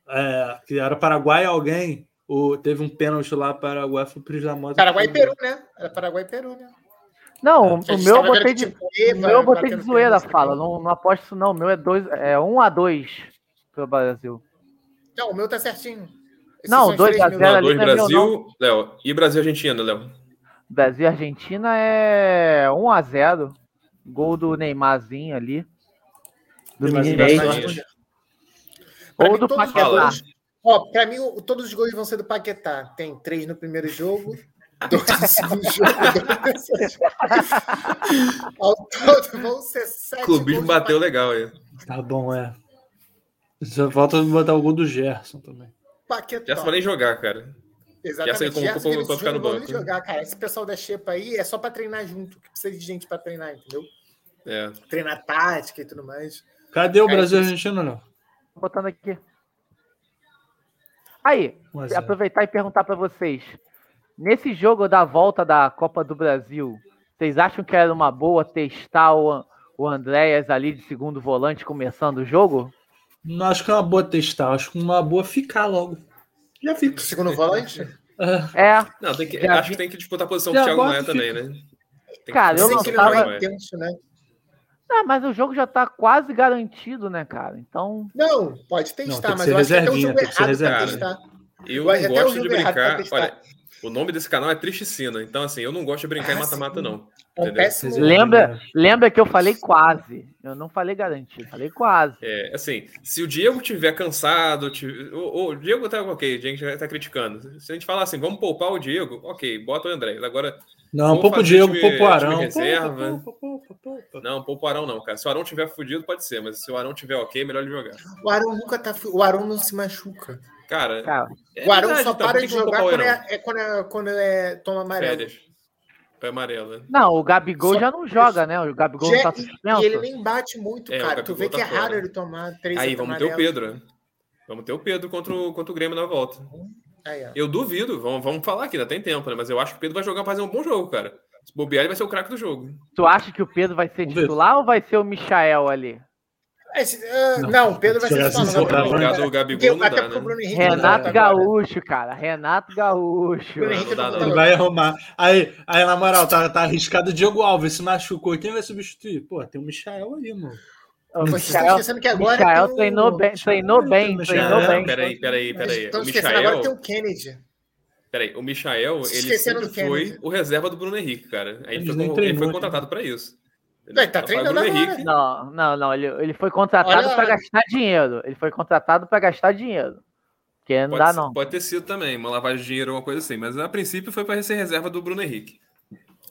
E: É, que era Paraguai alguém. O, teve um pênalti lá Paraguai, foi o Pires da Mota.
D: Paraguai e Peru, né? Era Paraguai e Peru, né?
C: Não, o-
D: A
C: o
D: gente
C: meu eu
D: tava vendo
C: botei
D: que
C: de,
D: tinha
C: o
D: Eva
C: meu eu botei de
D: batendo
C: zoeira,
D: pênalti.
C: fala. Não, não aposto isso, não. O meu é 2 é 1 a 2 pro Brasil.
D: Não, o meu tá certinho. Esses
C: Não,
D: são os
C: dois
D: três
C: a
D: meus.
C: zero. Não,
A: dois
C: não é meu,
A: Brasil, Léo. E Brasil e Argentina, Léo.
C: Brasil e Argentina é 1 a 0 Gol do Neymarzinho ali. Do
E: Neymarzinho
C: Neymarzinho.
E: da
A: Argentina.
D: é Pra
C: Ou
D: mim,
C: do
D: todos os
C: Paquetá.
D: gols- Ó, pra mim, o- todos os gols vão ser do Paquetá. Tem três no primeiro
E: *laughs*
D: jogo, dois no segundo jogo, dois no terceiro jogo. Ao todo vão ser sete
A: O clubismo
D: gols do
A: bateu legal aí.
E: Tá bom, é. Só falta botar o gol do Gerson também.
D: Paquetá.
A: Já falei jogar, cara.
D: Exatamente.
A: Essa aí convocou
D: Gerson,
A: pra-
D: Vinícius
A: pra ficar no
D: Júnior,
A: banco, né?
D: vão nem jogar, cara. Esse pessoal da Xepa aí é só pra treinar junto, que precisa de gente pra treinar, entendeu?
A: É.
D: Treinar tática e tudo mais.
E: Cadê o
D: Cara,
E: Brasil e
D: isso-
E: Argentina, não?
C: Tô botando aqui. Aí,
E: Mas,
C: e
E: é.
C: aproveitar e perguntar pra vocês. Nesse jogo da volta da Copa do Brasil, vocês acham que era uma boa testar o, An- o Andréas ali de segundo volante começando o jogo?
E: Não acho que é uma boa testar, acho que é uma boa ficar logo. Já fica.
D: Segundo volante,
E: É,
C: É,
A: Não, tem que,
C: Já
A: acho
C: vi-
A: que tem que disputar a posição
E: Já
A: do Thiago
E: bota
A: Maia
E: e fica.
A: também, né? Tem que
C: Cara, eu
A: disputar a
C: não
D: dizem
A: posição do
D: que ele não
C: tava-
D: é
A: Maia.
D: intenso, né?
C: Ah, mas o jogo já tá quase garantido, né, cara? Então.
D: Não, pode
E: Não,
D: testar,
E: tem que
D: mas
E: ser
D: eu acho que até o
E: reservinha,
D: jogo
E: tem que ser
D: errado pra
E: reserva.
D: testar. É
A: Eu
D: Vai,
A: não
D: até o
A: gosto
D: jogo
A: de
D: errado pra
A: brincar.
D: testar.
A: Olha, o nome desse canal é Tristecina, então assim, eu não gosto de brincar
D: Ah,
A: em mata-mata,
D: sim.
A: não.
D: É um
A: Entendeu?
D: péssimo.
E: Reserva.
C: Lembra, lembra que eu falei quase. Eu não falei garantido, falei quase.
A: É, assim, se o Diego tiver cansado, ti- o, o Diego tá ok, a gente tá criticando. Se a gente falar assim, vamos poupar o Diego, ok, bota o André. Agora,
E: Não,
A: Vamos
E: poupa o
A: fazer
E: Diego,
A: time-
E: poupa o Arão. um
A: time reserva.
E: Poupa, poupa, poupa, poupa.
A: não, poupa o Arão não, cara. Se o Arão tiver fudido, pode ser, mas se o Arão tiver ok, é melhor ele jogar.
D: O Arão nunca tá. O Arão não se machuca.
A: Cara,
C: Cara,
A: é
D: o Arão
A: verdade,
D: só
A: tá? Por
D: para
A: que
D: de
A: que vamos
D: jogar
A: poupar
D: quando
A: o Arão?
D: é, é quando, é, quando é toma amarelo.
A: Férias. Foi amarelo, né?
C: não, o Gabigol
D: Só-
C: já não joga, né? O Gabigol
D: Já-
C: não tá
D: e-
C: suspenso.
D: E ele nem bate muito,
A: É, o
D: cara. Tu vê
A: Gabigol
D: que é
A: tá fora.
D: raro ele tomar três
A: Aí,
D: cartões
A: vamos ter o
D: amarelos.
A: Pedro, né? Vamos ter o Pedro contra o, contra o Grêmio na volta.
D: Aí, ó.
A: Eu duvido, vamos, vamos falar aqui, ainda tem tempo, né? Mas eu acho que o Pedro vai jogar fazer um bom jogo, cara. Se bobear, ele vai ser o craque do jogo.
C: Tu acha que o Pedro vai ser
E: Vamos ver.
C: titular ou vai ser o Michael ali?
D: Esse- ah,
E: Não,
D: não, Pedro vai ser
E: jogar
D: titular.
E: sem
D: não vai
E: centroavante.
D: jogar.
A: Jogar do Gabigol não
D: até
A: dá,
D: porque o
A: né?
D: Bruno Henrique não volta
C: Renato
D: agora.
C: Gaúcho, cara. Renato Gaúcho.
D: Bruno
A: Não,
D: Henrique
A: não dá,
D: não
A: não.
D: volta
E: Ele
D: agora.
E: vai arrumar. Aí, aí na moral, tá, tá arriscado o Diego Alves, se machucou. Quem vai substituir? Pô, tem o Michael aí, mano.
C: O
D: Vocês estão
C: Michael,
D: tá esquecendo que agora
C: Michael
D: tem um o-
C: treinou bem, treinou bem,
E: Michael,
C: treinou
A: Não,
C: bem.
A: peraí, peraí,
D: então Vocês
A: peraí.
D: Estão
A: O
D: esquecendo, agora tem
A: Michael,
D: o Kennedy.
A: peraí, o Michael, ele
D: Se esqueceram
A: sempre
D: do Kennedy.
A: foi o reserva do Bruno Henrique, cara. A
E: Eles
A: gente foi,
E: nem
A: con- ele
E: treinou,
A: foi
E: né?
A: contratado pra isso.
D: Não, ele tá
A: Rapaz,
D: treinando
A: Bruno
D: agora.
A: Henrique,
C: Não, não, não. Ele, ele foi contratado
D: Olha-
C: pra gastar dinheiro. Ele foi contratado pra gastar dinheiro. Porque não
A: pode,
C: dá,
A: ser-
C: não.
A: pode ter sido também, uma lavagem de dinheiro ou uma coisa assim, mas a princípio foi pra ser reserva do Bruno Henrique.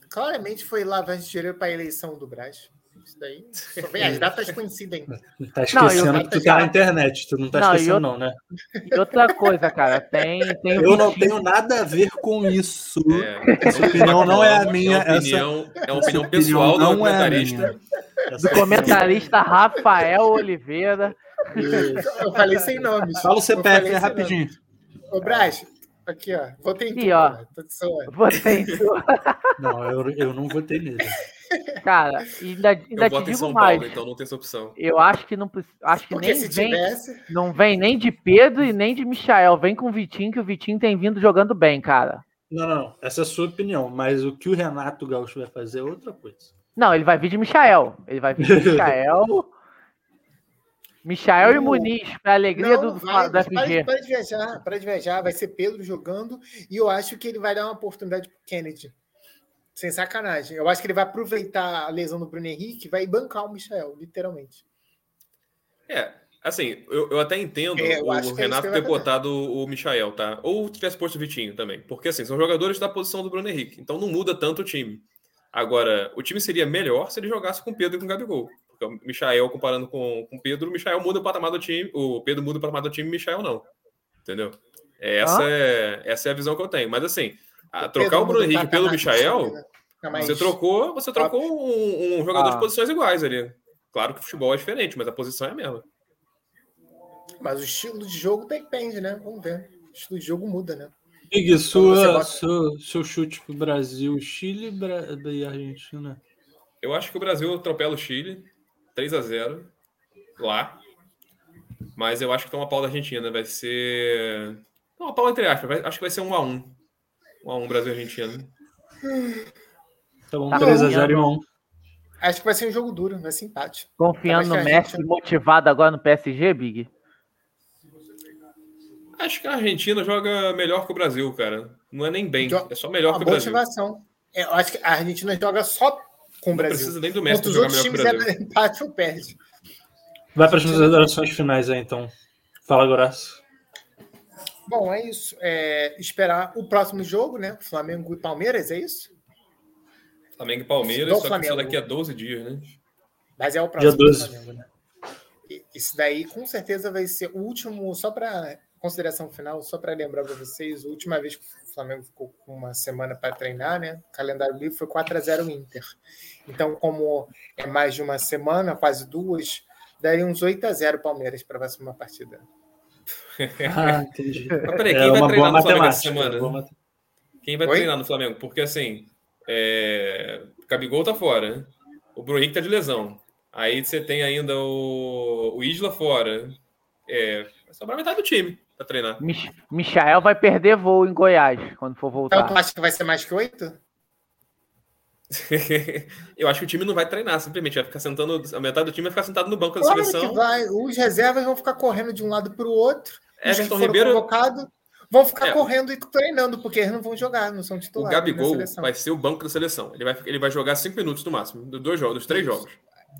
D: Claramente foi lavagem de dinheiro para a eleição do Brás. Isso daí. só bem, as datas coincidem.
E: Tá esquecendo
C: Não,
D: eu-
E: que tu tá na internet, tu não tá
C: Não, e
E: esquecendo,
C: eu-
E: não, né?
C: E outra coisa, cara, tem. tem um o
E: Eu não
C: bichinho-
E: tenho nada a ver com isso.
A: É,
E: Essa opinião não é a
A: É
E: minha,
A: uma
E: essa-
A: opinião, é uma opinião
E: opinião
A: pessoal do
E: não é a
A: comentarista.
E: Essa- é
C: do comentarista Rafael Oliveira.
D: Eu falei sem nomes.
E: Fala o
D: Eu
E: CPF é
D: falei sem
E: rapidinho.
C: *laughs*
D: nomes. Ô, Brás, aqui, ó. Voltei em
C: Aqui,
D: tudo,
C: ó.
D: cara, tô de sono.
C: Você,
E: Não, eu, eu não votei nele.
C: cara, e ainda,
A: Eu
C: ainda te
A: voto em
C: digo
A: São
C: mais.
A: Paulo, então não tem essa opção.
C: Eu acho que não precisa- acho que
D: Porque
C: nem
D: se
C: vem,
D: tivesse.
C: não vem nem de Pedro e nem de Michael. Vem com o Vitinho, que o Vitinho tem vindo jogando bem, cara.
E: Não, não, não. Essa é a sua opinião, mas o que o Renato Gaúcho vai fazer é outra coisa.
C: Não, ele vai vir de Michael. Ele vai vir de Michael.
D: *laughs*
C: Michael e
D: Não.
C: Muniz, pra alegria
D: Não,
C: do,
D: vai,
C: do
D: para, de-
C: FG.
D: para de viajar, para de viajar. Vai ser Pedro jogando. E eu acho que ele vai dar uma oportunidade pro Kennedy. Sem sacanagem. Eu acho que ele vai aproveitar a lesão do Bruno Henrique e vai bancar o Michel, literalmente.
A: É, assim, eu, eu até entendo
D: É, eu acho que é
A: o
D: isso que
A: Renato
D: ele
A: ter
D: vai fazer.
A: botado o o Michael, tá? Ou tivesse posto o Vitinho também. Porque, assim, são jogadores da posição do Bruno Henrique. Então não muda tanto o time. Agora, o time seria melhor se ele jogasse com o Pedro e com o Gabigol. Porque o Michael, comparando com com o Pedro, o Michael muda o patamar do time, o Pedro muda o patamar do time e o Michael não. Entendeu? É, Essa, é, essa é a visão que eu tenho. Mas, assim, a- trocar o
D: tá
A: Bruno Henrique pelo Michael,
D: né?
A: você trocou, você trocou um, um jogador
C: Ah.
A: de posições iguais ali. Claro que o futebol é diferente, mas a posição é a mesma.
D: Mas o estilo de jogo depende, né? Vamos ver. O estilo de jogo muda, né?
C: Então
E: Big,
D: Você
E: sua,
D: bota-
E: seu, seu chute pro Brasil, Chile Bra... e Argentina.
A: Eu acho que o Brasil atropela o Chile 3 a 0 lá. Mas eu acho que toma pau da Argentina. né? Vai ser. Toma pau entre aspas. vai- Acho que vai ser 1 a 1 1 a 1 Brasil e Argentina.
E: Tá bom,
C: Tá
E: 3x0 e 1.
D: Acho que vai ser um jogo duro, vai ser empate.
C: Confiando
D: Eu
C: no
D: acho que a
C: Messi,
D: gente-
C: motivado agora no PSG, Big.
A: Acho que a Argentina joga melhor que o Brasil, cara. Não é nem bem.
D: Jo-
A: É só melhor
D: Uma
A: que o Brasil.
D: Então, boa
A: Não
D: motivação. É, eu acho que a Argentina joga só com o Brasil.
A: precisa nem do Messi
D: Contra
A: pra
D: os
A: jogar
D: outros
A: melhor que o
D: times
A: Brasil.
D: é *laughs* empate ou perde.
E: Vai para as considerações finais aí, então. Fala, Goraço.
D: Bom, é isso. É, esperar o próximo jogo, né? Flamengo e Palmeiras, é isso?
A: Flamengo e Palmeiras,
D: Do
A: só que só
D: Flamengo.
A: daqui a 12 dias, né?
D: Mas é o próximo
E: Dia 12.
D: do Flamengo, né? E- Isso daí com certeza vai ser o último, só para consideração final, só para lembrar para vocês, a última vez que o Flamengo ficou com uma semana para treinar, né? O calendário livre foi 4 a 0 Inter. Então, como é mais de uma semana, quase duas, daria uns 8 a 0 Palmeiras para a próxima partida.
E: Ah, entendi.
A: Mas peraí, quem vai
E: É uma boa
A: treinar no Flamengo essa
E: *laughs* matemática.
A: semana?
E: boa mate-
A: Quem vai
D: Oi?
A: treinar no Flamengo? Porque assim, é... Gabigol tá fora. O Bruno Henrique tá de lesão. Aí você tem ainda o, o Isla fora. É... Vai sobrar metade do time pra treinar. *laughs*
C: Mich Michael vai perder voo em Goiás quando for
D: Então,
C: voltar.
D: tu acha que vai ser mais que 8?
A: eu acho que o time não vai treinar, simplesmente. Vai ficar sentando. A metade do time vai ficar sentado no banco da
D: Claro que
A: seleção.
D: vai. Os reservas vão ficar correndo de um lado para o outro. Os que
A: Everton
D: foram
A: É, Ribeiro-
D: convocados vão ficar
A: É.
D: correndo e treinando, porque eles não vão jogar, não são
A: O
D: titulares. né, na
A: Gabigol
D: seleção.
A: vai ser o banco da seleção. Ele vai, ele vai jogar cinco minutos no máximo, dos dois jogos, dos três
D: Isso.
A: jogos.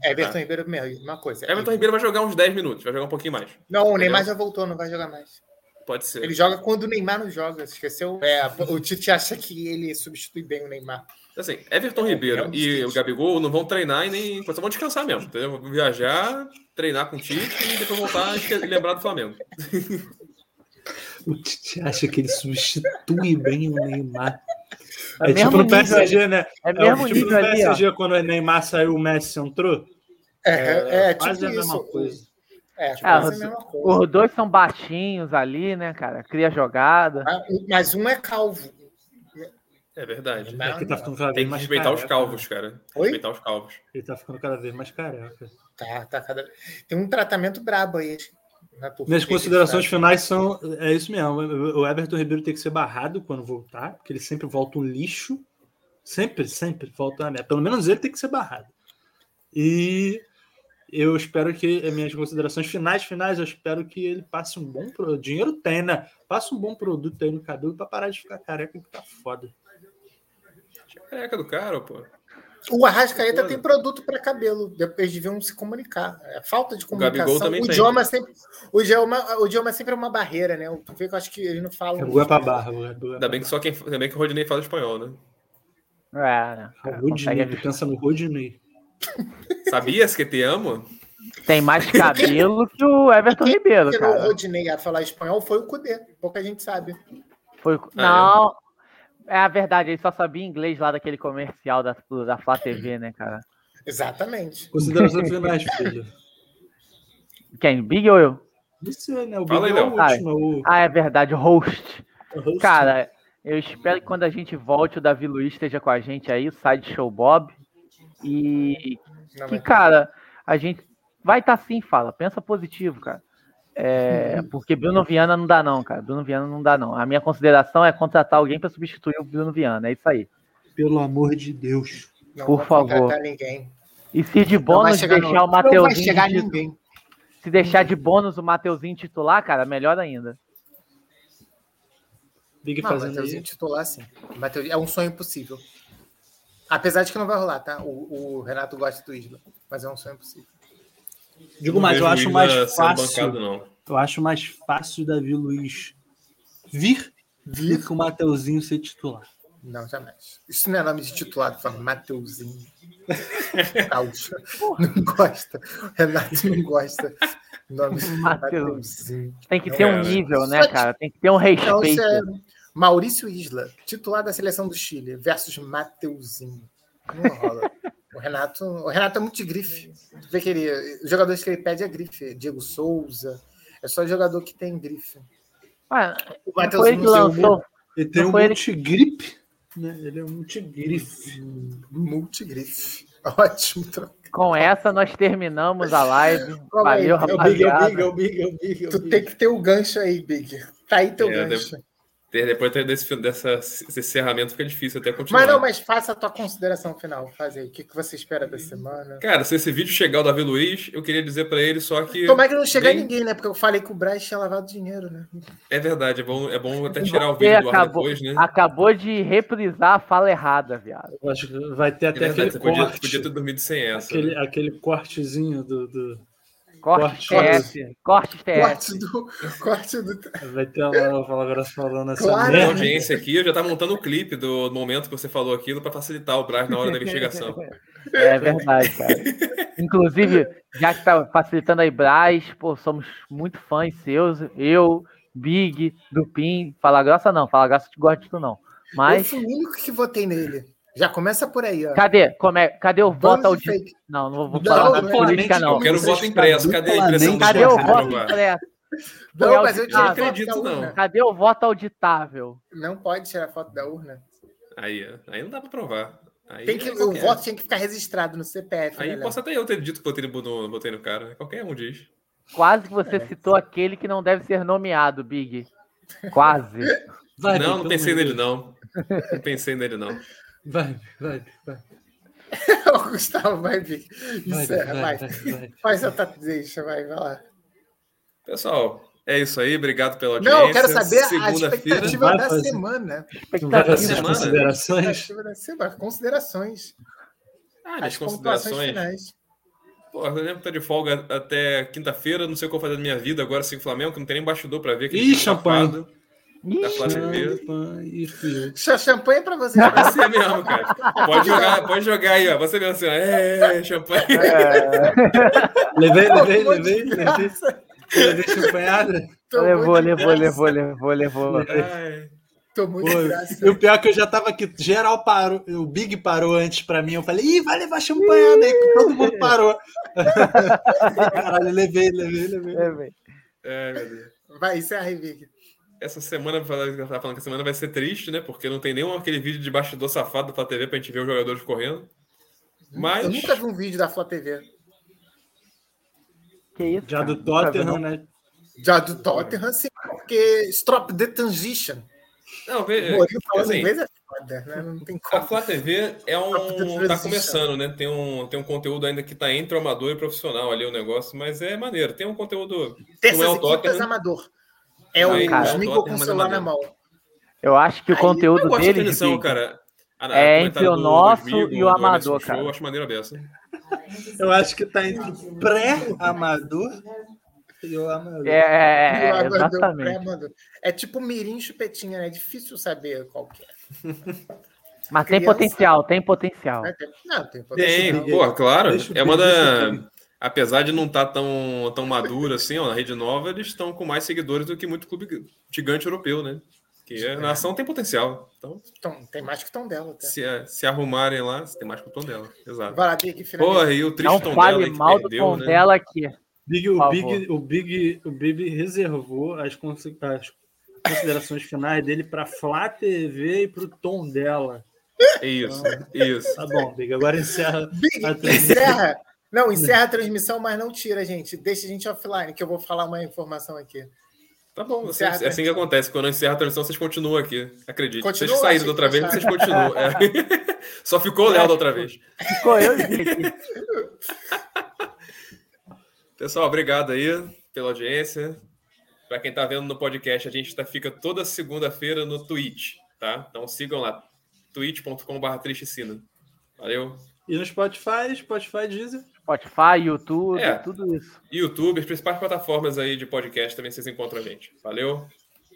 D: É, Everton Ribeiro, mesma coisa.
A: Everton Ribeiro vai jogar uns 10 minutos, vai jogar um pouquinho mais.
D: Não, o
A: Entendeu?
D: Neymar já voltou, não vai jogar mais.
A: Pode ser.
D: Ele joga quando o Neymar não joga, esqueceu? É, o Tite acha que ele substitui bem o Neymar.
A: Assim, Everton
E: É um
A: Ribeiro e o Gabigol não vão treinar e nem. Só vão descansar mesmo. Entendeu? Vão viajar, treinar com o Tite e depois voltar e lembrar do Flamengo.
E: O Tite acha que ele substitui bem o Neymar. É,
C: mesmo
E: tipo no
C: nível
E: PSG, né?
C: É
E: É
C: mesmo
E: o tipo no
C: nível ali, ó.
E: PSG, quando o Neymar saiu, o Messi entrou.
D: É, é, tipo
E: quase a
D: isso.
E: mesma coisa.
D: É, tipo,
C: Ah,
D: quase a
C: você-
D: mesma coisa.
C: Os dois são baixinhos ali, né, cara? Cria jogada.
D: Ah, Mas um é calvo.
A: É verdade.
E: É que tá ficando
A: Tem
E: cada vez
A: que
E: mais
A: respeitar os
E: careca,
A: calvos, cara.
D: Oi?
A: Respeitar os calvos.
E: né? Ele tá ficando cada vez mais careca.
D: Tá, tá cada... Tem um tratamento brabo aí. Na Turquia,
E: Minhas considerações
D: sabe?
E: finais são. É isso mesmo. O Everton Ribeiro tem que ser barrado quando voltar, porque ele sempre volta um lixo. Sempre, sempre volta uma merda. Pelo menos ele tem que ser barrado. E eu espero que as minhas considerações finais, finais, eu espero que ele passe um bom produto. Dinheiro tem, né? Passa um bom produto aí no cabelo pra parar de ficar careca, que tá foda.
A: Careca do cara, pô.
D: O Arrascaeta tem produto para cabelo. Depois deviam se comunicar. É falta de comunicação.
A: Gabigol também
D: o
A: tem.
D: idioma sempre, o idioma, o idioma sempre é uma barreira, né? Tu vê que eu acho que eles não falam.
E: Cabelo é pra barra, o Gabigol é
A: Ainda
E: pra
A: bem que só quem. Ainda bem que o Rodinei fala espanhol, né?
C: É, né?
E: barra.
C: cara,
E: Rodinei,
C: consegue-
E: pensa no Rodinei.
A: Sabias que te amo?
C: Tem mais cabelo que o Everton Ribeiro,
D: *laughs* Quem ensinou o
C: cara.
D: Rodinei a falar espanhol foi o Cudê. Pouca gente sabe.
C: Foi...
D: Ah,
A: é.
C: Não. É a verdade, ele só sabia inglês lá daquele comercial da, do- da Flá TV,
D: Uhum.
C: né, cara?
D: Exatamente.
E: Considerações finais, filho.
C: Quem? é Big ou eu?
E: Isso, né? O
A: Fala aí,
E: Big é o
A: Léo.
C: Vai.
E: último. é o-
C: Ah, é verdade, host.
E: é o host.
C: Cara, eu espero que quando a gente volte, o Davi Luiz esteja com a gente aí, o Side Show Bob. E
D: Não,
C: que,
D: mas-
C: cara, a gente vai estar sim, fala. Pensa positivo, cara. É,
D: Uhum.
C: porque Bruno Viana não dá, não, cara. Bruno Viana não dá, não. A minha consideração é contratar alguém para substituir o Bruno Viana. É isso aí.
E: Pelo amor de Deus.
D: não
C: por
D: vão
C: favor.
D: contratar Ninguém.
C: E se de
D: Não vai
C: bônus
D: chegar,
C: deixar
D: não.
C: o
D: não vai
C: Mateuzinho.
D: chegar
C: de-
D: ninguém.
C: Se deixar de bônus o Mateuzinho titular, cara, melhor ainda.
E: Big
D: Não,
E: fazendo
D: Mateuzinho
E: isso.
D: titular, sim. Mateus- É um sonho possível. Apesar de que não vai rolar, tá? O, o Renato gosta do Isla, mas é um sonho possível.
E: Digo
A: Não
E: mais,
A: vejo
E: eu
A: o assim,
E: acho
A: Isla
E: mais
A: sendo
E: fácil.
A: bancado, não.
E: Eu acho mais fácil o Davi Luiz vir do que o Mateuzinho ser titular.
D: Não, jamais. Isso não é nome de titular do Flamengo. Mateuzinho. Gaúcho. não gosta. Renato não gosta. Nome de
C: Mateus.
D: Mateuzinho.
C: Tem que
D: Não,
C: ter um
A: cara.
C: nível, né,
D: Só te-
C: cara? Tem que ter um
D: Então, isso
C: respeito.
D: é Maurício Isla, titular da seleção do Chile, versus Mateuzinho. Não rola. O Renato, o Renato é muito de grife. Tu vê que ele, os jogadores que ele pede é grife. Diego Souza. É só jogador que tem grife.
C: Ah,
D: O
C: não foi ele
D: Mateuzinho é um
C: que
D: não
E: lançou.
C: lançou.
E: Ele tem
C: Não
E: um
C: foi ele-
E: multigripe, né? Ele é um multigrife.
D: multigrife. Ótimo troca.
C: Com essa, nós terminamos a
D: *laughs*
C: live.
D: Calma aí,
C: Valeu,
D: é o
C: rapaziada.
B: É o Big, é o Big, é o
D: Tu
B: Big.
D: tem que ter o gancho aí, Big. Tá aí teu
A: É,
D: gancho.
A: Ter- Depois ter desse, dessa, desse encerramento fica difícil até continuar.
D: Mas não, mas faça a tua consideração final. Faz aí. O que, que você espera
A: Hum.
D: da semana?
A: Cara, se esse vídeo chegar ao Davi Luiz, eu queria dizer pra ele só que.
D: Tomara que não chegue
A: nem-
D: ninguém, né? Porque eu falei que o Braz tinha lavado dinheiro, né?
A: É verdade, é bom, é bom até tirar o
C: Você
A: vídeo do ar
C: acabou,
A: depois, né?
C: acabou de reprisar a fala errada, viado.
E: Eu acho que vai ter
A: É
E: até
A: verdade,
E: aquele
A: você podia,
E: corte.
A: podia ter dormido sem essa.
E: Aquele,
A: né?
E: aquele cortezinho do, do- Corte.
C: Corte, TF. Corte TF.
D: Corte do. Corte do.
E: Vai ter lá o Fala Grosso falando essa
D: Claro.
A: A
E: merda.
A: audiência aqui eu já tá montando o clipe do momento que você falou aquilo pra facilitar o Braz na hora da
E: *laughs*
A: investigação.
C: É verdade, cara. Inclusive, já que tá facilitando aí, Braz, pô, somos muito fãs seus. Eu, Big, Dupin. Fala grossa não, fala grossa te gosto de tu não.
D: Eu
C: Mas,
D: fui o único que votei nele. Já começa por aí, ó.
C: cadê? Como é- cadê o voto
D: Bando
C: ao
D: de fake.
C: Não, não vou
D: Não,
C: falar
D: não
C: da
D: é.
C: política, não.
A: Eu quero
E: Você
A: voto
E: está
A: impressa. Cadê a
E: duplamente
A: impressão do
C: Cadê o
A: voto? pra
C: voto
A: provar?
C: impresso?
D: Não,
C: Eu
D: mas eu
C: não
D: tirei foto
A: acredito,
D: da
A: não.
D: urna.
C: Cadê o voto auditável?
D: Não pode tirar foto da urna.
A: Aí, ó. aí não dá pra provar. Aí
D: Tem que,
A: é
D: o
A: qualquer.
D: voto tinha que ficar registrado no CPF. né,
A: Aí
D: Léo? *laughs*
A: posso até eu ter dito que botei no, no- botei no cara. né? Qualquer um diz.
C: Quase que
D: É.
C: você citou aquele que não deve ser nomeado, Big. Quase.
A: não,
E: Vai, Big,
A: não
E: Ah, pelo
A: pensei
E: amor de
A: nele, não. Não pensei nele, não.
E: Deus. Vai, vai, vai.
D: o Gustavo vai vir.
E: Vai,
D: Isso é, vai.
E: vai, vai, vai.
D: Faz a top deixa, vai, vai lá.
A: Pessoal, é isso aí. Obrigado pela audiência.
D: Não, eu quero saber a
A: Segunda-feira.
E: Vai
D: expectativa da
E: fazer.
D: semana. né?
E: Vai
C: Expectativa.
E: fazer as
A: semana.
E: considerações.
D: Expectativa da semana. Considerações.
A: Ah,
D: As
A: as
D: pontuações
A: considerações.
D: finais.
A: Pô, eu lembro que tá de folga até quinta-feira. Não sei o que eu vou fazer da minha vida agora sem o Flamengo, que não tem nem bastidor pra ver. aquele
E: Ih,
A: time
E: champanhe.
A: safado Da Flávia Ribeiro.
D: Só champanhe pra
A: *laughs*
D: você.
A: Você mesmo, cara. Pode jogar, pode jogar aí, ó. Você mesmo assim, ó. É, champanhe.
E: *laughs* Levei, levei,
D: Pô, que
E: levei, levei. Levei champanhada.
D: Tô
C: Levou,
D: muito-
C: levou, levou, levou, levou.
A: Ai.
D: Tô muito
E: Pô,
D: graça.
E: E o pior é que eu já tava aqui, geral parou, o Big parou antes pra mim, eu falei, ih, vai levar champanhada aí, todo mundo parou. Caralho, levei, levei, levei.
A: Ai,
C: É, velho.
A: meu Deus.
D: Vai, é encerra aí, Vic.
A: Essa semana, tá falando que a semana vai ser triste, né? Porque não tem nenhum aquele vídeo de bastidor safado da Flá TV pra gente ver os jogadores correndo. Mas.
D: Eu nunca vi um vídeo da Flá TV.
C: Que isso?
E: Já
C: cara? Tá
E: do
C: Não,
E: Tottenham, né?
D: Já do Tottenham, sim, porque Stop the Transition.
A: Não, veja.
D: Mourinho falando
A: assim,
D: inglês é foda, né? Não tem
A: A
D: como.
A: Flá TV é um. tá
D: Transição.
A: começando, né? Tem um, tem um conteúdo ainda que tá entre o amador e o profissional ali o negócio, mas é maneiro. Tem um conteúdo.
D: Terças
A: não é o
D: e quintas,
A: Tottenham.
D: amador. É o
A: Não,
C: cara,
D: Smigo
A: Tottenham,
D: com o
A: mas é
D: celular na mão.
A: maneiro.
C: Eu acho que o
D: Aí,
C: conteúdo
A: Eu gosto da
C: deles
A: definição,
C: Vic,
A: cara. A- a-
C: É
A: comentário
C: entre o
A: do- do
C: nosso
A: Smigol,
C: e o
A: do
C: amador,
A: Anderson Show,
C: cara.
A: Eu acho maneiro a beça.
E: Eu acho que tá entre o pré-amador e o amador.
C: É, é,
D: E o
C: é,
D: amador,
C: exatamente.
D: pré-amador. É tipo mirim chupetinha, né? É difícil saber qual que é.
C: Mas tem
D: criança-
C: potencial, tem potencial.
A: É
D: né? Tem- Não, tem
A: Tem,
D: potencial.
A: pô, claro.
E: Deixa o
A: É uma
E: Big,
A: da.
E: deixa
A: Apesar de não estar tão, tão maduro assim, ó, na Rede Nova, eles estão com mais seguidores do que muito clube gigante europeu, né? Que a nação tem potencial. Então,
D: Tom, tem mais que tom dela. Tá?
A: se, é, se arrumarem lá, tem mais com o tom dela. Exato.
D: Vai lá, Big, finalmente.
A: Porra, e o triste
C: Não
A: tom dela
C: fale
A: aí que
C: mal do
A: perdeu,
C: tom
A: né?
C: dela aqui.
E: Big, o,
C: Por
E: Big, o, Big, o Big reservou as, consi- as considerações finais dele pra Flá TV e pro tom dela.
A: É Isso, isso.
E: Tá bom, Big, agora encerra.
D: Big,
E: a transmissão.
D: encerra. Não, encerra a transmissão, mas não tira, gente. Deixa a gente offline, que eu vou falar uma informação aqui.
A: Tá bom, assim,
D: Encerra a
A: é assim que
D: transmissão.
A: acontece. Quando eu encerro a transmissão, vocês continuam aqui. Acredite.
D: Continua,
A: vocês saíram
D: achei
A: da outra
D: que
A: vez, vocês continuam. É. Só ficou o Léo da outra vez.
C: Ficou eu e é Vic.
A: Pessoal, obrigado aí pela audiência. Para quem tá vendo no podcast, a gente tá, fica toda segunda-feira no Twitch, tá? Então sigam lá, twitch.com.br tristecina. Valeu.
E: E no Spotify, Spotify Deezer.
C: Spotify, YouTube,
A: É.
C: tudo isso.
A: E YouTube, as principais plataformas aí de podcast também vocês encontram a gente. Valeu.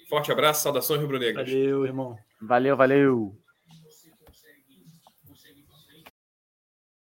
A: Forte abraço, saudações rubro-negras.
E: Valeu, irmão.
C: Valeu, valeu.